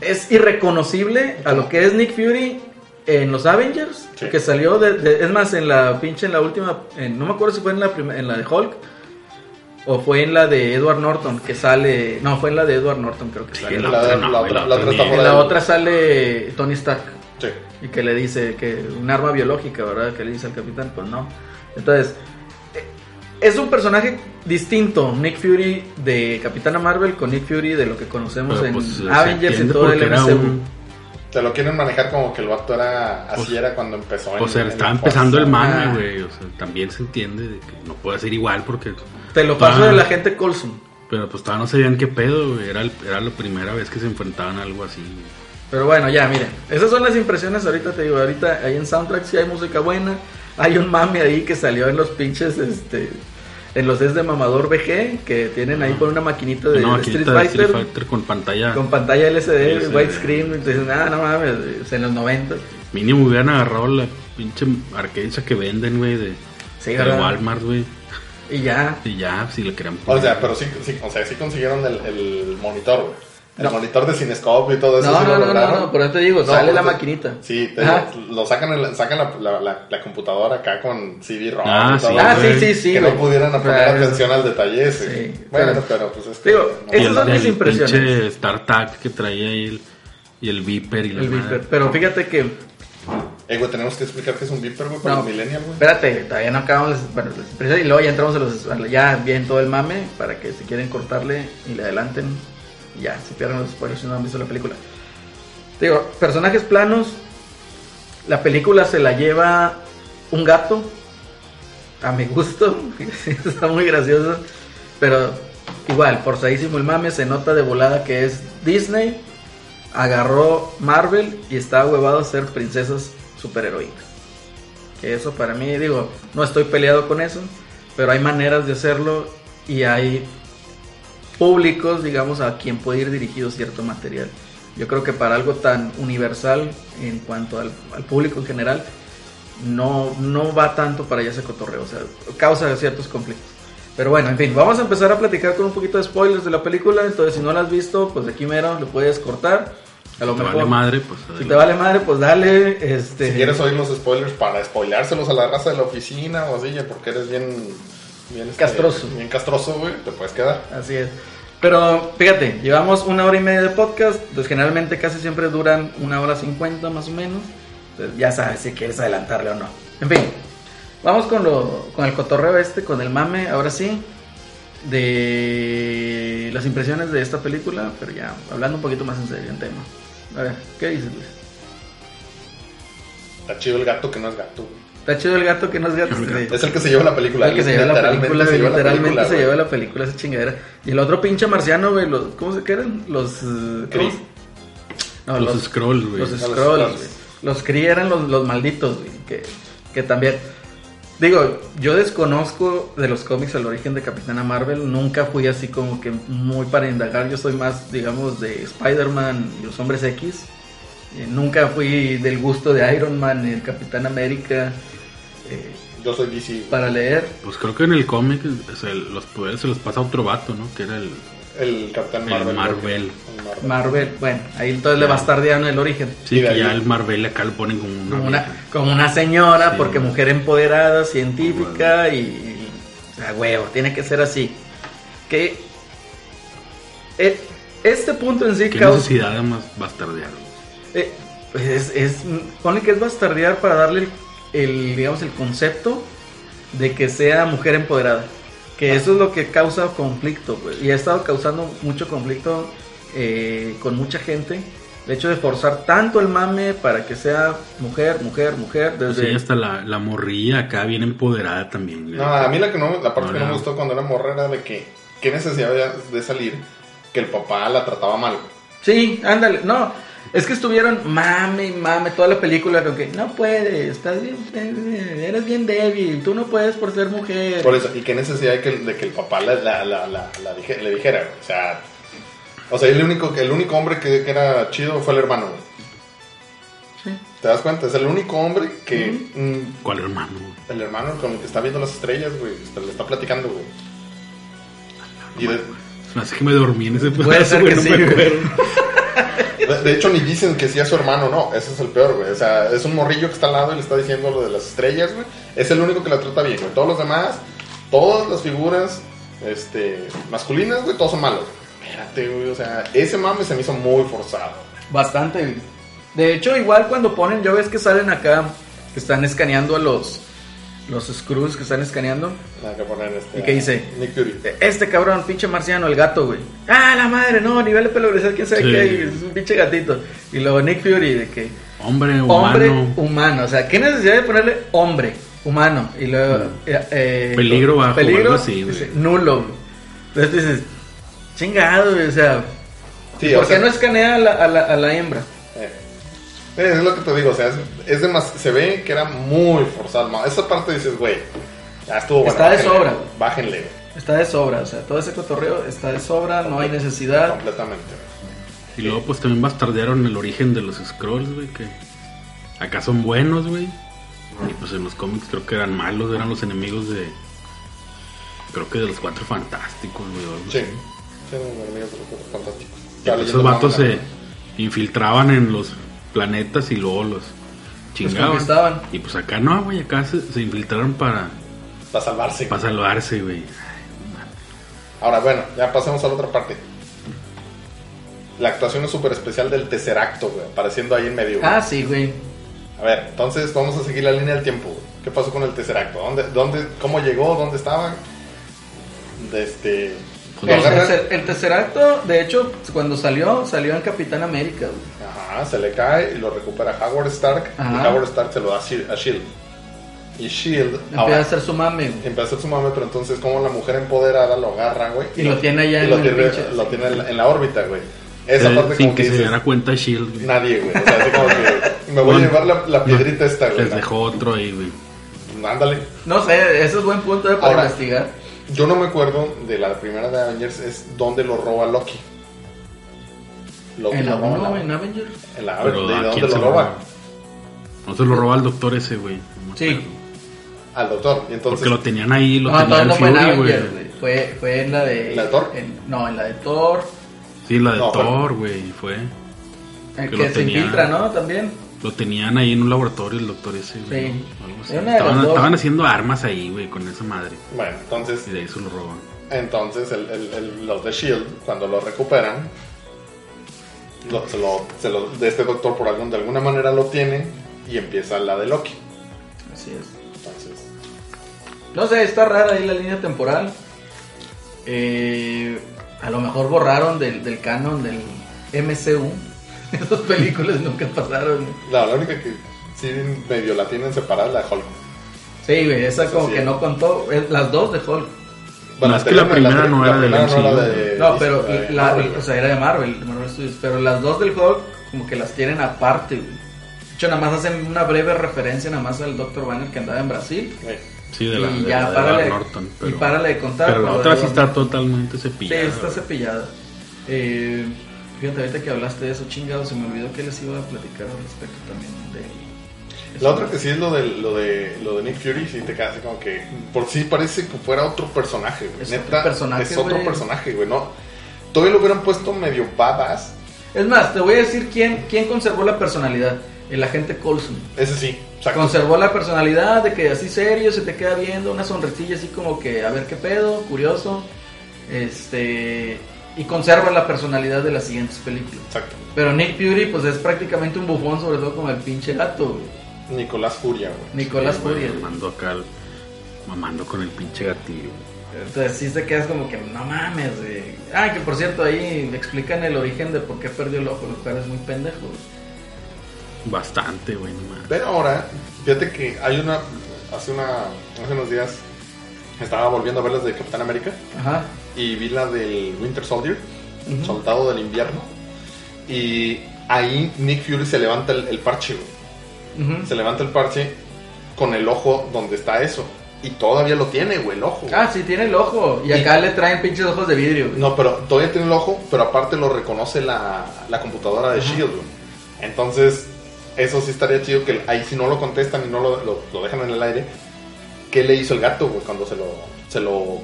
B: es irreconocible a lo que es Nick Fury en los Avengers,
D: Sí.
B: que salió de, de- es más en la pinche en la última, en- no me acuerdo si fue en la prim- en la de Hulk o fue en la de Edward Norton que sale, no, fue en la de Edward Norton creo que
C: Sí,
B: sale.
D: La,
C: La otra
D: la,
C: no,
D: la
C: güey, la
D: otra, la otra
C: otra
D: está
C: ni-
B: En
D: fuera
B: la
D: de-
B: otra sale Tony Stark.
D: Sí.
B: Y que le dice que un arma biológica, ¿verdad? Que le dice al capitán, pues no. Entonces, eh, es un personaje distinto, Nick Fury de Capitana Marvel con Nick Fury de lo que conocemos
C: Pero,
B: en
C: pues, se
B: Avengers y
C: entiende
B: todo
C: porque
B: el
C: era
B: MCU.
C: un-
D: Te lo quieren manejar como que el vato era así
C: Pues-
D: era cuando empezó. en-
C: O sea,
D: en
C: estaba
D: el
C: empezando
D: Forza.
C: el
B: Ah.
C: mame, güey. O sea, también se entiende de que no puede ser igual porque.
B: Te lo paso
C: Ah.
B: de la gente Colson.
C: Pero pues todavía no sabían qué pedo, güey. Era, el- era la primera vez que se enfrentaban a algo así. güey.
B: Pero bueno, ya, miren. Esas son las impresiones ahorita, te digo. Ahorita ahí en Soundtrack sí hay música buena. Hay un mame ahí que salió en los pinches, este... En los es de Mamador BG, que tienen ahí por una maquinita de,
C: no,
B: de
C: aquí
B: Street
C: está Street
B: Fighter.
C: Fighter con pantalla.
B: Con pantalla LCD,
C: LCD.
B: widescreen, entonces nada, no mames, es en los 90.
C: Mínimo hubieran agarrado la pinche arquecha que venden, güey, de,
B: Sí,
C: de
B: ¿verdad?
C: Walmart, güey.
B: Y ya,
C: Y ya, si le querían
D: O
C: poner.
D: sea, pero sí, sí, o sea, sí consiguieron el, el monitor, güey. El
B: No.
D: monitor de Cinescope y todo eso.
B: No,
D: sí
B: no,
D: lo
B: no,
D: lograron.
B: no, no, por eso te digo, sale
D: por
B: la
D: eso-
B: maquinita.
D: Sí, te-
B: Ajá.
D: lo sacan, en la- sacan la, la, la- la computadora acá con CD-ROM.
C: Ah,
D: y todo,
C: sí.
D: güey,
B: Ah, sí,
C: güey,
B: sí, sí.
D: que
B: güey.
D: no pudieran poner
B: Claro.
D: atención al detalle ese.
B: Sí,
D: bueno,
B: pero-
D: pero, pues es
B: Digo,
D: no.
C: Y
B: esas
C: el-
B: son mis
C: el
B: impresiones.
C: pinche StarTag que traía ahí el, y el Viper y la
B: El
C: madre.
B: beeper. Pero fíjate que,
D: Eh, güey, tenemos que explicar que es un beeper, güey, para
B: no,
D: los millennials, güey.
B: espérate, todavía no acabamos, las- bueno, las impresiones, y luego ya entramos a los, a la- ya bien todo el mame, para que si quieren cortarle y le adelanten, y ya, se pierden los spoilers si no han visto la película. Te Digo, personajes planos, la película se la lleva un gato, a mi gusto, [LAUGHS] está muy gracioso, pero igual, forzadísimo el mame, se nota de volada que es Disney, agarró Marvel y está huevado a ser princesas superheroínas. Que eso para mí, digo, no estoy peleado con eso, pero hay maneras de hacerlo y hay públicos, digamos, a quien puede ir dirigido cierto material. Yo creo que para algo tan universal en cuanto al, al público en general, no, no va tanto para allá ese cotorreo, o sea, causa ciertos conflictos. Pero bueno, en fin, vamos a empezar a platicar con un poquito de spoilers de la película, entonces si no la has visto, pues de aquí mero le puedes cortar. A lo
C: Si te
B: mejor,
C: vale madre, pues.
B: si
C: adelante.
B: te vale madre, pues dale, este...
D: Si quieres oír los spoilers para spoilárselos a la raza de la oficina o así, ya porque eres bien. bien este,
B: Castroso.
D: Bien castroso, güey, te puedes quedar.
B: Así es. Pero fíjate, llevamos una hora y media de podcast, pues generalmente casi siempre duran una hora cincuenta más o menos. Entonces ya sabes si quieres adelantarle o no. En fin, vamos con, lo, con el cotorreo este, con el mame, ahora sí, de las impresiones de esta película, pero ya hablando un poquito más en serio en tema. A ver, ¿qué dices Luis?
D: Está chido el gato que no es gato, güey.
B: Está chido el gato que no es gato.
C: El
B: Sí.
C: gato.
D: Es el que se lleva la película.
B: El que se lleva la
D: literalmente
B: película,
D: se lleva la
B: literalmente
D: película,
B: se
D: güey.
B: lleva la película esa chingadera. Y el otro pinche marciano, güey, los, ¿cómo se que eran? Los... eh, ¿cómo
D: Kree.
B: se- No,
C: los,
B: los,
C: scrolls, güey.
B: los
D: los
B: Skrulls,
D: Skrulls.
B: güey. Los Kree eran los, los malditos, güey, que, que también... Digo, yo desconozco de los cómics el origen de Capitana Marvel, nunca fui así como que muy para indagar, yo soy más, digamos, de Spider-Man y los Hombres X, Eh, nunca fui del gusto de Iron Man, el Capitán América, eh,
D: Yo soy DC. güey.
B: para leer,
C: Pues creo que en el cómic o sea, los poderes se los pasa a otro vato, ¿no? Que era el.
D: El Capitán
C: El
D: Marvel. güey.
C: Marvel.
D: El Marvel.
B: Marvel, bueno, ahí entonces le bastardearon el origen.
C: Sí,
D: Y de
C: que ya
D: ahí-
C: el Marvel acá lo ponen como una.
B: Como una,
C: vieja.
B: como una señora,
C: Sí.
B: porque mujer empoderada, científica y, y- O sea, huevo, tiene que ser así. Que. eh, este punto en sí
C: Qué
B: causa-
C: necesidad de más bastardear. güey?
B: eh, pues es, es, ponle que es bastardear para darle el, el, digamos, el concepto de que sea mujer empoderada. Que eso es lo que causa conflicto, pues, Y ha estado causando mucho conflicto eh, con mucha gente. El hecho de forzar tanto el mame para que sea mujer, mujer, mujer,
C: O sea,
B: desde...
C: y hasta la, la morrilla acá bien empoderada también. güey.
D: No, ah. a mí la, que no, la parte
C: No,
D: que no me
C: no.
D: gustó cuando era morra era de que. ¿Qué necesidad había de salir? Que el papá la trataba mal. güey.
B: Sí, ándale, no. Es que estuvieron mame y mame toda la película con que no puedes, estás bien, eh, eres bien débil, tú no puedes por ser mujer.
D: Por eso, ¿y qué necesidad de que, de que el papá la, la, la, la- la dije- le dijera? güey? O sea, o sea, el único, el único hombre que, que era chido fue el hermano. güey.
B: Sí.
D: ¿Te das cuenta? Es el único hombre que mm,
C: ¿Cuál hermano? güey?
D: el hermano con el que está viendo las estrellas, güey, está- le está platicando, güey. Y de,
C: Se me hace que me dormí en ese
B: Puede ser
C: güey,
B: que
C: no
B: sí,
C: me
B: güey.
C: acuerdo.
D: de- de hecho, ni dicen que sí a su hermano, no. Ese es el peor, güey. O sea, es un morrillo que está al lado y le está diciendo lo de las estrellas, güey. Es el único que la trata bien, güey. Todos los demás, todas las figuras este, masculinas, güey, todos son malos. Espérate, güey. O sea, ese mame se me hizo muy forzado.
B: Bastante. De hecho, igual cuando ponen, yo ves que salen acá, que están escaneando a los, los Skrulls que están escaneando.
D: Nada que poner este.
B: ¿Y qué dice?
D: Nick Fury.
B: Este cabrón, pinche marciano, el gato, güey. Ah, la madre, no, nivel de pelogresal, quién sabe
C: Sí.
B: qué, es un pinche gatito. Y luego Nick Fury, de que
C: Hombre,
B: hombre uh.
C: humano.
B: humano. O sea, ¿qué necesidad de ponerle hombre humano? Y luego. eh, eh,
C: Peligro bajo,
B: peligro,
C: algo así, güey.
B: dice, nulo. güey. Entonces dices, chingado, güey, o sea.
D: Sí,
B: ¿Por
D: o sea-
B: qué no escanea a la, a la, a la hembra?
D: Eh, eh, es lo que te digo, o sea, es, es demas- se ve que era muy forzado. ma- Esa parte dices, güey, ya estuvo bueno,
B: Está de
D: bájenle,
B: sobra.
D: Bájenle, güey,
B: Está de sobra, o sea, todo ese cotorreo está de sobra, no hay necesidad.
D: completamente.
C: Y luego pues también bastardearon el origen de los scrolls, güey, que acá son buenos, güey. Y pues en los cómics creo que eran malos, eran los enemigos de... Creo que de los cuatro fantásticos, güey. o algo
D: Sí.
C: así.
D: Sí, no, amigos, pero fantástico.
C: Y pues esos vatos se infiltraban en los planetas y luego los chingaban.
B: conquistaban.
C: y pues acá no, güey, acá se, se infiltraron para,
D: Para salvarse.
C: para salvarse, güey.
D: Ahora, bueno, ya pasemos a la otra parte. La actuación es súper especial del Tesseracto, güey, apareciendo ahí en medio. güey.
B: Ah, sí, güey.
D: A ver, entonces vamos a seguir la línea del tiempo. güey. ¿Qué pasó con el Tesseracto? ¿Dónde, dónde, ¿Cómo llegó? ¿Dónde estaba? De este...
C: Pues,
D: ¿lo
B: El,
D: agarra?
B: tercer- el tercer acto, de hecho, cuando salió, salió en Capitán América, güey.
D: Ajá, se le cae y lo recupera Howard Stark. Y
B: Ajá.
D: Howard Stark se lo da a Shi- a Shield. Y Shield
B: Empieza a
D: ahora
B: hacer su mame, güey.
D: empezó su mame, pero entonces como la mujer empoderada lo agarra, güey.
B: Y lo tiene allá
D: y
B: en
D: lo
B: el
D: tiene,
B: pinche-
D: lo tiene en, la, en la órbita, güey. Esa
C: Eh,
D: parte
C: sin
D: como
C: que
D: que
C: se
D: dices,
C: diera cuenta Shield, güey.
D: nadie, güey. O sea, así como que me voy a
C: Bueno,
D: llevar la, la piedrita esta, güey.
C: Les dejó otro ahí, güey.
D: Ándale.
B: No sé, ese es buen punto de para
D: Ahora.
B: investigar.
D: Yo no me acuerdo de la primera de Avengers, es donde lo roba Loki. Loki
B: En la
D: lo roba
B: 1,
D: en
B: en
D: la,
B: Avengers.
D: en la-
C: Pero
D: ¿de
C: ¿a
D: dónde
C: quién
D: lo
C: se
D: roba?
C: No se lo roba al doctor ese, güey. No me
B: Sí.
C: acuerdo.
D: Al doctor. Y entonces,
C: Porque lo tenían ahí, lo
B: No,
C: tenían
B: no fue en
C: Fury,
B: Avengers,
C: güey.
B: güey. Fue, fue en la de.
D: ¿La de Thor?
B: en- no, en la de Thor.
C: Sí, la de
D: No, fue-
C: Thor, güey, fue.
B: El que,
C: Que lo
B: se
C: tenía.
B: infiltra, ¿no? También.
C: Lo tenían ahí en un laboratorio el doctor ese, güey.
B: Sí.
C: ¿no? Algo así.
B: Era una de las
C: Estaban,
B: dos.
C: estaban haciendo armas ahí, güey, con esa madre.
D: Bueno, entonces
C: Y de ahí se lo roban.
D: Entonces, el- el- el- los de Shield, E cuando lo recuperan, lo- se lo- se lo- de este doctor por algún, de alguna manera lo tiene y empieza la de Loki.
B: Así es.
D: Entonces,
B: No sé, está rara ahí la línea temporal. Eh, a lo mejor borraron del, del canon del MCU. [LAUGHS] Esas películas nunca pasaron. güey.
D: la, la única que sí medio la tienen separada es la de Hulk.
B: Sí, güey, esa como
D: sí.
B: que no contó. Es las dos de Hulk.
C: No, es que la
D: anterior,
C: primera no era
D: primera
C: del
D: no era
C: MCU.
D: de-
B: No, pero
D: de- de
B: la,
D: Marvel,
B: o sea, era de Marvel, de Marvel Studios, pero las dos del Hulk como que las tienen aparte, güey. De hecho, nada más hacen una breve referencia nada más al Dr. Banner que andaba en Brasil.
D: güey.
C: Sí, de la,
B: y
C: de
B: ya,
C: la de
B: párale,
C: Edward Norton.
B: y párale de contar.
C: pero la
B: por lo
C: otra
B: de
C: sí
B: Edward
C: está totalmente
B: Sí,
C: cepillada.
B: está
C: güey.
B: cepillada. Eh, fíjate, ahorita que hablaste de eso, chingado, se me olvidó que les iba a platicar al respecto también de...
D: La otra que sí es lo de, lo de, lo de Nick Fury, sí te quedas así como que. Por sí parece que fuera otro personaje, güey.
B: Es
D: Neta,
B: otro personaje,
D: es otro
B: güey.
D: personaje, güey. No, todavía lo hubieran puesto medio badass.
B: Es más, te voy a decir quién, quién conservó la personalidad. El agente Coulson.
D: Ese sí, exacto.
B: Conservó la personalidad de que así serio se te queda viendo, una sonrisilla así como que a ver qué pedo, curioso. Este. Y conserva la personalidad de las siguientes películas.
D: Exacto.
B: Pero Nick Fury, pues es prácticamente un bufón, sobre todo con el pinche gato, güey.
D: Nicolás Furia, güey.
B: Nicolás
C: Sí, güey,
B: Fury.
C: Mamando acá, al- mamando con el pinche gatillo.
B: Entonces sí te quedas como que no mames, güey. Ah, que por cierto, ahí le explican el origen de por qué perdió el ojo, lo cual es muy pendejo. güey.
C: Bastante, güey, no mames.
D: Pero ahora, fíjate que hay una. Hace una hace unos días estaba volviendo a ver las de Capitán América
B: Ajá.
D: y vi la del Winter Soldier,
B: Ujú.
D: Soldado del Invierno. Y ahí Nick Fury se levanta el, el parche, güey.
B: Ujú.
D: Se levanta el parche con el ojo donde está eso. Y todavía lo tiene, güey, el ojo. güey.
B: Ah, sí, tiene el ojo. Y
D: Y-
B: acá le traen pinches ojos de vidrio, güey.
D: No, pero todavía tiene el ojo, pero aparte lo reconoce la, la computadora de Shield, güey. Entonces, eso sí estaría chido que ahí si no lo contestan y no lo, lo- lo dejan en el aire, ¿qué le hizo el gato, güey, cuando se lo, se lo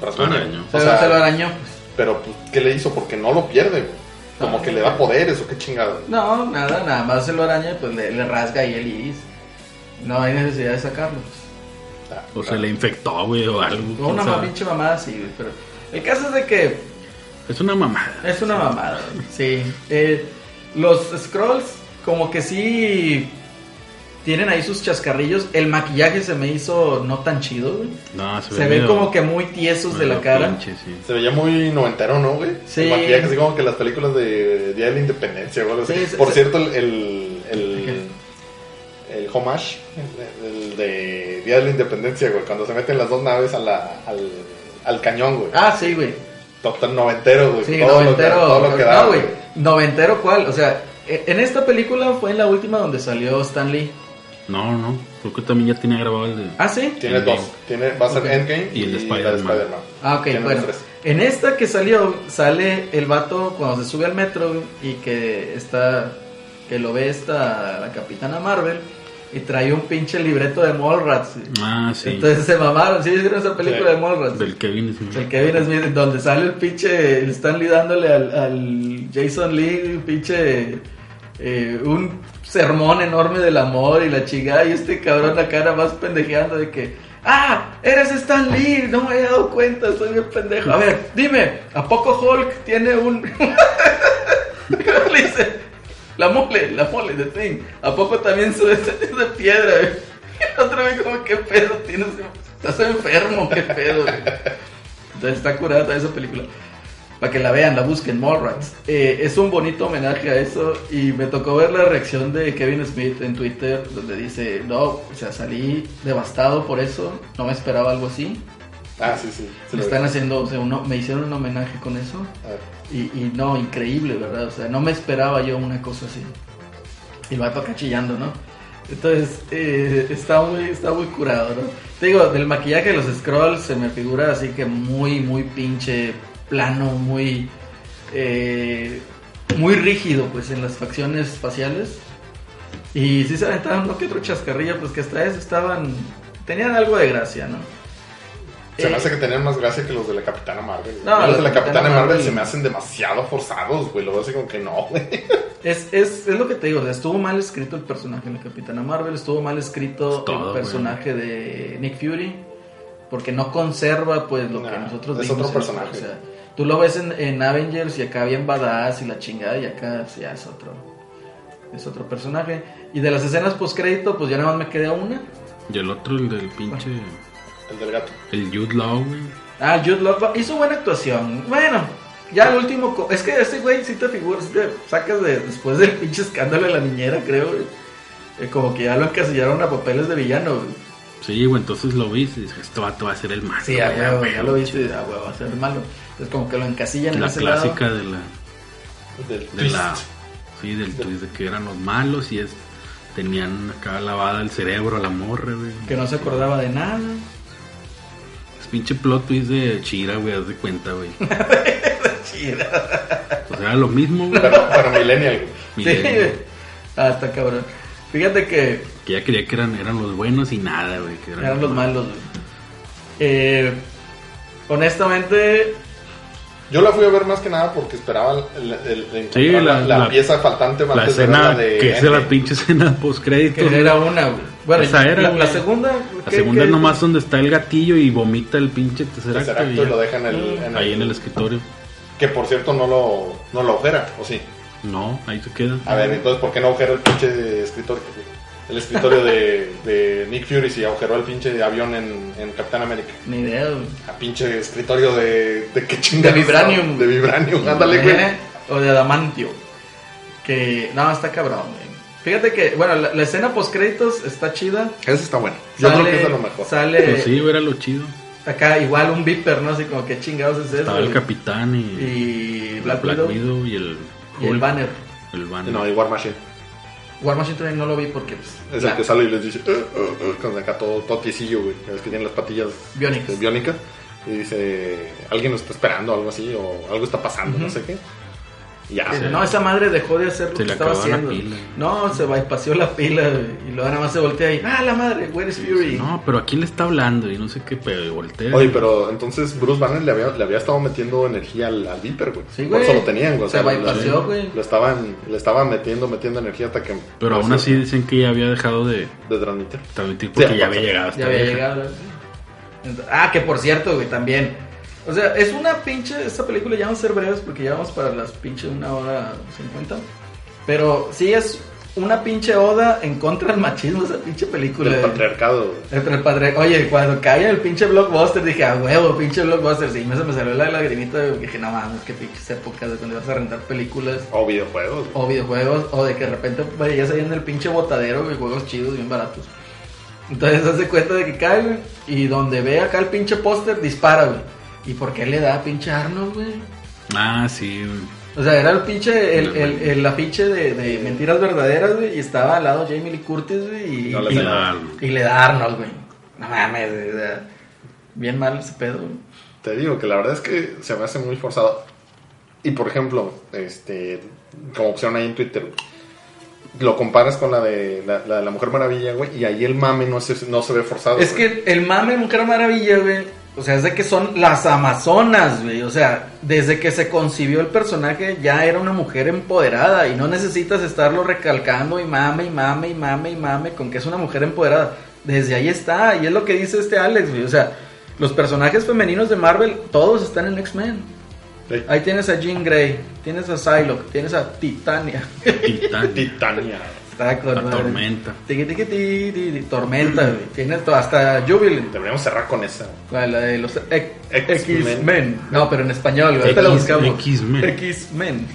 D: rasguña?
C: Arañó.
D: O
B: Se,
D: sea,
B: se lo arañó. pues.
D: pero pues, ¿qué le hizo? Porque no lo pierde, güey. Como
B: Ah.
D: que le da poderes o qué chingado.
B: No, nada, nada más se lo araña y pues le, le rasga ahí el iris. No hay necesidad de sacarlo. pues.
C: O se le infectó, güey, o algo.
B: O
C: quién
B: una
C: sabe.
B: mamá pinche mamada sí, güey, pero el caso es de que
C: Es una mamada.
B: es una mamada. güey. Sí. Eh, los scrolls como que sí tienen ahí sus chascarrillos. El maquillaje se me hizo no tan chido, güey.
C: No, se,
B: Se ven
C: medio-
B: como que muy tiesos de la
C: medio
B: cara.
C: pinche, sí.
D: Se veía muy noventero, ¿no, güey?
B: Sí.
D: El maquillaje, así como que las películas de Día de la Independencia, güey.
B: Sí, sí,
D: Por
B: sí.
D: cierto, el, el, el, el homage el- el de Día de la Independencia, güey, cuando se meten las dos naves a la, al, al cañón, güey.
B: Ah, sí, güey.
D: Top- top noventero, güey.
B: Sí,
D: todo,
B: noventero.
D: lo que, todo lo que da,
B: no,
D: güey.
B: güey. Noventero cuál, o sea, E- En esta película fue en la última donde salió Stan Lee.
C: No, no. Creo que también ya tenía grabado el de.
B: ¿Ah, sí?
D: Tiene
C: Endgame.
D: dos. Tiene, va a ser
B: Ok.
D: Endgame
C: Y el de
D: la
C: Spider-Man.
B: Ah, ok,
D: Tiene los
B: bueno.
D: tres.
B: En esta que salió, sale el vato cuando se sube al metro güey, y que está. que lo ve esta. la capitana Marvel y trae un pinche libreto de Mallrats. güey.
C: Ah, sí.
B: Entonces se mamaron, ¿sí vieron esa película
D: Sí.
B: de Mallrats?
C: Del Kevin Smith.
B: El Kevin Smith, donde sale el pinche el Stanley dándole al, al Jason Lee, un pinche. eh, un sermón enorme del amor y la chingada. Y este cabrón acá nada más pendejeando de que. ¡Ah! ¡Eres Stan Lee! No me había dado cuenta, soy bien pendejo. A ver, dime, ¿a poco Hulk tiene un. [LAUGHS] Le dice, La mole, la mole, the thing. ¿A poco también su es de piedra? [LAUGHS] güey? Y la otra vez, como, ¿qué pedo tienes? Estás enfermo, ¿qué pedo? güey?" Entonces, está curada toda esa película. Para que la vean, la busquen, Mallrats. Eh, es un bonito homenaje a eso. Y me tocó ver la reacción de Kevin Smith en Twitter, donde dice: No, o sea, salí devastado por eso. No me esperaba algo así.
D: Ah, sí, sí. sí
B: Me
D: lo
B: están
D: vi.
B: haciendo, o sea, uno- me hicieron un homenaje con eso.
D: Ah.
B: Y, y no, increíble, ¿verdad? O sea, no me esperaba yo una cosa así. Y el vato acá chillando, ¿no? Entonces, eh, está, muy, está muy curado, ¿no? Te digo, del maquillaje de los scrolls se me figura así que muy, muy pinche plano, muy, eh, muy rígido, pues, en las facciones faciales. Y sí se aventaban uno que otro chascarrillo, pues que hasta eso estaban. tenían algo de gracia, ¿no?
D: Se me
B: Eh,
D: hace que tenían más gracia que los de la Capitana Marvel. güey.
B: No,
D: los
B: la
D: de la
B: Capitana
D: Capitana Marvel,
B: Marvel.
D: se me hacen demasiado forzados, güey. Lo veo así como que no, güey. [LAUGHS]
B: Es, es, es lo que te digo, o sea, estuvo mal escrito el personaje de la Capitana Marvel, estuvo mal escrito
C: Todo,
B: el
C: güey.
B: personaje de Nick Fury, porque no conserva pues lo que
D: Nah,
B: nosotros
D: es
B: vimos
D: otro
B: en-
D: personaje.
B: o sea, tú lo ves en, en Avengers y acá bien badass y la chingada y acá sí, ya es otro, es otro personaje. Y de las escenas post crédito, pues ya nada más me queda una.
C: Y el otro, el del pinche.
D: El del gato.
C: El Jude Law, güey.
B: Ah, Jude Law va- hizo buena actuación. Bueno, ya el último. co- Es que este güey sí te figuras, sí te sacas de, después del pinche escándalo de la niñera, creo. güey. Eh, como que ya lo encasillaron a papeles de villano. güey.
C: Sí, güey, entonces lo viste y dije, este vato va a ser el más.
B: Sí, a huevo, ya lo viste. A ah, huevo, va a ser malo. Entonces, como que lo encasillan en
C: La
B: ese
C: clásica
B: lado.
C: de la.
D: Del
C: De la
D: twist.
C: sí, del twist de que eran los malos y es. Tenían acá lavada el cerebro a la morra, güey.
B: Que no se acordaba de
C: [LAUGHS]
B: nada.
C: Es pinche plot twist de Chira, güey, haz de cuenta, güey.
B: Chida.
C: O sea, era lo mismo, güey.
D: Pero, pero Millennial, güey.
B: Sí,
C: Milenio,
B: güey. Ah, está cabrón. Fíjate que
C: que ya creía que eran, eran los buenos y nada, güey. Que
B: Eran los malos, güey. Eh, honestamente,
D: Yo la fui a ver más que nada porque esperaba el- el- el-
C: Sí,
D: encontrar
C: la- la-
D: pieza faltante
C: La
D: antes de ver
C: escena, que es de la
D: Endgame.
C: pinche escena
B: que
C: postcrédito.
B: era una, güey. Bueno,
C: Esa era,
B: la, la
C: güey.
B: segunda.
C: La
B: ¿qué-
C: segunda
B: qué-
C: es nomás donde está el gatillo y vomita el pinche tercer
D: Tercer
C: acto. y
D: acto y
C: ya.
D: lo deja en el, en
C: Ahí en el escritorio.
D: Que por cierto no lo, no lo ojera, ¿o sí?
C: No, ahí se queda.
D: A ver, entonces, ¿por qué no agujeró el pinche escritorio? El escritorio de, de Nick Fury si agujeró el pinche avión en, en Capitán América.
B: Ni idea, güey.
D: A pinche escritorio de. ¿De qué chingados?
B: vibranium.
D: De Vibranium, ándale, güey.
B: Eh, O de Adamantio. Que, no, está cabrón, güey. Fíjate que, bueno, la, la escena post créditos está chida.
D: Eso está bueno. Yo
B: Sale-
D: creo que es de lo mejor.
B: Sale
C: Pues sí, güey, era lo chido.
B: acá igual un viper, ¿no? Así como que chingados es eso.
C: Estaba el
B: güey?
C: capitán y,
B: y
C: el
B: Black, Widow
C: y el.
B: y el
C: Hulk,
B: banner.
C: El banner.
D: No, y War Machine.
B: War Machine Train no lo vi porque, pues,
D: Es
B: la-
D: el que sale y les dice. "Eh, eh, eh", con acá todo, todo tiecillo, güey. Ya ves que tiene las patillas
B: Biónicas.
D: eh, biónicas. Y dice. Alguien nos está esperando, algo así, o algo está pasando, no sé qué. Y ya.
B: Dice, No, esa madre dejó de hacer lo
C: Se
B: que
C: le
B: estaba
C: acabó la
B: haciendo.
C: pila.
B: No, se bypassó la pila güey, y luego nada más se voltea y, ah, la madre, where is Fury?
C: No, pero ¿a quién le está hablando? Y no sé qué, pero y voltea.
D: Oye, pero entonces Bruce Banner le había, le había estado metiendo energía al, al Viper, güey.
B: Sí,
D: Por eso
B: güey.
D: lo tenían, güey. O
B: Se
D: sea,
B: bypassó,
D: lo-
B: güey.
D: Lo estaban, le estaban metiendo, metiendo energía hasta que... pues,
C: Pero aún así dicen que ya había dejado de
D: De transmitir.
C: transmitir porque
D: Sí,
C: ya había
D: aparte.
C: llegado hasta
B: Ya había
C: vieja.
B: llegado. sí. Ent- ah, que por cierto, güey, también. O sea, es una pinche. Esta película ya vamos a ser breves porque ya vamos para las pinches una hora cincuenta. Pero sí es una pinche oda en contra del machismo, esa pinche película.
D: Pues Del
B: güey.
D: patriarcado, güey.
B: Entre el padre, oye, cuando caía el pinche blockbuster, dije, a huevo, pinche blockbuster. Sí, me, se me salió la lagrimita. güey, Dije, no mames, qué pinches épocas de cuando ibas a rentar películas
D: O videojuegos, güey.
B: o videojuegos, o de que de repente vayas ahí en el pinche botadero, güey, juegos chidos, bien baratos. Entonces hace cuenta de que cae, güey, y donde ve acá el pinche póster, dispara, güey. ¿Y por qué le da a pinche Arnold, güey?
C: Ah, sí, güey.
B: O sea, era el pinche, el, el, el afiche de, de mentiras verdaderas, güey, y estaba al lado Jamie Lee Curtis, güey, y,
D: No le
B: y-
C: Y
D: sé.
C: la Arnold.
B: y le da Arnold, güey. No mames, güey, o sea, bien mal ese pedo, güey.
D: Te digo que la verdad es que se me hace muy forzado. Y por ejemplo, este, como opción ahí en Twitter, güey, lo comparas con la de la, la de la Mujer Maravilla, güey, y ahí el mame no se, no se ve forzado.
B: Es
D: güey.
B: que el mame de Mujer Maravilla, güey. O sea, es de que son las Amazonas, güey. O sea, desde que se concibió el personaje ya era una mujer empoderada y no necesitas estarlo recalcando y mame y mame y mame y mame con que es una mujer empoderada. Desde ahí está, y es lo que dice este Alex, güey. O sea, los personajes femeninos de Marvel, todos están en X-Men.
D: Sí.
B: Ahí tienes a Jean Grey, tienes a Psylocke, tienes a Titania. [LAUGHS]
D: [LAUGHS]
C: Titán.
D: Titania.
B: Está con
C: La
B: madre.
C: tormenta.
B: Tiqui, tiqui, ti, ti, ti, tormenta, güey. Tienes to- hasta Jubilee.
D: Deberíamos cerrar con esa. güey.
B: La, la de los ex-
D: X-Men.
B: X-Men. No, pero en español, güey. Ahorita la
C: X-
B: buscamos.
C: X-Men.
B: X-Men.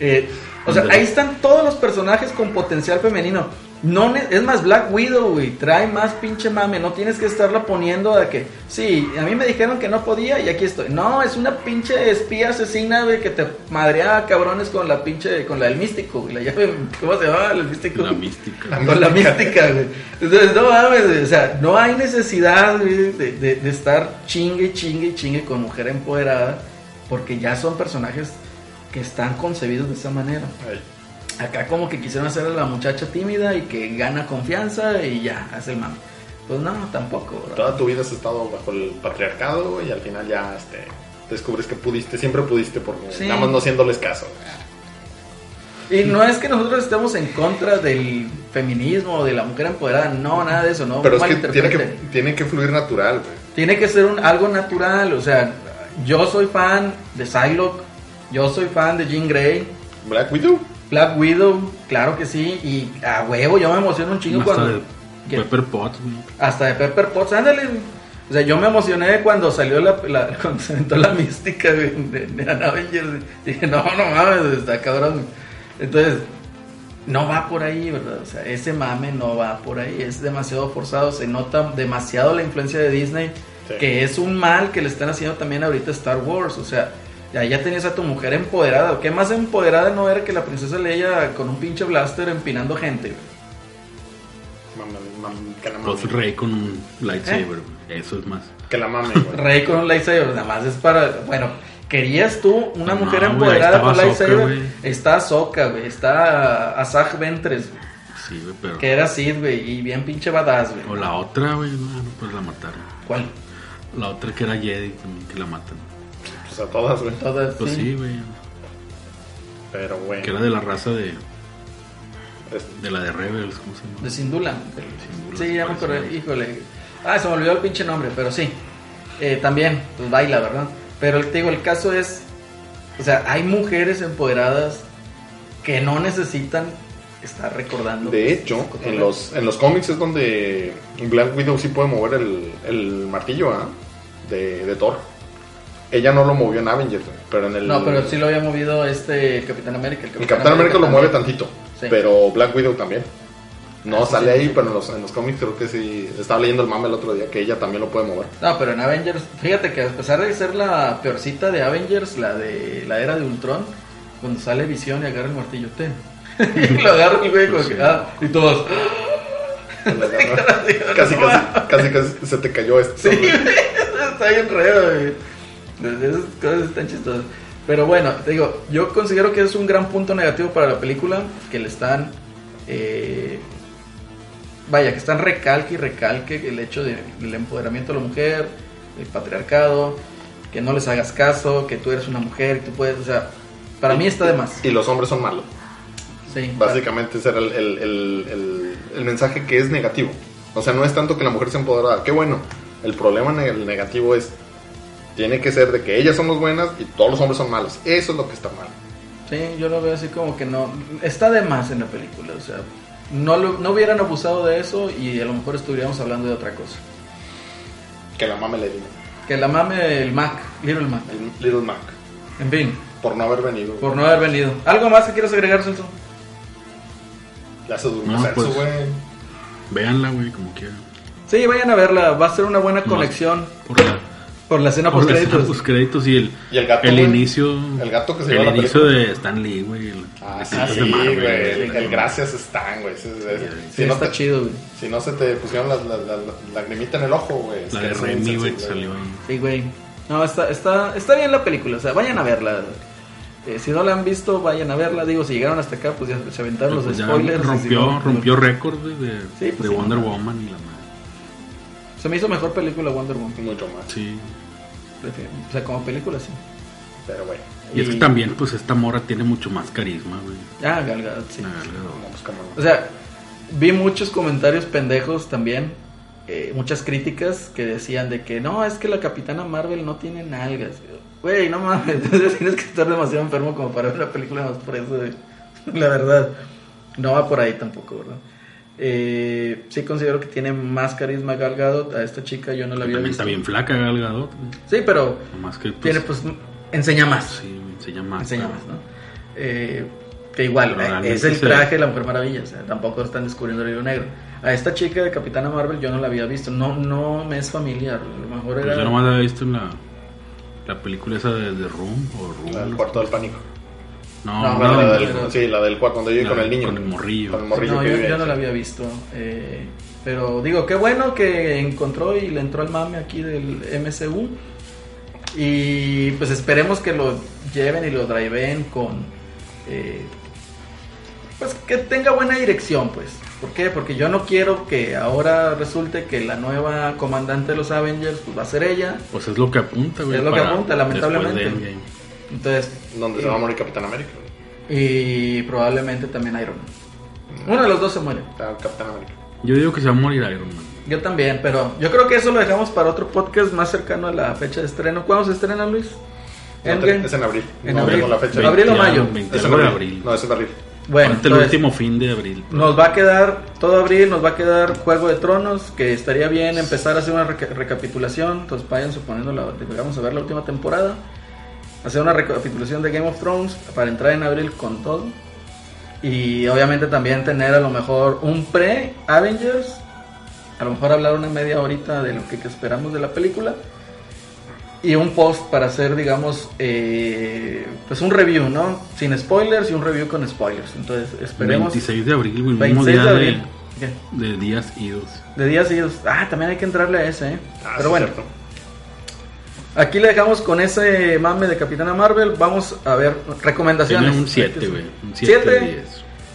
B: Eh, o sea,
C: Ándale.
B: ahí están todos los personajes con potencial femenino. No ne- es más, Black Widow, güey. Trae más pinche mame. No tienes que estarla poniendo de que. Sí, a mí me dijeron que no podía y aquí estoy. No, es una pinche espía asesina, güey, que te madrea a cabrones con la pinche. Con la del místico, güey. La llave. ¿Cómo se llama? El místico.
C: La mística.
B: Con la mística, güey. Entonces, no mames, güey. O sea, no hay necesidad, güey, de, de- de estar chingue, chingue, chingue con mujer empoderada. Porque ya son personajes que están concebidos de esa manera.
D: Ay,
B: Acá como que quisieron hacer a la muchacha tímida y que gana confianza y ya, hace el mame. Pues no, tampoco, bro.
D: Toda tu vida has estado bajo el patriarcado, güey, y al final ya este, descubres que pudiste, siempre pudiste, porque
B: Sí.
D: nada más no haciéndoles caso. güey.
B: Y no es que nosotros estemos en contra del feminismo o de la mujer empoderada. No, nada de eso, no.
D: Pero
B: no
D: es que tiene, que
B: malinterpreten.
D: tiene que fluir natural, güey.
B: Tiene que ser un, algo natural, o sea, yo soy fan de Psylocke, yo soy fan de Jean Grey,
D: Black Widow.
B: Black Widow, claro que sí, y a huevo yo me emociono un chingo
C: Hasta
B: cuando...
C: de
B: ¿Qué?
C: Pepper Potts, güey.
B: Hasta de Pepper Potts, ándale. güey. O sea, yo me emocioné cuando salió la... la- [LAUGHS] cuando se inventó la mística güey, de, de Ann Avengers. Dije, no, no mames, está cabrón. Entonces, no va por ahí, ¿verdad? O sea, ese mame no va por ahí, es demasiado forzado, se nota demasiado la influencia de Disney,
D: Sí.
B: que es un mal que le están haciendo también ahorita a Star Wars, o sea, ya, ya tenías a tu mujer empoderada, ¿qué más empoderada no era que la princesa Leia con un pinche blaster empinando gente? güey?
D: Mam- mam- que la
B: Ah,
D: mame.
C: Pues Rey con un lightsaber,
B: ¿Eh?
C: güey. Eso es más.
D: Que la mame, güey.
B: Rey con un lightsaber, nada más es para. Bueno, querías tú una
C: No,
B: mujer
C: güey,
B: empoderada
C: estaba
B: con lightsaber.
C: Ahsoka, güey.
B: está Ahsoka, güey. Está Asaj Ventres, güey,
C: Sí, güey, pero.
B: que era Sid, güey, y bien pinche badass, güey.
C: O la otra, güey. No, no, pues la mataron.
B: ¿Cuál?
C: La otra que era Jedi también, que la matan.
D: Pues a todas, güey.
B: Todas,
C: Pues sí, güey.
D: Pero, güey.
C: Que era de la raza de,
D: es-
C: de la de Rebels, ¿cómo se llama?
B: De Sindula.
C: Syndulla,
B: Sí, ya me
C: parece,
B: acordé.
C: ¿no?
B: Híjole. Ah, se me olvidó el pinche nombre, pero sí. Eh, también, pues baila, ¿verdad? Pero te digo, el caso es. O sea, hay mujeres empoderadas que no necesitan estar recordando.
D: De hecho, en los, en los cómics es donde Black Widow sí puede mover el, el martillo ¿ah? de, de Thor. Ella no lo movió en Avengers, güey, pero en el.
B: No, pero sí lo había movido este Capitán América. El
D: el Capitán América lo mueve tantito,
B: Sí. Ah,
D: pero Black Widow también. No
B: sí,
D: sale
B: sí,
D: ahí,
B: sí.
D: pero en los, en los cómics creo que sí. Estaba leyendo el mame el otro día que ella también lo puede
B: [LAUGHS]
D: mover.
B: No, pero en Avengers, fíjate que a pesar de ser la peorcita de Avengers, la de la era de Ultron, cuando sale Visión y agarra el martillo, te. [LAUGHS] y lo agarra el güey como
C: Pues
B: que,
C: sí.
B: ah, y todos.
D: casi, casi, casi, casi se te cayó esto.
B: Sí, güey, está bien raro, güey. Entonces, Esas cosas están chistosas. Pero bueno, te digo, yo considero que es un gran punto negativo para la película, que le están... eh, vaya, que están recalque y recalque el hecho de- del empoderamiento de la mujer, el patriarcado, que no les hagas caso, que tú eres una mujer y tú puedes, o sea, para mí está de más.
D: Y los hombres son malos.
B: Sí,
D: Básicamente ese era el, el- el- el- el mensaje que es negativo. O sea, no es tanto que la mujer sea empoderada. Qué bueno. El problema ne- el negativo es... Tiene que ser de que ellas somos buenas y todos los hombres son malos. Eso es lo que está mal.
B: Sí, yo lo veo así como que no. Está de más en la película, o sea, no, lo- no hubieran abusado de eso y a lo mejor estuviéramos hablando de otra cosa.
D: Que la mame le diga.
B: Que la mame el Mac, Little Mac.
D: El Little Mac.
B: En fin,
D: Por no haber venido.
B: por no haber venido. ¿Algo más que quieras agregar, Celso?
D: Le hace duro.
C: No,
D: O sea,
C: pues.
D: eso, güey.
C: Véanla, güey, como quieran.
B: Sí, vayan a verla, va a ser una buena conexión.
C: Por la,
B: Por la escena
C: Por
B: post
C: la escena
B: pues, créditos.
C: postcréditos pues, y el,
D: Y el gato, güey.
C: inicio.
D: El gato que se
C: El
D: lleva la
C: inicio
D: película.
C: de Stan Lee, güey. el-
D: Ah,
C: de
D: sí,
C: cintas pues, de
D: güey.
C: Marvel,
D: El,
C: güey.
D: el gracias están, güey. Sí, sí, sí.
B: Sí,
D: Si no
B: está
D: te-
B: chido, güey.
D: Si no se te pusieron las las- las- las lagrimitas en el ojo, güey. Es
C: La
D: que
C: de
D: eres un
C: Remy, güey, que
D: insensible,
C: salió ahí.
B: Sí, güey. No, está, está, está bien la película, o sea, vayan a verla. Eh, si no la han visto, vayan a verla. Digo, si llegaron hasta acá, pues ya se aventaron los
C: Pues ya
B: spoilers.
C: rompió,
B: y si no,
C: rompió récord güey, de,
B: Sí, pues
C: de
B: sí.
C: Wonder Woman y la madre.
B: Se me hizo mejor película Wonder Woman.
D: Mucho más.
C: Sí.
B: O sea, como película, sí.
D: Pero, güey.
C: Y, es que también, pues esta mora tiene mucho más carisma, güey.
B: Ah, Gal Gadot, sí.
C: La Gal Gadot.
D: No, pues cómo no.
B: O sea, vi muchos comentarios pendejos también, eh, muchas críticas que decían de que no, es que la Capitana Marvel no tiene nalgas. Güey, no mames, [LAUGHS] entonces tienes que estar demasiado enfermo como para ver una película más por eso, güey. [LAUGHS] la verdad. No va por ahí tampoco, ¿verdad? Eh, sí considero que tiene más carisma Gal Gadot, a esta chica yo no la había visto.
C: También está bien flaca Gal Gadot, güey.
B: Sí, pero
C: Nomás que, pues,
B: tiene pues enseña más.
C: sí, güey, enseña más.
B: Enseña
C: pero-
B: más, ¿no? Eh, que igual,
C: Pero
B: eh,
C: realmente
B: es el
C: se-
B: traje de la Mujer Maravilla, o sea, tampoco están descubriendo el hilo negro. A esta chica de Capitana Marvel yo no la había visto, no, no me es familiar, a lo mejor
C: Pues
B: era...
C: yo nomás la había visto en la, la película esa de, de Room o Room.
D: La del
C: ¿no?
D: cuarto del pánico.
C: No,
B: No,
C: no,
D: Bueno,
B: no,
D: la
B: no,
D: del-
B: no.
D: sí, la del cuarto, donde yo iba
C: La
D: con el
C: del-
D: niño.
C: con el morrillo.
D: Con el morrillo
B: no,
D: que
B: yo,
D: vive
B: yo
D: ahí,
B: no la
D: sí.
B: había visto, eh, pero digo, qué bueno que encontró y le entró el mame aquí del MCU y pues esperemos que lo lleven y lo driven con... eh, Pues que tenga buena dirección, pues. ¿Por qué? Porque yo no quiero que ahora resulte que la nueva comandante de los Avengers pues, va a ser ella.
C: Pues es lo que apunta, güey.
B: Es lo que
C: para
B: apunta, lamentablemente.
C: después de Endgame.
B: Entonces,
D: Donde se va a morir Capitán América. güey.
B: y probablemente también Iron Man. Uno de los dos se muere.
D: Está Capitán América.
C: Yo digo que se va a morir Iron Man.
B: Yo también, pero yo creo que eso lo dejamos para otro podcast más cercano a la fecha de estreno. ¿Cuándo se estrena, Luis?
D: No,
B: Endgame.
D: Es en abril.
B: En
D: no
B: abril.
D: tengo la fecha.
B: Abril o
C: Ya,
B: mayo.
C: 20
D: Es en
C: algo de
D: abril.
C: abril.
D: No, es en abril.
B: Bueno,
C: Ahorita el
B: entonces,
C: último fin de abril.
B: Nos va a quedar todo abril, nos va a quedar Juego de Tronos, que estaría bien empezar a hacer una reca- recapitulación. Entonces vayan suponiendo, la, vamos a ver la última temporada. Hacer una recapitulación de Game of Thrones para entrar en abril con todo. Y obviamente también tener a lo mejor un pre-Avengers. A lo mejor hablar una media horita de lo que, que esperamos de la película. Y un post para hacer, digamos, eh, pues un review, ¿no? Sin spoilers y un review con spoilers. Entonces esperemos.
C: 26 de abril, güey.
B: 26
C: Mismo día
B: de
C: de,
B: abril. ¿Qué?
C: de días idos.
B: De días seguidos. Ah, también hay que entrarle a ese, ¿eh?
D: Ah, sí,
B: Pero bueno,
D: cierto.
B: aquí le dejamos con ese mame de Capitana Marvel. Vamos a ver recomendaciones.
C: Tiene un 7, güey. Un 7
B: ¿Siete?
C: de 10.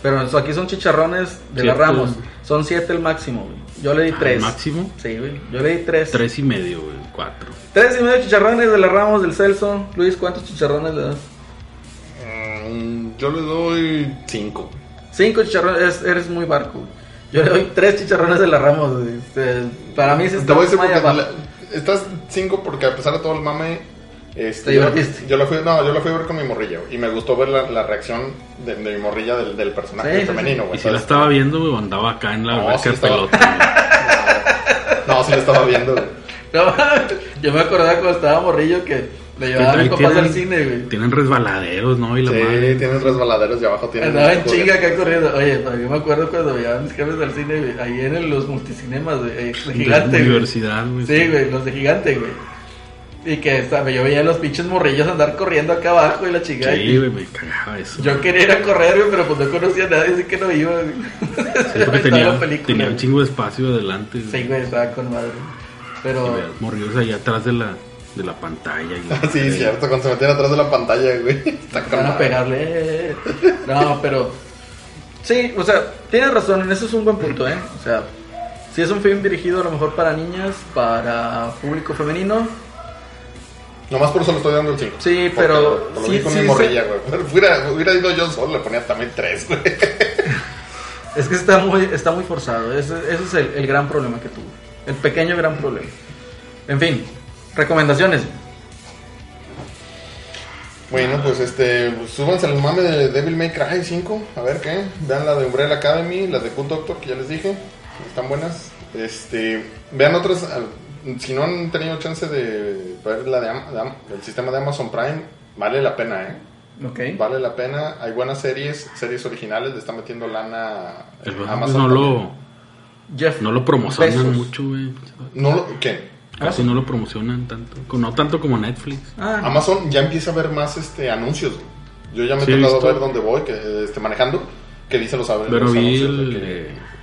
B: Pero eso, aquí son chicharrones de la
C: Siete.
B: Ramos. Son 7 el máximo, güey. Yo le di
C: Ah,
B: 3.
C: ¿máximo?
B: Sí, güey. Yo le di 3. 3.
C: 3 y medio, güey. 4.
B: y medio chicharrones de la Ramos del Celso. Luis, ¿cuántos chicharrones le das?
D: Mm, Yo le doy 5.
B: 5 chicharrones. Es- eres muy barco, güey. Yo le doy 3 chicharrones de la Ramos, güey. Este, Para mí sí
D: Te
B: está
D: voy a decir
B: muy
D: porque
B: abajo.
D: la- estás 5 porque a pesar de todo el mame. Este,
B: Te
D: yo,
B: divertiste.
D: yo la fui, no, yo la fui a ver con mi morrilla güey, y me gustó ver la, la reacción de, de mi morrilla del, del
B: Sí,
D: personaje
B: sí, sí.
D: femenino. güey,
C: Y si la
D: ¿sabes?
C: estaba viendo, güey, andaba acá en la
D: No,
C: alberca
D: sí
C: de
D: estaba-
C: pelota. güey.
D: No, sí la estaba viendo. güey.
B: No, [LAUGHS] yo me acordaba cuando estaba morrillo que le [LAUGHS] llevaba a mi
C: Ahí
B: papá
C: tienen-
B: al cine, güey.
C: Tienen resbaladeros, ¿no? Y la
D: Sí,
C: madre.
D: tienes resbaladeros y abajo tienes.
B: Andaba Ah, en chinga acá corriendo. Oye, no, yo me acuerdo cuando llevaban mis jefes al cine, güey, ahí en el- los multicinemas, güey, eh, de gigante,
C: De
B: güey.
C: universidad, güey.
B: Sí, güey, los de gigante, güey. Y que estaba, yo veía a los pinches morrillos andar corriendo acá abajo y la chingada.
C: Sí,
B: y
C: güey, me cagaba eso.
B: yo quería ir a correr, güey, pero pues no conocía a nadie, así que no iba, güey.
C: Sí,
B: [LAUGHS]
C: porque
B: Estaba la
C: tenía,
B: película,
C: tenía un
B: güey.
C: chingo de espacio adelante. güey.
B: Sí, güey, estaba con madre.
C: Y
B: Pero...
C: veas morrillos ahí atrás de la, de la pantalla.
D: [LAUGHS]
C: y la
D: [LAUGHS] Ah, Sí,
C: madre.
D: cierto, cuando se metían atrás de la pantalla, güey. Está con
B: Van a
D: madre.
B: pegarle. No, pero. Sí, o sea, tienes razón, en eso es un buen punto, ¿eh? O sea, si es un film dirigido a lo mejor para niñas, para público femenino.
D: Nomás por eso le estoy dando el 5.
B: Sí, pero
D: Por lo
B: sí,
D: vi con
B: sí,
D: mi
B: sí.
D: morrilla, güey. [LAUGHS] Hubiera, hubiera ido yo solo, le ponía también 3, güey. [LAUGHS]
B: Es que está muy, está muy forzado. Ese, ese es el, el gran problema que tuvo. El pequeño gran problema. En fin, recomendaciones.
D: Bueno, pues este, súbanse al mame de Devil May Cry 5, a ver qué. Vean la de Umbrella Academy, las de Good Doctor, que ya les dije, están buenas. Este, vean otras, al- si no han tenido chance de ver la de, Am- de Am- el sistema de Amazon Prime, vale la pena, ¿eh?
B: Ok.
D: Vale la pena, hay buenas series, series originales, le está metiendo lana
C: El
D: eh,
C: Amazon pues, no
D: también.
C: lo,
B: Jeff.
C: no lo promocionan
B: Besos.
C: mucho, güey.
D: No lo, ¿Qué?
C: Casi no lo promocionan tanto. co- No tanto como Netflix.
B: Ah,
D: Amazon ya empieza a ver más este anuncios. güey. Yo ya me he
C: Sí, he
D: tratado
C: visto.
D: de ver dónde voy, que este, manejando, que dice los, ab-
C: Pero
D: los
C: vi
D: anuncios.
C: el-
D: Ah, de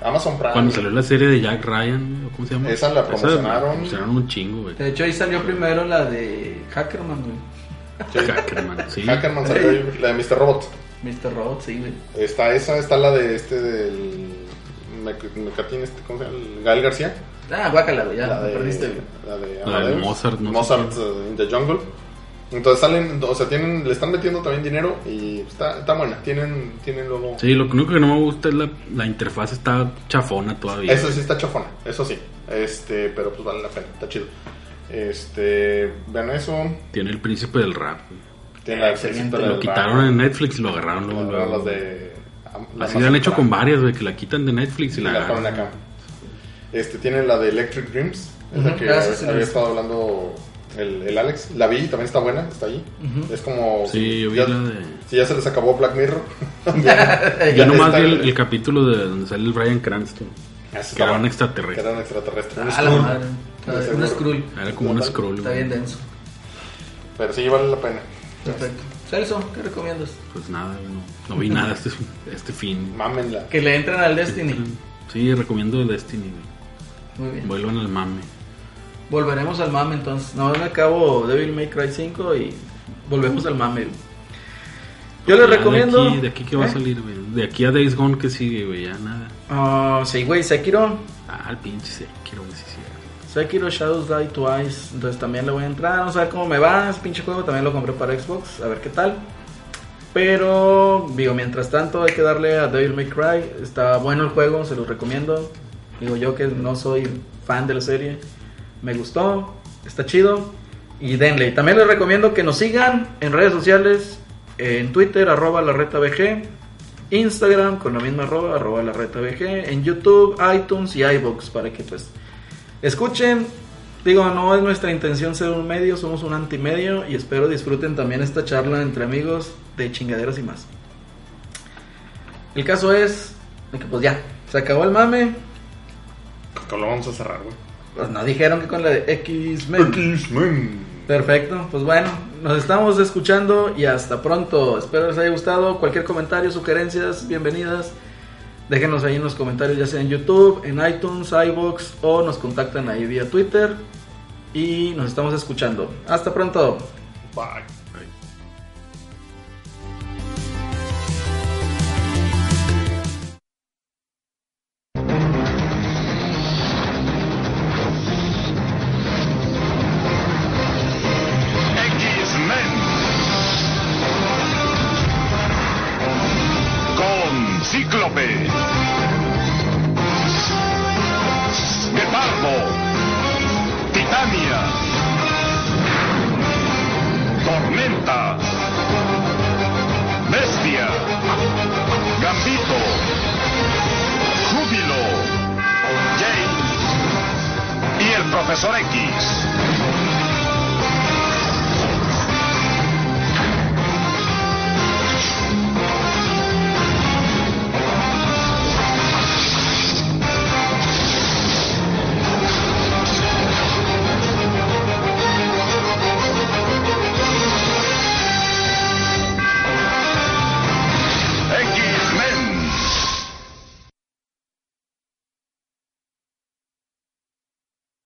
D: que Amazon Prime.
C: Cuando salió la serie de Jack Ryan, ¿o ¿cómo se llama?
D: Esa la promocionaron.
C: promocionaron un chingo, güey.
B: de hecho, ahí salió primero la de Hackerman, güey.
D: Sí.
C: Hackerman, sí.
D: Hackerman salió ahí, la de Mr. Robot.
B: Mr. Robot, sí, güey.
D: Está esa, está la de este del. Mec- Mecatín, este, ¿cómo se llama? El Gael García.
B: Ah, guácala, güey, ya,
D: la
B: me
D: de,
B: perdiste, güey.
D: la de,
C: La de
D: Amadeus.
C: Mozart, no sé
D: Mozart
C: qué.
D: eh, in the Jungle. Entonces salen, o sea, tienen, le están metiendo también dinero y está, está buena. Tienen, tienen luego.
C: Sí, lo único que no me gusta es la, la interfaz está chafona todavía.
D: Eso sí está chafona, eso sí. Este, pero pues vale la pena, está chido. Este, vean eso.
C: Tiene el príncipe del rap. güey.
D: Tiene la
B: Excelente.
D: la-
C: Lo quitaron en Netflix y lo agarraron luego.
D: la-
C: luego.
D: las de- la
C: Así lo han hecho
D: Mazapán.
C: con varias, güey, que la quitan de Netflix y
D: Y
C: la
D: la ponen
C: agarran.
D: acá. Este, tiene la de Electric Dreams, es la
B: Ujú,
D: que
B: gracias,
D: había
B: Luis.
D: estado hablando el, el Alex. La vi, también está buena, está ahí. Es como...
C: Sí, yo vi
D: ya-
C: la de-
D: Si ya se les acabó Black Mirror. ya,
B: [LAUGHS]
C: Yo nomás
D: está-
C: vi el, el capítulo de donde sale el Brian Cranston.
D: Ah, sí,
C: que era
D: claro.
C: un extraterrestre.
D: Que era un extraterrestre. un
B: Ah, la
D: Skrull.
B: madre.
D: Un
B: Ah, Un
D: seguro.
B: Skrull.
C: Era como un
D: Total.
C: scroll.
B: Está bien denso.
D: Pero sí, vale la pena.
B: Perfecto. Celso, ¿qué recomiendas?
C: Pues nada, no, no
B: [LAUGHS]
C: vi nada este, este fin.
D: Mámenla.
B: Que le entren al Destiny.
C: Sí, recomiendo Destiny. güey.
B: Muy bien.
C: Vuelvan al mame.
B: Volveremos al mame entonces. No, me acabo Devil May Cry 5 y volvemos al mame. güey. Yo les
C: Ya de
B: recomiendo.
C: aquí- De aquí, que va
B: ¿Eh?
C: a salir, güey. De aquí a Days Gone que sigue, güey. Ya nada.
B: Ah, sí, güey, Sekiro.
C: Ah, el pinche se quiero que sí, sí.
B: Sekiro Shadows Die Twice. Entonces también le voy a entrar. Vamos a ver cómo me va. Ese pinche juego también lo compré para Xbox. A ver qué tal. Pero, digo, mientras tanto hay que darle a Devil May Cry. Está bueno el juego, se los recomiendo. Digo, yo que no soy fan de la serie, me gustó, está chido. Y denle. Y También les recomiendo que nos sigan en redes sociales: en Twitter, arroba la reta BG, Instagram con la misma arroba, arroba la reta BG, en YouTube, iTunes y iBox para que pues escuchen. Digo, no es nuestra intención ser un medio, somos un antimedio y espero disfruten también esta charla entre amigos de chingaderas y más. El caso es de que pues ya, se acabó el mame.
D: Con lo vamos a cerrar, güey.
B: Pues no dijeron que con la de X-Men.
D: X-Men.
B: Perfecto, pues bueno, nos estamos escuchando y hasta pronto. Espero les haya gustado. Cualquier comentario, sugerencias, bienvenidas. Déjenos ahí en los comentarios, ya sea en YouTube, en iTunes, iBox o nos contactan ahí vía Twitter. Y nos estamos escuchando. Hasta pronto.
D: Bye.
F: con Cíclope, Gepardo, Titania, Tormenta, Bestia, Gambito, Júbilo, Jane y el Profesor X.